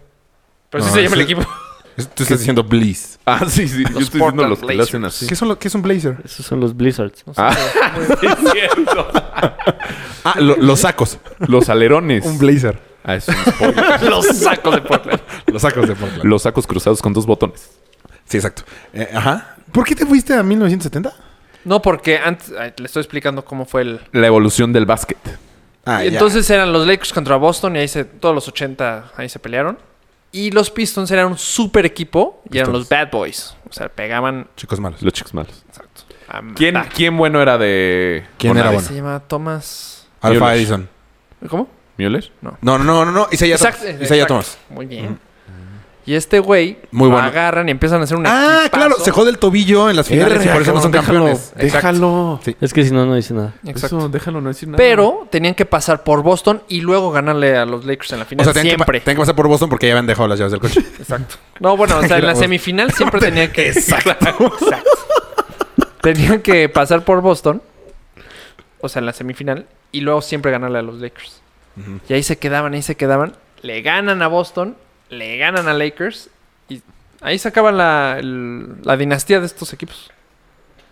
H: Pero
A: No,
H: sí se llama el
A: ese-
H: equipo. *laughs*
A: Es- Tú estás diciendo Blaze.
G: Ah, sí, sí. Yo
H: Los
G: estoy diciendo
H: Portland
G: los que le hacen
H: Blazers.
G: así.
A: ¿Qué, son lo- qué es un Blazer?
F: Esos son los Blizzards.
A: Ah, lo- los sacos.
G: *laughs* Los alerones.
A: un Blazer.
G: ah, es un spoiler. *laughs*
H: los sacos de Portland.
A: Los sacos de Portland.
G: los sacos cruzados con dos botones.
A: Sí, exacto. Eh, ajá. ¿Por qué te fuiste a 1970?
H: No, porque antes ay, le estoy explicando cómo fue el.
G: La evolución del básquet.
A: Ah,
H: Entonces eran los Lakers contra Boston y ahí se, todos los 80 ahí se pelearon. Y los Pistons eran un super equipo y eran
A: Pistons.
H: los Bad Boys. O sea, pegaban.
A: ya. Chicos malos.
G: Los chicos malos.
H: A matar.
G: ¿Quién, ¿quién bueno era de.
A: ¿Quién
G: con
A: era
G: Ades?
A: bueno?
H: Se llama Thomas.
A: Alfa
G: Mueller.
A: Edison.
H: ¿Cómo?
G: ¿Müller?
A: No, no, no, no, no. Isaiah
H: Exacto,
A: Thomas.
H: exacto.
A: Isaiah Thomas.
H: Muy bien. Y este güey
A: Muy
H: lo
A: bueno.
H: agarran y empiezan a hacer un
A: Ah,
H: equipazo.
A: claro. Se jode el tobillo en las finales y por eso no son campeones.
G: Déjalo.
F: Es que si no, no dice nada.
H: Exacto.
G: Eso, déjalo no decir nada.
H: Pero tenían que pasar por Boston y luego ganarle a los Lakers en la
A: O
H: final.
A: sea, tenían que, pa-
H: siempre.
A: tenían que pasar por Boston porque ya habían dejado las llaves del coche.
H: Exacto. No, bueno, o *laughs* sea, en la semifinal siempre tenían que. Exacto. *laughs* Exacto. Tenían que pasar por Boston. O sea, en la semifinal. Y luego siempre ganarle a los Lakers. Y ahí se quedaban, ahí se quedaban. Le ganan a Boston. Le ganan a Lakers. Y ahí se acaba la, el- la dinastía de estos equipos.
A: *laughs*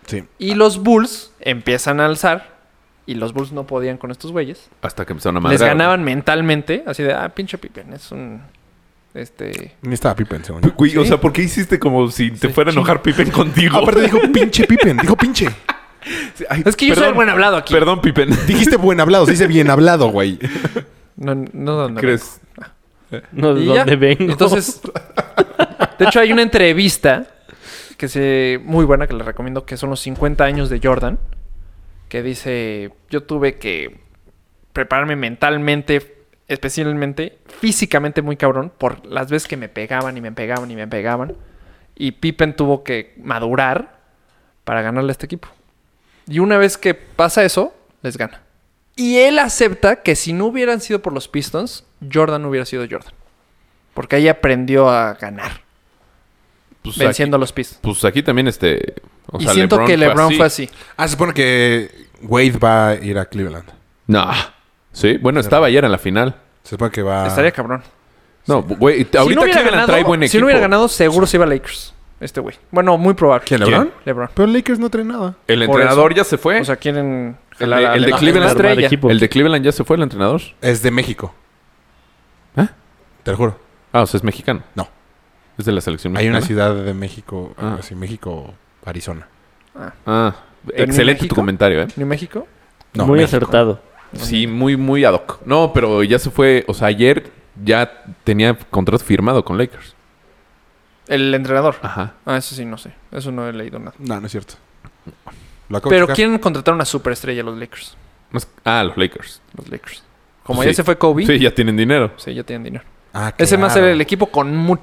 A: Sí.
H: Y los Bulls empiezan a alzar. Y los Bulls no podían con estos güeyes.
G: Hasta que empezaron a
H: Les
G: madrear.
H: ganaban mentalmente, así de, ah, pinche Pippen, es un... Este...
A: Ni estaba Pippen, según yo.
G: P- Güey, o sea, ¿por qué hiciste como si te fuera a enojar Pippen contigo?
A: Ah, Aparte dijo pinche Pippen. Dijo pinche.
G: *laughs* Ay,
H: Es que yo soy el buen hablado aquí.
G: Perdón, Pippen.
A: Dijiste buen hablado. Se dice bien hablado, güey.
H: No, no, no, no.
G: ¿Crees?
F: No, ¿de
H: Y ya.
F: dónde vengo?
H: Entonces, de hecho hay una entrevista que se... Muy buena, que les recomiendo, que son los 50 años de Jordan. Que dice, yo tuve que prepararme mentalmente, especialmente, físicamente muy cabrón, por las veces que me pegaban y me pegaban y me pegaban. Y Pippen tuvo que madurar para ganarle a este equipo. Y una vez que pasa eso, les gana. Y él acepta que si no hubieran sido por los Pistons, Jordan no hubiera sido Jordan. Porque ahí aprendió a ganar,
G: Pues
H: venciendo a los
G: aquí-
H: Pistons.
G: pues aquí también este... o
H: y
G: sea,
H: siento que LeBron fue así.
A: Ah, se supone que Wade va a ir a Cleveland.
G: No. Sí, bueno, estaba ayer en la final.
A: Se supone que va...
H: Estaría cabrón.
G: No, güey, Ah. ahorita
H: si no hubiera
G: Cleveland
H: ganado,
G: trae buen equipo.
H: si no hubiera ganado, seguro se iba a Lakers. Este güey. Bueno, muy probable.
A: ¿Quién, LeBron?
H: LeBron.
A: Pero Lakers no trae nada.
G: El
H: Por
G: entrenador
H: eso.
G: ya se fue.
H: O sea, quieren...
G: El
H: jalar
G: de-
H: a
G: el de
H: LeBron.
G: Cleveland
H: Una
F: Armar
H: estrella.
F: equipo.
G: el de Cleveland ya se fue el entrenador.
A: Es de México.
G: ¿Eh?
A: Te lo juro.
G: Ah, o sea, es mexicano.
A: No.
G: Es de la selección
A: Hay
G: mexicana.
A: una ciudad de México,
G: Ah.
A: así México Arizona.
G: Ah,
H: ¿Pero en
G: excelente tu
H: México?
G: comentario, ¿eh?
H: ¿Ni México?
A: No,
F: Muy
A: México.
F: acertado.
G: Sí, muy, muy ad hoc. No, pero ya se fue. O sea, ayer ya tenía contrato firmado con Lakers.
H: El entrenador.
G: Ajá.
H: Ah, eso sí, no sé. Eso no he leído nada.
A: No, no es cierto. Lo acabo de
H: Pero
A: checar.
H: quieren contratar una superestrella los Lakers.
G: Más- Ah, los Lakers.
H: Los Lakers. Como
G: Sí.
H: ya se fue Kobe, sí.
G: Sí, ya tienen dinero.
H: ya tienen dinero.
A: Ah,
H: Ese más
A: claro.
H: era el equipo con mu-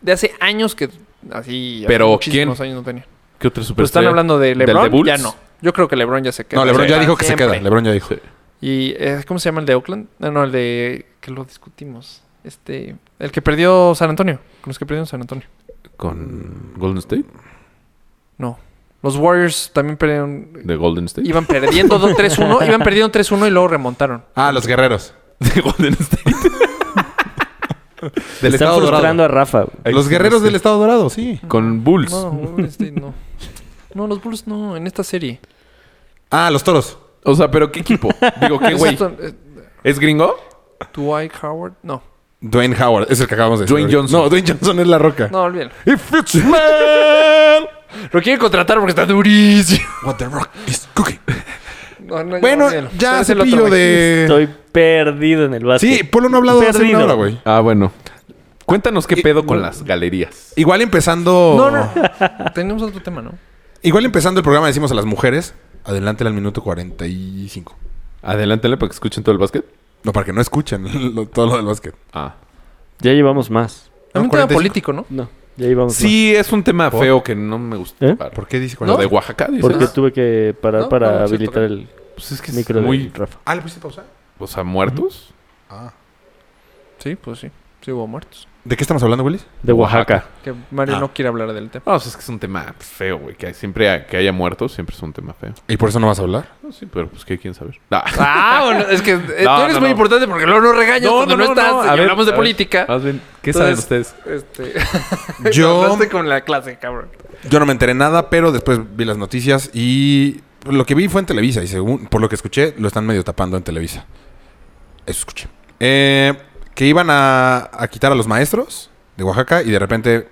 H: de hace años que así hace
G: Pero,
H: muchísimos
G: ¿quién?
H: años no tenía.
G: ¿Qué otra
H: Pero están
G: superestrella?
H: hablando de
G: ¿Del de
H: LeBron,
G: Bulls?
H: ya no. Yo creo que LeBron ya se queda.
A: No, LeBron ya
H: Sí,
A: dijo que se
H: siempre.
A: queda. LeBron ya dijo.
H: Y eh, ¿cómo se llama el de Oakland? No, no, el de que lo discutimos. Este, el que perdió San Antonio, con los que perdieron San Antonio.
G: ¿Con Golden State?
H: No. Los Warriors también perdieron
G: ¿De Golden State?
H: iban perdiendo 2 *laughs* 3-1, iban perdiendo 3-1 y luego remontaron.
A: Ah, los guerreros.
G: *laughs* De Golden State.
A: Del
F: Están
A: Estado
F: frustrando
A: Dorado.
F: a Rafa. güey.
A: Los guerreros del Estado Dorado, sí.
G: Con Bulls.
H: No, este, no. No, los Bulls no, en esta serie.
A: Ah, los toros.
G: O sea, ¿pero qué equipo? Digo, ¿qué
H: Es
G: güey?
H: esto, eh,
G: ¿Es gringo?
H: Dwight Howard, no.
A: Dwayne Howard, es el que acabamos de decir.
G: Dwayne Johnson.
A: No, Dwayne Johnson es la roca.
H: No, olvídalo.
A: If it's man,
H: Lo quieren contratar porque está durísimo.
A: what the rock is cooking.
H: No, no,
A: Bueno,
H: olvídalo.
A: ya
H: Es el otro,
A: cepillo
H: güey.
A: de...
F: Estoy perdido en el básquet.
A: Sí, Polo no ha hablado hace una
F: Perdido.
A: hora, güey.
G: Ah, bueno. Cuéntanos qué pedo con las galerías.
A: Igual empezando...
H: No, no. Tenemos otro tema, ¿no?
A: Igual empezando el programa decimos a las mujeres, adelántale al minuto 45.
G: Adelántale para que escuchen todo el básquet.
A: No, para que no escuchen *laughs* lo- todo lo del básquet.
G: Ah.
F: Ya llevamos más.
H: Hay un
A: 45.
H: tema político, ¿no?
F: No, ya llevamos más.
G: Sí, es un tema
A: ¿Por?
G: feo que no me gusta.
F: ¿Eh?
G: tocar.
A: ¿Por qué dice
G: Lo
A: 45?
G: de Oaxaca, dices.
F: Porque
H: Ah.
F: tuve que parar
H: No,
F: para
H: no, no, sí,
F: habilitar
H: toca.
F: el
G: Pues es que es
F: micro
G: muy...
F: de Rafa.
A: Ah, ¿le pusiste pausa?
G: O sea, muertos.
A: Ah.
H: Sí, pues sí. Sí hubo muertos.
A: ¿De qué estamos hablando, Willis?
F: De Oaxaca.
H: Que Mario
A: Ah.
H: no quiere hablar del tema.
G: No, o sea, es que es un tema feo, güey. Que hay- siempre ha- que haya muertos, siempre es un tema feo.
A: ¿Y por eso no vas a *laughs* hablar?
G: No, sí, pero pues qué quieren saber. Ah.
H: *laughs* Ah, bueno, es que eh,
G: No,
H: tú eres
G: no,
H: muy
G: no.
H: importante porque luego no regañas cuando no, estás. y hablamos de política.
G: Más bien, ¿qué
H: Entonces-
G: saben ustedes?
H: *laughs* Este,
A: Yo,
H: *laughs* hablaste con la clase, cabrón.
A: yo no me enteré nada, pero después vi las noticias y lo que vi fue en Televisa. Y según, por lo que escuché, lo están medio tapando en Televisa. Eso escuché. Eh, que iban a, a quitar a los maestros de Oaxaca y de repente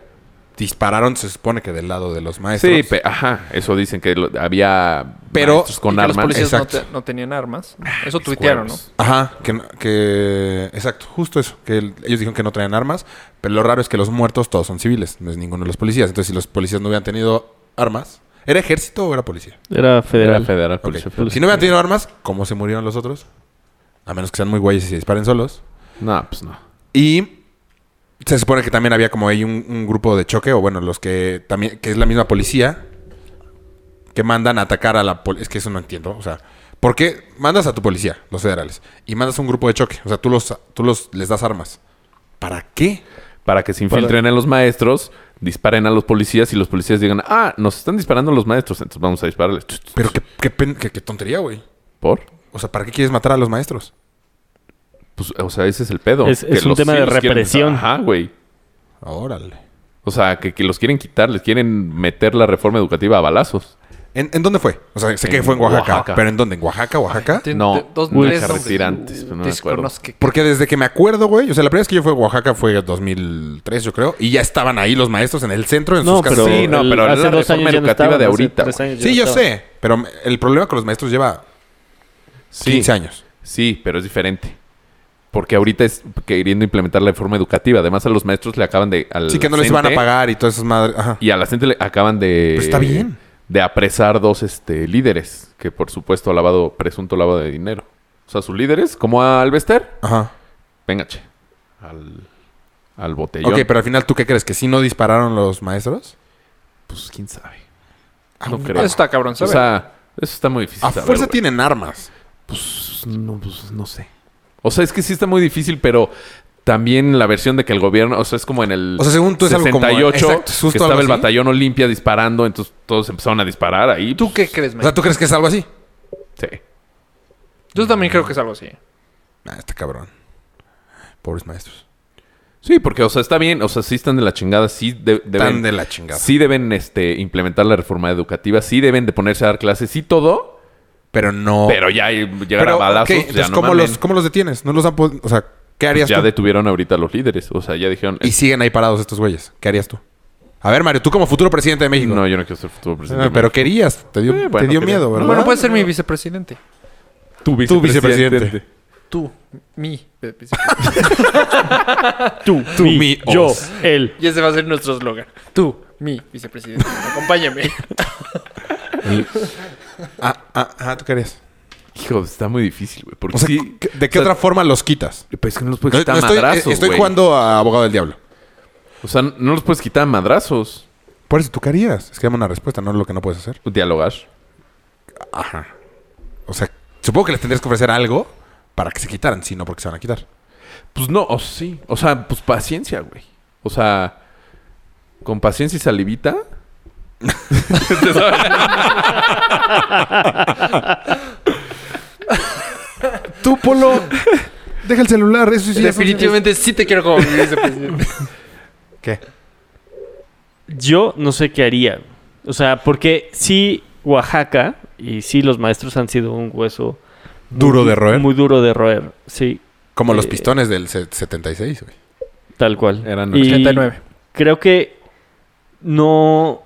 A: dispararon, se supone que del lado de los maestros.
G: Sí, pe- ajá. Eso dicen que lo- había
A: Pero-
G: maestros
H: Y
G: con
H: que los
G: armas.
H: policías no,
A: Exacto.
H: te- no tenían armas. Eso tuitearon, ¿no?
G: Cuervos.
A: Ajá, que, no- que... Exacto, justo eso. Que el- ellos dijeron que no traían armas, pero lo raro es que los muertos todos son civiles, no es ninguno de los policías. Entonces, si los policías no hubieran tenido armas, ¿era ejército o era policía?
F: Era
G: Era
F: federal.
G: federal.
A: Ok.
G: policía
A: Si no hubieran tenido armas, ¿cómo se murieron los otros? A menos que sean muy güeyes y se disparen solos.
G: No, pues no.
A: Y se supone que también había como ahí un, un grupo de choque, o bueno, los que también, que es la misma policía, que mandan a atacar a la policía. Es que eso no entiendo. O sea, ¿por qué mandas a tu policía, los federales, y mandas un grupo de choque? O sea, tú los, tú los les das armas. ¿Para qué?
G: Para que se infiltren en los maestros, disparen a los policías y los policías digan, ah, nos están disparando los maestros, entonces vamos a dispararles.
A: Pero qué, qué, pen- qué- qué tontería, güey.
G: ¿Por?
A: O sea, ¿para qué quieres matar a los maestros?
G: Pues, o sea, ese es el pedo.
F: Es- es un tema de
G: quieren-
F: represión.
G: Ajá, güey.
A: Órale.
G: O sea, que, que los quieren quitar, les quieren meter la reforma educativa a balazos.
A: ¿En, en dónde fue? O sea, sé que
G: En
A: fue en Oaxaca,
G: Oaxaca.
A: pero ¿en dónde? ¿En Oaxaca, Oaxaca?
H: Tien-
G: No,
H: de- dos,
G: una
H: tres
G: carretera
H: nombres.
G: antes, pero no me acuerdo.
H: Desconozco.
A: Porque desde que me acuerdo, güey, o sea, la primera vez que yo fui a Oaxaca fue en 2003, yo creo, y ya estaban ahí los maestros en el centro, en
F: No,
A: sus casas.
F: pero,
G: Sí, no,
F: el-
G: pero
F: hace
G: la
F: dos
G: reforma
F: años ya no
G: educativa
F: estaba,
G: de
F: hace
G: ahorita,
F: tres
G: güey.
F: años ya
A: Sí,
F: no
A: yo
F: estaba.
A: sé, pero me- el problema con los maestros lleva
G: Sí,
A: 15 años.
G: sí, pero es diferente. Porque ahorita es queriendo implementar la reforma educativa. Además, a los maestros le acaban de... al
A: Sí, que no les
G: CENTE
A: iban a pagar y todas esas madres. Ajá.
G: Y a la gente le acaban de...
A: Pero está bien.
G: De apresar dos este, líderes. Que, por supuesto, lavado, presunto lavado de dinero. O sea, sus líderes, como a Alvester,
A: Ajá.
G: venga, che, al, al botellón.
A: Ok, pero al final, ¿tú qué crees? ¿Que sí no dispararon los maestros?
G: Pues, quién sabe.
A: Ah,
G: No
A: un-
G: creo.
H: Eso está cabrón,
G: O
H: ¿sabes?
G: sea, eso está muy difícil.
A: A
G: saber,
A: fuerza
G: güey.
A: tienen armas.
G: Pues no, pues no sé. O sea, es que sí está muy difícil, pero también la versión de que el gobierno, o sea, es como en el
A: O sea, según tú es algo como-
G: 68,
A: exacto, justo
G: que
A: algo
G: estaba el
A: así.
G: batallón Olimpia disparando, entonces todos empezaron a disparar ahí. pues,
H: ¿Tú qué crees,
A: O
H: man?
A: sea, ¿tú crees que es algo así?
G: Sí.
H: Yo también creo que es algo así.
A: Ah, está cabrón. Pobres maestros.
G: Sí, porque o sea, está bien, o sea, sí están de la chingada, sí de-
A: Tan
G: deben
A: de la chingada.
G: sí deben este implementar la reforma educativa, sí deben de ponerse a dar clases, sí todo,
A: Pero no.
G: pero ya eh, llegar
A: Oh. Pero,
G: a balazos,
A: ok,
G: ya
A: entonces,
G: no
A: ¿cómo,
G: mamen. Pues
A: los, ¿cómo los detienes? ¿No los han pod- O sea, ¿qué harías
G: ya
A: tú?
G: detuvieron ahorita a los líderes, o sea, ya dijeron,
A: Y siguen ahí parados estos güeyes. ¿Qué harías tú? A ver, Mario, tú como futuro presidente de México.
G: No, yo no quiero ser futuro presidente.
A: No, Ah, pero querías, te dio,
G: Eh,
A: te
G: bueno,
A: dio
G: quería.
A: miedo, ¿verdad?
H: Bueno, pues, puede ser mi vicepresidente.
G: tu
A: tu vicepresidente.
H: Tú, mi.
F: Tú,
A: Tú,
F: mí,
A: mi,
F: yo,
A: os.
F: él.
H: *laughs* Y ese va a ser nuestro eslogan. Tú, mi vicepresidente. *laughs* Acompáñame.
A: Ah, ah, ah, tú querías.
G: Hijo, está muy difícil, güey. Porque
A: O sea,
G: sí,
A: ¿qué- ¿de qué
G: o sea,
A: otra forma los quitas?
G: Pues es que no los puedes
A: No,
G: quitar a
A: no estoy, eh,
G: madrazos,
A: estoy
G: güey.
A: jugando a abogado del diablo.
G: O sea, no los puedes quitar a madrazos.
A: Por eso tú querías. Es que dame una respuesta, no lo que no puedes hacer.
G: Dialogar.
A: Ajá. O sea, supongo que les tendrías que ofrecer algo para que se quitaran, si no porque se van a quitar.
G: Pues no, o sí. O sea, pues paciencia, güey. O sea, con paciencia y salivita. ¿Te sabes?
A: Tú, *laughs* Polo, deja el celular, eso sí.
H: Definitivamente sí te quiero como mi vicepresidente.
F: *laughs*
A: ¿Qué?
F: Yo no sé qué haría. O sea, porque sí, Oaxaca y sí, los maestros han sido un hueso. muy-
A: Duro de roer.
F: Muy duro de roer, sí,
A: Como los
F: Eh,
A: pistones del se- 76, güey.
F: tal cual.
G: Eran
F: Y
H: 89.
F: Creo que no,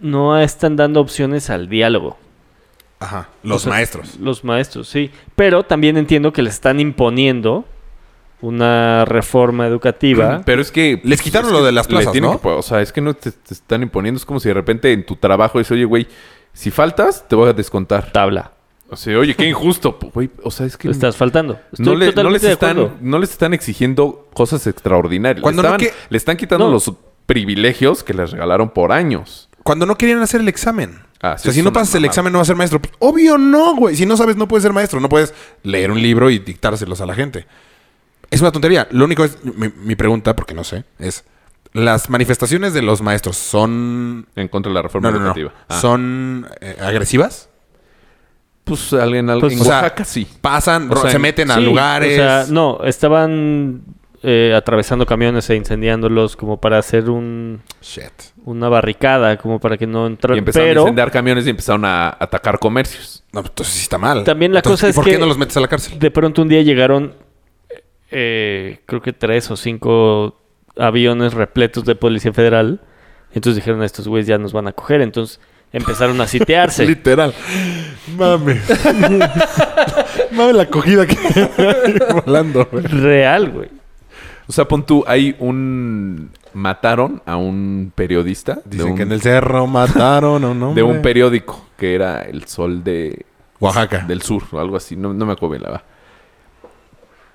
F: no están dando opciones al diálogo.
A: Ajá. Los
F: o sea,
A: maestros.
F: Los maestros, sí. Pero también entiendo que le están imponiendo una reforma educativa.
G: Pero es que...
A: Les quitaron lo de las
G: le
A: plazas,
G: tienen
A: ¿no?
G: que- o sea, es que no te, te están imponiendo. Es como si de repente en tu trabajo dices, oye, güey, si faltas, te voy a descontar.
F: tabla.
G: O sea, oye, qué injusto. po- Güey, o sea, es que...
F: Te estás faltando. Estoy
G: no, le- no
F: totalmente
G: les
F: de
G: están,
F: acuerdo.
G: no les están exigiendo cosas extraordinarias.
A: Cuando
G: le,
A: no
G: estaban-
A: que-
G: le están quitando
F: No.
G: los privilegios que les regalaron por años.
A: Cuando no querían hacer el examen.
G: Ah,
A: o
G: sí,
A: sea,
G: es
A: si no
G: una
A: pasas el
G: mamada.
A: examen no vas a ser maestro. Pues, obvio no, güey. Si no sabes no puedes ser maestro. No puedes leer un libro y dictárselos a la gente. Es una tontería. Lo único es... Mi, mi pregunta, porque no sé, es... ¿Las manifestaciones de los maestros son...
G: En contra de la reforma
A: No, no, no.
G: educativa. Ah.
A: ¿Son eh, agresivas?
G: Pues alguien al-
F: Pues,
G: en
A: o sea,
G: Oaxaca sí.
A: ¿Pasan?
G: O
A: ro-
G: sea,
A: ¿Se meten a
F: Sí,
A: lugares?
F: O sea, no, estaban eh, atravesando camiones e incendiándolos como para hacer un,
A: Shit.
F: una barricada, como para que no
G: Y
F: entraran.
G: empezaron a
F: Pero
G: incendiar camiones y empezaron a atacar comercios.
A: No, pues, entonces sí está mal.
F: También la
A: Entonces,
F: cosa
A: ¿y
F: es
A: ¿Por
F: que-
A: qué no los metes a la cárcel?
F: de pronto un día llegaron, eh, creo que tres o cinco aviones repletos de Policía Federal. Entonces dijeron, estos güeyes ya nos van a coger. Entonces empezaron a sitiarse.
A: *laughs* Literal. *laughs* Mame. Mame la cogida que *laughs* volando, güey.
F: Real, güey.
G: O sea, pon tú, hay un... Mataron a un periodista de
A: Dicen
G: un,
A: que en el cerro mataron o
G: *laughs*
A: no.
G: de un periódico que era El Sol de,
A: Oaxaca.
G: del Sur o algo así. No, no me acuerdo bien la va.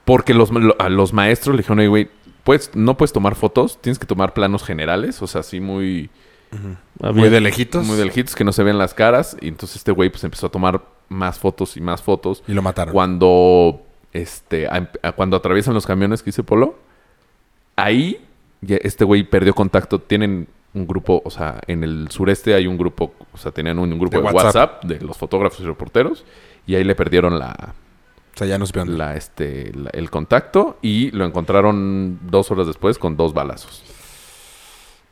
G: Porque los, lo- a los maestros le dijeron, "Oye, güey, pues, no puedes tomar fotos, tienes que tomar planos generales. O sea, así muy...
A: Muy de lejitos.
G: Muy delgitos que no se vean las caras. Y entonces este güey pues empezó a tomar más fotos y más fotos.
A: Y lo mataron.
G: cuando este a- a- cuando atraviesan los camiones que dice Polo, ahí ya este güey perdió contacto, tienen un grupo, o sea, en el sureste hay un grupo, o sea, tenían un, un grupo
A: De
G: de,
A: WhatsApp.
G: WhatsApp. de los fotógrafos y reporteros y ahí le perdieron la,
A: O sea, ya no supieron.
G: la este la- el contacto y lo encontraron dos horas después con dos balazos.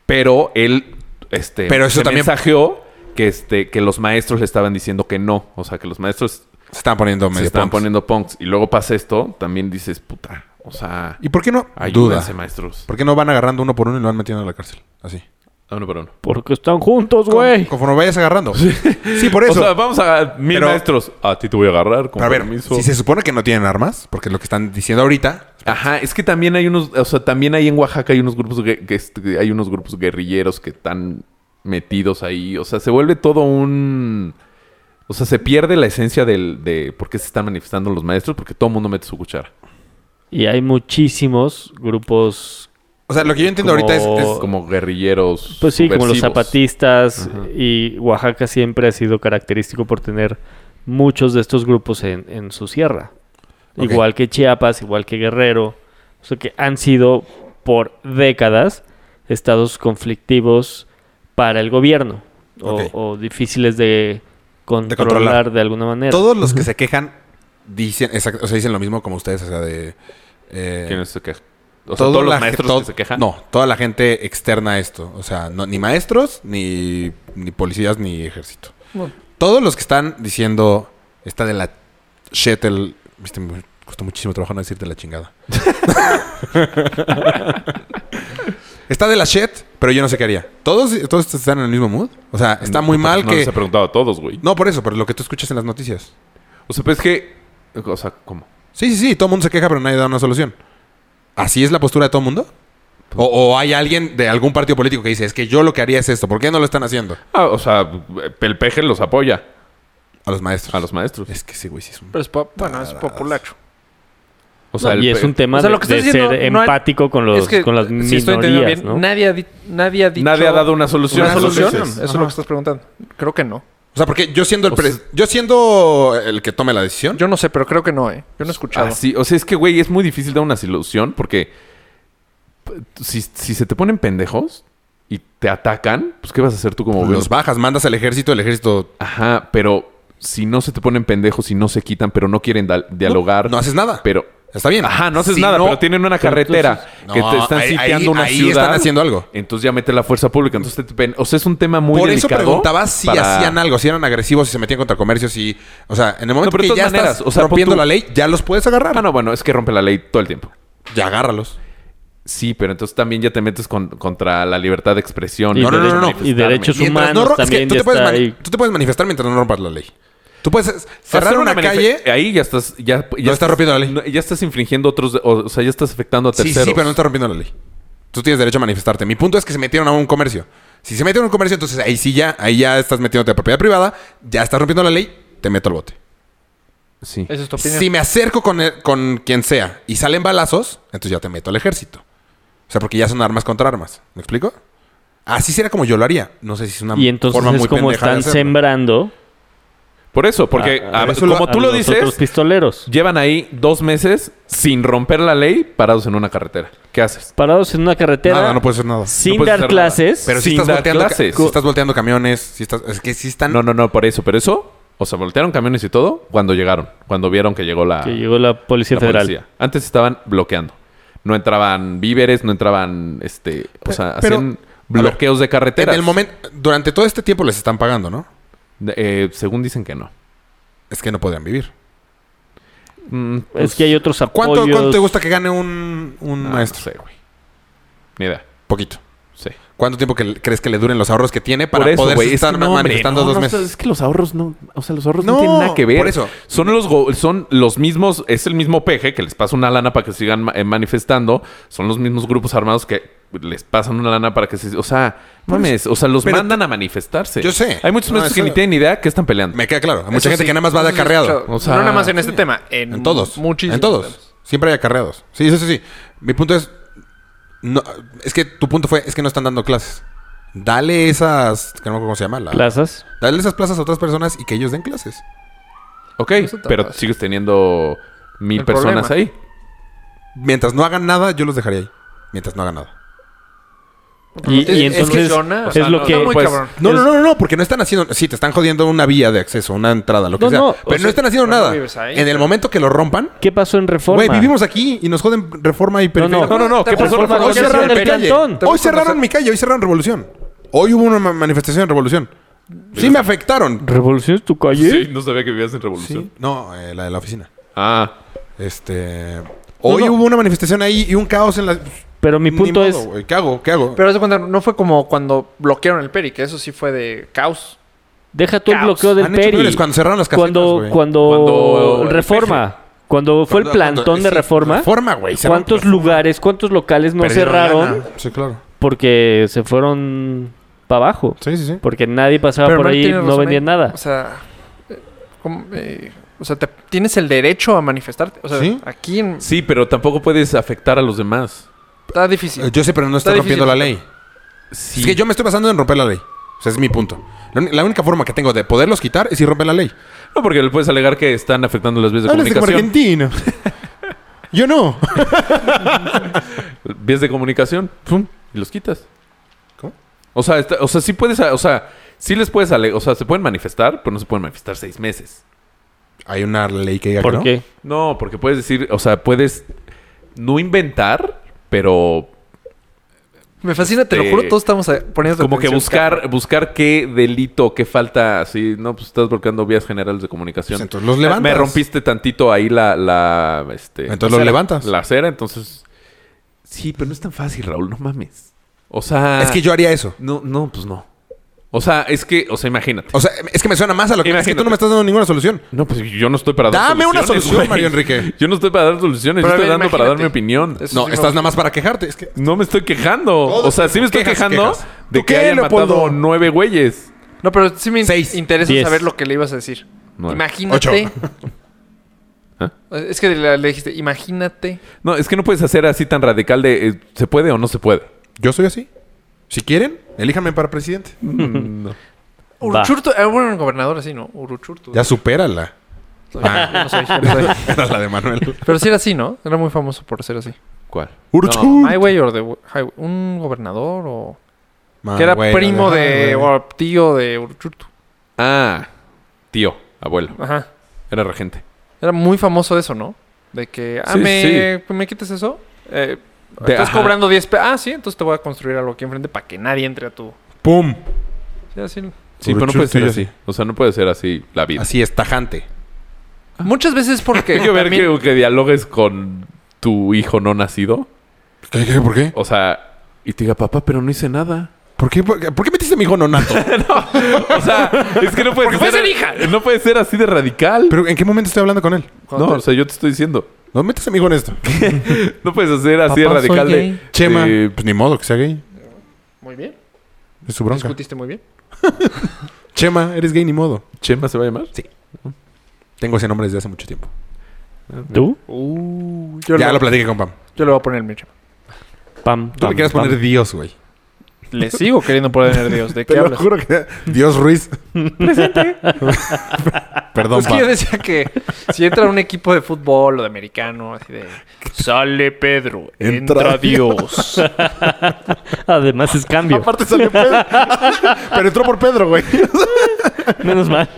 G: Pero él este
A: Pero eso
G: se
A: también-
G: mensajeó que este que los maestros le estaban diciendo que no, o sea, que los maestros
A: Se estaban poniendo medio
G: se están
A: punks.
G: poniendo punks. Y luego pasa esto, también dices, puta, o sea,
A: ¿Y por qué no? Duda.
G: ayúdense, maestros.
A: ¿Por qué no van agarrando uno por uno y lo van metiendo a la cárcel? Así.
G: Ah, uno por uno.
F: Porque están juntos,
A: Con-
F: güey.
A: Conforme vayas agarrando. Sí, por eso.
G: O sea, vamos a mil
A: Pero-
G: maestros. A ti te voy a agarrar, con
A: Pero a ver,
G: permiso.
A: si se supone que no tienen armas, porque lo que están diciendo ahorita,
G: Ajá, es que también hay unos, o sea, también hay en Oaxaca hay unos grupos gue- que este, hay unos grupos guerrilleros que están metidos ahí. O sea, se vuelve todo un. O sea, se pierde la esencia del, de por qué se están manifestando los maestros, porque todo el mundo mete su cuchara.
F: Y hay muchísimos grupos,
A: o sea, lo que yo entiendo
F: Como-
A: ahorita es, es-
G: Como guerrilleros.
F: pues sí, como los
G: subversivos.
F: zapatistas.
G: Ajá.
F: Y Oaxaca siempre ha sido característico por tener muchos de estos grupos en, en su sierra.
A: Ok.
F: Igual que Chiapas, igual que Guerrero. O sea, que han sido por décadas estados conflictivos para el gobierno. O,
A: Ok.
F: o difíciles de controlar, de
A: controlar.
F: alguna manera.
A: todos
G: *laughs*
A: los que se quejan dicen, exacto, o sea, dicen lo mismo como ustedes, o sea, de eh,
G: ¿Quiénes se quejan? O sea,
A: todo
G: todos los
A: la ge-
G: maestros
A: todo-
G: que se quejan.
A: No, toda la gente externa a esto. O sea, no- ni maestros, ni, ni policías, ni ejército.
H: Bueno.
A: Todos los que están diciendo está de la shit el... Viste, me costó muchísimo trabajo no decirte la chingada. *laughs* está de la shit Pero yo no sé qué haría. ¿Todos, todos están en el mismo mood? O sea, está muy mal
G: no
A: que...
G: se ha preguntado a todos, güey.
A: No, por eso, pero lo que tú escuchas en las noticias.
G: O sea, pues es que... O sea, ¿cómo?
A: Sí, sí, sí, todo el mundo se queja, pero nadie da una solución. ¿Así es la postura de todo el mundo? O, o hay alguien de algún partido político que dice, es que yo lo que haría es esto, ¿por qué no lo están haciendo?
G: Ah, o sea, el peje los apoya
A: A los maestros.
G: a los maestros.
A: Es que sí, güey, sí es un...
H: Pero es pop- bueno, es populacho.
G: O sea, el
F: y es
G: pe-
F: un tema
H: o sea,
F: de,
H: lo que estás
F: de
H: diciendo,
F: ser
H: no hay-
F: empático con, los,
H: es que,
F: con las
H: si estoy entendiendo
F: minorías,
H: bien,
F: ¿no?
H: nadie, ha di- nadie ha dicho...
G: Nadie ha dado una solución.
H: una
G: a los
H: solución.
G: peces.
H: Eso es lo que estás preguntando. Creo que no.
A: O sea, porque yo siendo el, pre- yo siendo el que tome la decisión,
H: Yo no sé, pero creo que no, ¿eh? Yo no he escuchado.
G: Ah, sí. O sea, es que, güey, es muy difícil dar una solución porque p- si, si se te ponen pendejos y te atacan, pues ¿qué vas a hacer tú como
A: los
G: gobierno?
A: bajas, mandas al ejército, el ejército
G: Ajá, pero si no se te ponen pendejos y no se quitan, pero no quieren da- dialogar.
A: no haces nada.
G: Pero.
A: Está bien.
G: Ajá, no haces
A: Si
G: nada,
A: no- pues,
G: pero tienen una carretera
A: entonces-
G: que
A: No,
G: te están
A: ahí-
G: sitiando
A: ahí-
G: una
A: ahí
G: ciudad.
A: están haciendo algo.
G: Entonces ya mete la fuerza pública. Entonces te, pen- o sea, es un tema muy
A: Por eso
G: delicado
A: preguntaba si
G: para-
A: hacían algo, si eran agresivos, si se metían contra comercios, si... O sea, en el
G: No,
A: momento
G: pero
A: que
G: de
A: ya
G: todas maneras,
A: estás
G: o sea, pon
A: rompiendo
G: tú-
A: la ley, ya los puedes agarrar.
G: Ah, no, bueno, es que rompe la ley todo el tiempo.
A: Ya agárralos.
G: Sí, pero entonces también ya te metes con- contra la libertad de expresión.
F: Y
A: No, no,
G: de
A: no, no, no.
F: Y
G: manifestarme.
F: derechos
A: Mientras
F: humanos
A: ro- es que
F: también
A: tú,
F: ya
A: te puedes
F: está
A: mani-
F: ahí.
A: tú te puedes manifestar mientras no rompas la ley. Tú puedes cerrar
G: Hacer
A: una,
G: manife-
A: calle...
F: eh,
G: Ahí ya estás. Ya, ya
A: estás rompiendo la ley.
G: no, ya estás infringiendo otros. O, o sea, ya estás afectando a
A: Sí,
G: terceros.
A: sí, pero no está rompiendo la ley. Tú tienes derecho a manifestarte. Mi punto es que se metieron a un comercio. Si se metieron a un comercio, entonces ahí sí ya, ahí ya estás metiéndote a propiedad privada, ya estás rompiendo la ley, te meto al bote.
G: Sí.
H: Esa es tu opinión.
A: Si me acerco con, el- con quien sea y salen balazos, entonces ya te meto al ejército. O sea, porque ya son armas contra armas. ¿Me explico? Así sería como yo lo haría. No sé si es una
F: Y entonces
A: forma
F: es
A: muy
F: como
A: pendeja de
F: están
A: hacerlo.
F: sembrando
G: Por eso, porque
F: A- a-
G: a-
A: Ah, eso lo-
G: como tú
F: ah, a
G: lo
F: los otros
G: dices,
F: pistoleros.
G: llevan ahí dos meses sin romper la ley parados en una carretera. ¿Qué haces?
F: Parados en una carretera
A: Nada, no puede ser nada.
F: sin
G: no puedes
F: dar
G: hacer nada.
F: clases.
A: Pero si
G: sin
A: estás,
G: dar
A: volteando, ca-
G: clases.
A: si estás volteando camiones, si estás, es que si están...
G: No, no, no, por eso. Pero eso, o sea, voltearon camiones y todo cuando llegaron. Cuando vieron que llegó la.
F: Que llegó la Policía
G: la
F: Federal.
G: policía. Antes estaban bloqueando. No entraban víveres, no entraban. este, O sea,
A: Pero-
G: hacían
A: ver,
G: bloqueos de
A: en
G: carreteras.
A: el momento, durante todo este tiempo les están pagando, ¿no?
G: Eh, según dicen que no.
A: Es que no podrían vivir.
G: Mm,
F: Es que hay otros apoyos.
A: ¿Cuánto, cuánto te gusta que gane un, un
G: Ah, no,
A: maestro?
G: No sé, güey. Ni idea.
A: Poquito.
G: Sí.
A: ¿Cuánto tiempo que- crees que le duren los ahorros que tiene para
G: Por eso,
A: poder
G: güey, es
A: estar
G: que
A: ma-
G: no, hombre,
A: manifestando
G: no,
A: dos
G: no,
A: meses?
G: Es que los ahorros no. O sea, los ahorros no,
A: No,
G: tienen nada que ver.
A: por eso.
G: Son los go- son los mismos. Es el mismo peje que les pasa una lana para que sigan ma- eh, manifestando. Son los mismos grupos armados que les pasan una lana para que se. O sea, mames. O sea, los
A: pero-
G: mandan a manifestarse.
A: Yo sé.
G: Hay muchos
A: No,
G: maestros que
A: eso-
G: ni tienen idea que están peleando.
A: Me queda claro. Hay mucha
H: Eso
A: gente
H: sí,
A: que nada más va de
H: eso sí he
A: acarreado.
H: escuchado.
G: O sea,
H: no nada más en este tema. En,
A: En todos.
H: Muchísimos.
A: En todos.
H: temas.
A: Siempre hay acarreados. Sí, eso sí. Mi punto es... no- es que tu punto fue... Es que no están dando clases. Dale esas... que no me acuerdo ¿Cómo se llama? La-
F: Plazas.
A: dale esas plazas a otras personas y que ellos den clases.
G: Ok,
H: Eso está
G: pero
H: fácil.
G: sigues teniendo mil
H: El
G: personas ahí.
H: problema.
A: Mientras no hagan nada, yo los dejaría ahí. Mientras no hagan nada.
F: Y,
H: Es-
F: y
H: es que
F: entonces es,
H: funciona, o sea,
F: lo
H: no-
F: que...
H: está muy
F: pues,
H: cabrón.
A: No,
F: es-
A: no, no, no, no, porque no están haciendo. Sí, te están jodiendo una vía de acceso, una entrada, lo que
F: No,
A: sea.
F: no, o
A: pero no
F: sea,
A: están haciendo
H: pero no
A: nada.
H: vives ahí,
A: en el
H: pero-
A: momento que lo rompan,
F: ¿Qué pasó en Reforma?
A: güey, vivimos aquí y nos joden reforma y periferia.
G: No, no, no. ¿Qué pasó?
F: Reforma,
G: Reforma?
F: hoy
G: Hoy
F: cerraron
G: cerraron
F: el
A: Calle.
F: cantón.
A: Hoy cerraron mi calle, hoy cerraron Revolución. Hoy hubo una ma- manifestación en Revolución. Sí me afectaron.
F: ¿Revolución es tu calle?
G: Sí, no sabía que vivías en revolución.
A: No, eh, la de la oficina.
G: Ah,
A: Este. Hoy
F: No, no.
A: hubo una manifestación ahí y un caos en la.
F: Pero mi
A: Ni
F: punto
A: modo,
F: es...
A: güey, ¿Qué hago? ¿Qué hago?
H: Pero haz de cuenta, no fue como cuando bloquearon el Peri, que eso sí fue de caos.
F: Deja tú el
H: Caos.
F: bloqueo del
A: Han hecho
F: Peri.
A: peores cuando cerraron las casetas,
F: cuando,
A: güey.
F: cuando,
G: Cuando el
F: Reforma. Cuando fue el
A: Cuando-
F: plantón
A: cuando-
F: de
A: sí,
F: Reforma.
H: ¿ah?
A: Reforma, güey. cerraron
F: ¿Cuántos
A: Reforma.
F: lugares, cuántos locales no
A: Perdieron
F: cerraron
A: lana. Sí, claro.
F: porque se fueron para abajo?
A: Sí, sí, sí.
F: Porque nadie pasaba por
H: Manuel
F: ahí,
H: tiene
F: no ¿eh?
H: razón
F: vendía
H: ahí.
F: nada.
H: O sea, eh, ¿cómo, eh, o sea te- tienes el derecho a manifestarte. O sea,
A: Sí.
H: aquí en-
G: sí, pero tampoco puedes afectar a los demás.
H: está difícil.
A: Eh, Yo sé, pero no estoy
H: Está
A: rompiendo
H: difícil.
A: la ley.
G: Sí.
A: Es que yo me estoy basando en romper la ley. O sea, es mi punto. La, uni- la única forma que tengo de poderlos quitar es si rompen la ley.
G: No, porque le puedes alegar que están afectando las vías de comunicación.
A: argentino. Yo no.
G: Vías de comunicación. pum, Y los quitas.
A: ¿Cómo?
G: O sea, está- o sea, sí puedes... a- O sea, sí les puedes alegar... O sea, se pueden manifestar, pero no se pueden manifestar seis meses.
A: Hay una ley que diga que
F: ¿Por
A: no.
F: qué?
G: No, porque puedes decir... O sea, puedes... No inventar, pero...
H: Me fascina, te lo
G: Este,
H: juro, todos estamos a- poniendo
G: Como que
H: atención,
G: buscar...
H: cabrón.
G: Buscar qué delito, qué falta... Así, no, pues estás bloqueando vías generales de comunicación.
A: Pues entonces los levantas.
G: Me rompiste tantito ahí la... la este,
A: Entonces los
G: la acera.
A: levantas.
G: La acera, entonces... Sí, pero no es tan fácil, Raúl. No mames. O sea.
A: Es que yo haría eso.
G: No, no, pues no. O sea, es que, o sea, imagínate.
A: O sea, es que me suena más a lo que... Es que tú no me estás dando ninguna solución.
G: No, pues yo no estoy para dar
A: Dame una
G: soluciones,
A: solución,
G: güey.
A: Mario Enrique.
G: Yo no estoy para dar soluciones,
H: Pero
G: yo
H: a
G: estoy
H: ver,
G: dando para dar mi
H: imagínate.
G: opinión.
H: Eso
A: No,
H: sí me
A: estás
H: gusta.
A: nada más para quejarte. Es que...
G: No me estoy quejando.
A: Todos
G: o sea, sí me estoy
A: quejas,
G: quejando
A: quejas.
G: de
A: ¿Tú
G: que
A: qué,
G: hayan
A: Leopoldo?
G: matado nueve güeyes.
H: No, pero sí me in-
A: Seis.
H: interesa
F: Diez.
H: saber lo que le ibas a decir.
G: Nueve.
H: Imagínate. *laughs*
G: ¿Ah?
H: Es que le, le dijiste, imagínate.
G: No, es que no puedes hacer así tan radical de eh, se puede o no se puede.
A: Yo soy así. Si quieren, elíjame para presidente. Mm,
H: Uruchurtu, era un gobernador así, ¿no? Uruchurtu.
A: Ya supérala. *laughs*
H: No soy, no soy.
G: *laughs*
A: Era la de Manuel.
H: Pero sí era así, ¿no? Era muy famoso por ser así.
G: *laughs* ¿Cuál?
A: Uruchun.
H: Highway or the highway. Un gobernador o.
A: Ma,
H: que era
A: Ah, güey,
H: primo
A: la
H: de.
A: Highway.
H: o tío de Uruchurtu.
G: Ah, tío, abuelo.
H: Ajá.
G: Era regente.
H: Era muy famoso eso, ¿no? De que. Ah,
G: Sí,
H: me, ¿me quites eso? Eh,
G: De-
H: estás
G: ajá.
H: cobrando 10 pesos. Ah, sí, entonces te voy a construir algo aquí enfrente para que nadie entre a tu.
A: ¡Pum!
H: Sí, así.
G: Sí, pero no
A: Uruchurtu
G: puede ser
A: y
G: así. O sea, no puede ser así la vida.
A: Así es, tajante.
H: Muchas veces
G: *laughs*
H: porque.
G: Hay que ver
H: también-
G: que, que dialogues con tu hijo no nacido.
A: ¿Qué, qué, por qué?
G: O sea, y te diga, papá, pero no hice nada.
A: ¿Por qué, por, qué- por qué metiste a mi hijo nonato?
G: O
A: *laughs*
G: sea, es que no puede ser.
H: fue ser hija.
G: No puede ser así de radical.
A: ¿Pero en qué momento estoy hablando con él?
G: no, o sea, yo te estoy diciendo.
A: No metas a mi hijo en esto.
G: No puedes hacer así de
H: Papá, soy
G: radical de.
H: gay.
A: Chema.
G: de-
A: Pues ni modo que sea gay.
H: Muy bien.
A: Es su bronca.
H: Discutiste muy bien.
A: Chema, eres gay ni modo.
G: ¿Chema se va a llamar?
A: Tengo ese nombre desde hace mucho tiempo.
F: ¿Tú?
H: yo,
A: ya
H: le,
A: lo platiqué con Pam.
H: yo le voy a poner el mío. chavo.
F: Pam.
A: Tú le querías poner Dios, güey.
H: Le sigo queriendo poner
A: *laughs*
H: Dios. ¿De
A: Te
H: qué
A: lo
H: hablas?
A: juro que Dios Ruiz. *laughs* Perdón,
H: Es que yo
A: Pam.
H: decía que si entra un equipo de fútbol o de americano, así de. Sale Pedro,
A: Entra
H: entra, Dios.
F: Además es cambio.
A: *laughs* Aparte salió Pedro. Pero entró por
G: *laughs*
A: Pedro, güey.
F: Menos mal.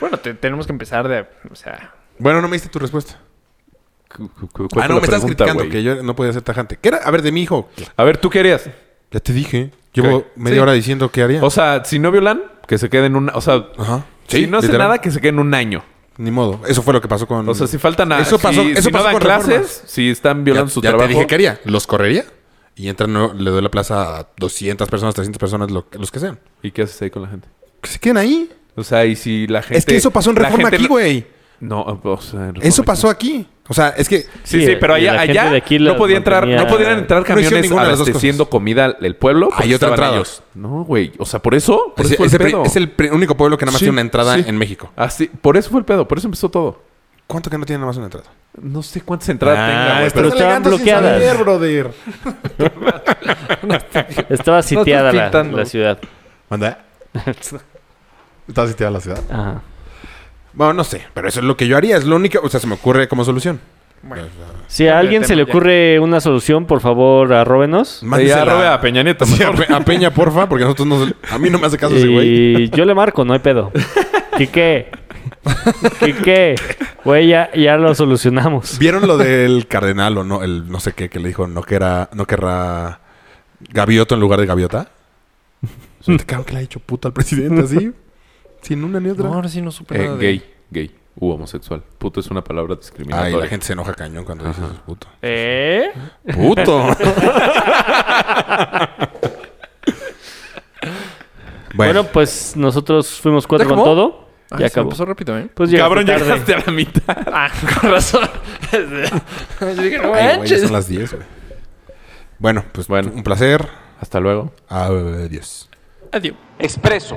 H: bueno, te- tenemos que empezar de. O sea.
A: Bueno, no me diste tu respuesta.
G: Cu- cu- cu- ¿cuál
A: Ah,
G: fue la
A: no, me estás
G: pregunta,
A: criticando
G: güey?
A: que yo no podía ser tajante. ¿Qué era? A ver, de mi hijo.
G: A ver, ¿tú qué harías?
A: Ya te dije. Llevo
G: ¿Qué?
A: media
G: Sí.
A: hora diciendo qué haría.
G: O sea, si no violan, que se queden un... O sea,
A: Ajá.
G: si no hace
A: literal.
G: nada, que se queden un año.
A: Ni modo. Eso fue lo que pasó con.
G: O sea, si faltan... A,
A: Eso pasó,
G: si,
A: eso
G: si
A: pasó
G: no dan
A: con
G: clases,
A: reformas.
G: si están violando
A: ya,
G: su
A: ya
G: trabajo...
A: te dije qué haría. Los correría. Y entran, no- le doy la plaza a 200 personas, 300 personas, lo- los que sean.
G: ¿Y qué haces ahí con la gente?
A: Que se queden ahí.
G: O sea, y si la gente...
A: es que eso pasó en
G: la
A: Reforma
G: gente
A: aquí,
G: no-
A: güey.
G: No,
F: eh,
G: o
F: pues,
G: sea... en Reforma
A: Eso
G: aquí.
A: pasó aquí. O sea, es que
G: Sí,
F: Sí,
G: sí, pero
F: y la
G: allá,
F: gente
G: allá
F: de aquí
G: no,
F: las
G: podía entrar, no
F: mantenía-
G: podían entrar
A: No hicieron
G: camiones
A: ninguna de las dos
G: abasteciendo comida al pueblo. porque
A: Hay otra
G: estaban
A: entrada.
G: ellos. No, güey. O sea, por eso... Por
A: es,
G: eso fue
A: es
G: el
A: el, pri-
G: pedo.
A: es el pri- único pueblo que nada más
G: Sí,
A: tiene una entrada
G: sí.
A: en México.
G: Así, por eso fue el pedo. Por eso empezó todo.
A: ¿Cuánto que no tiene nada más una entrada?
G: No sé cuántas entradas
A: Ah,
G: tenga, güey,
F: es-
G: pero-
F: Pero estaban bloqueadas.
A: brother.
F: *laughs* Estaba sitiada la- la,
H: pintando.
F: ciudad. *laughs*
A: ¿Manda? Estaba sitiada la ciudad.
F: Ajá.
A: Bueno, no sé, pero eso es lo que yo haría. Es lo único, o sea, se me ocurre como solución.
H: Bueno.
F: Si a alguien se le ocurre una solución, por favor, arróbenos.
G: Ya
A: Mándesela
G: robe a Peña
F: *laughs*
G: Nieto.
A: *laughs* Sí, a,
G: mejor.
A: Pe- a Peña, porfa, porque nosotros no, a mí no me hace *laughs* caso ese güey.
F: Y yo le marco, no hay
H: *laughs*
F: pedo. Quique. Quique. Güey, ya, ya lo solucionamos.
A: *laughs* ¿Vieron lo del cardenal o no? El no sé qué que le dijo no querrá, no querrá gavioto en lugar de *laughs* gaviota. O sea, Te cago que le ha dicho puta al presidente así. *laughs* Sin una ni otra.
H: No, ahora sí no supe
G: Eh,
H: nada de-
G: gay, gay. U homosexual. Puto es una palabra
A: Ay,
G: discriminatoria.
A: la gente se enoja cañón cuando dices puto.
F: ¿Eh?
A: ¡Puto! *laughs*
F: Bueno,
A: bueno,
F: pues nosotros fuimos cuatro
H: ¿Ya
F: con
H: acabó?
F: todo.
H: Ah,
F: ya
H: se me
F: acabó.
H: pasó rápido, ¿eh?
F: Pues llegaste
G: Cabrón,
F: tarde.
G: llegaste a la mitad.
H: Ah, con razón.
F: *laughs*
H: Yo dije, no
A: ay, güey, ya
H: manches.
A: son las 10, güey. Bueno, pues
G: Bueno.
A: un placer.
G: Hasta luego.
A: Adiós.
H: Adiós.
I: Expreso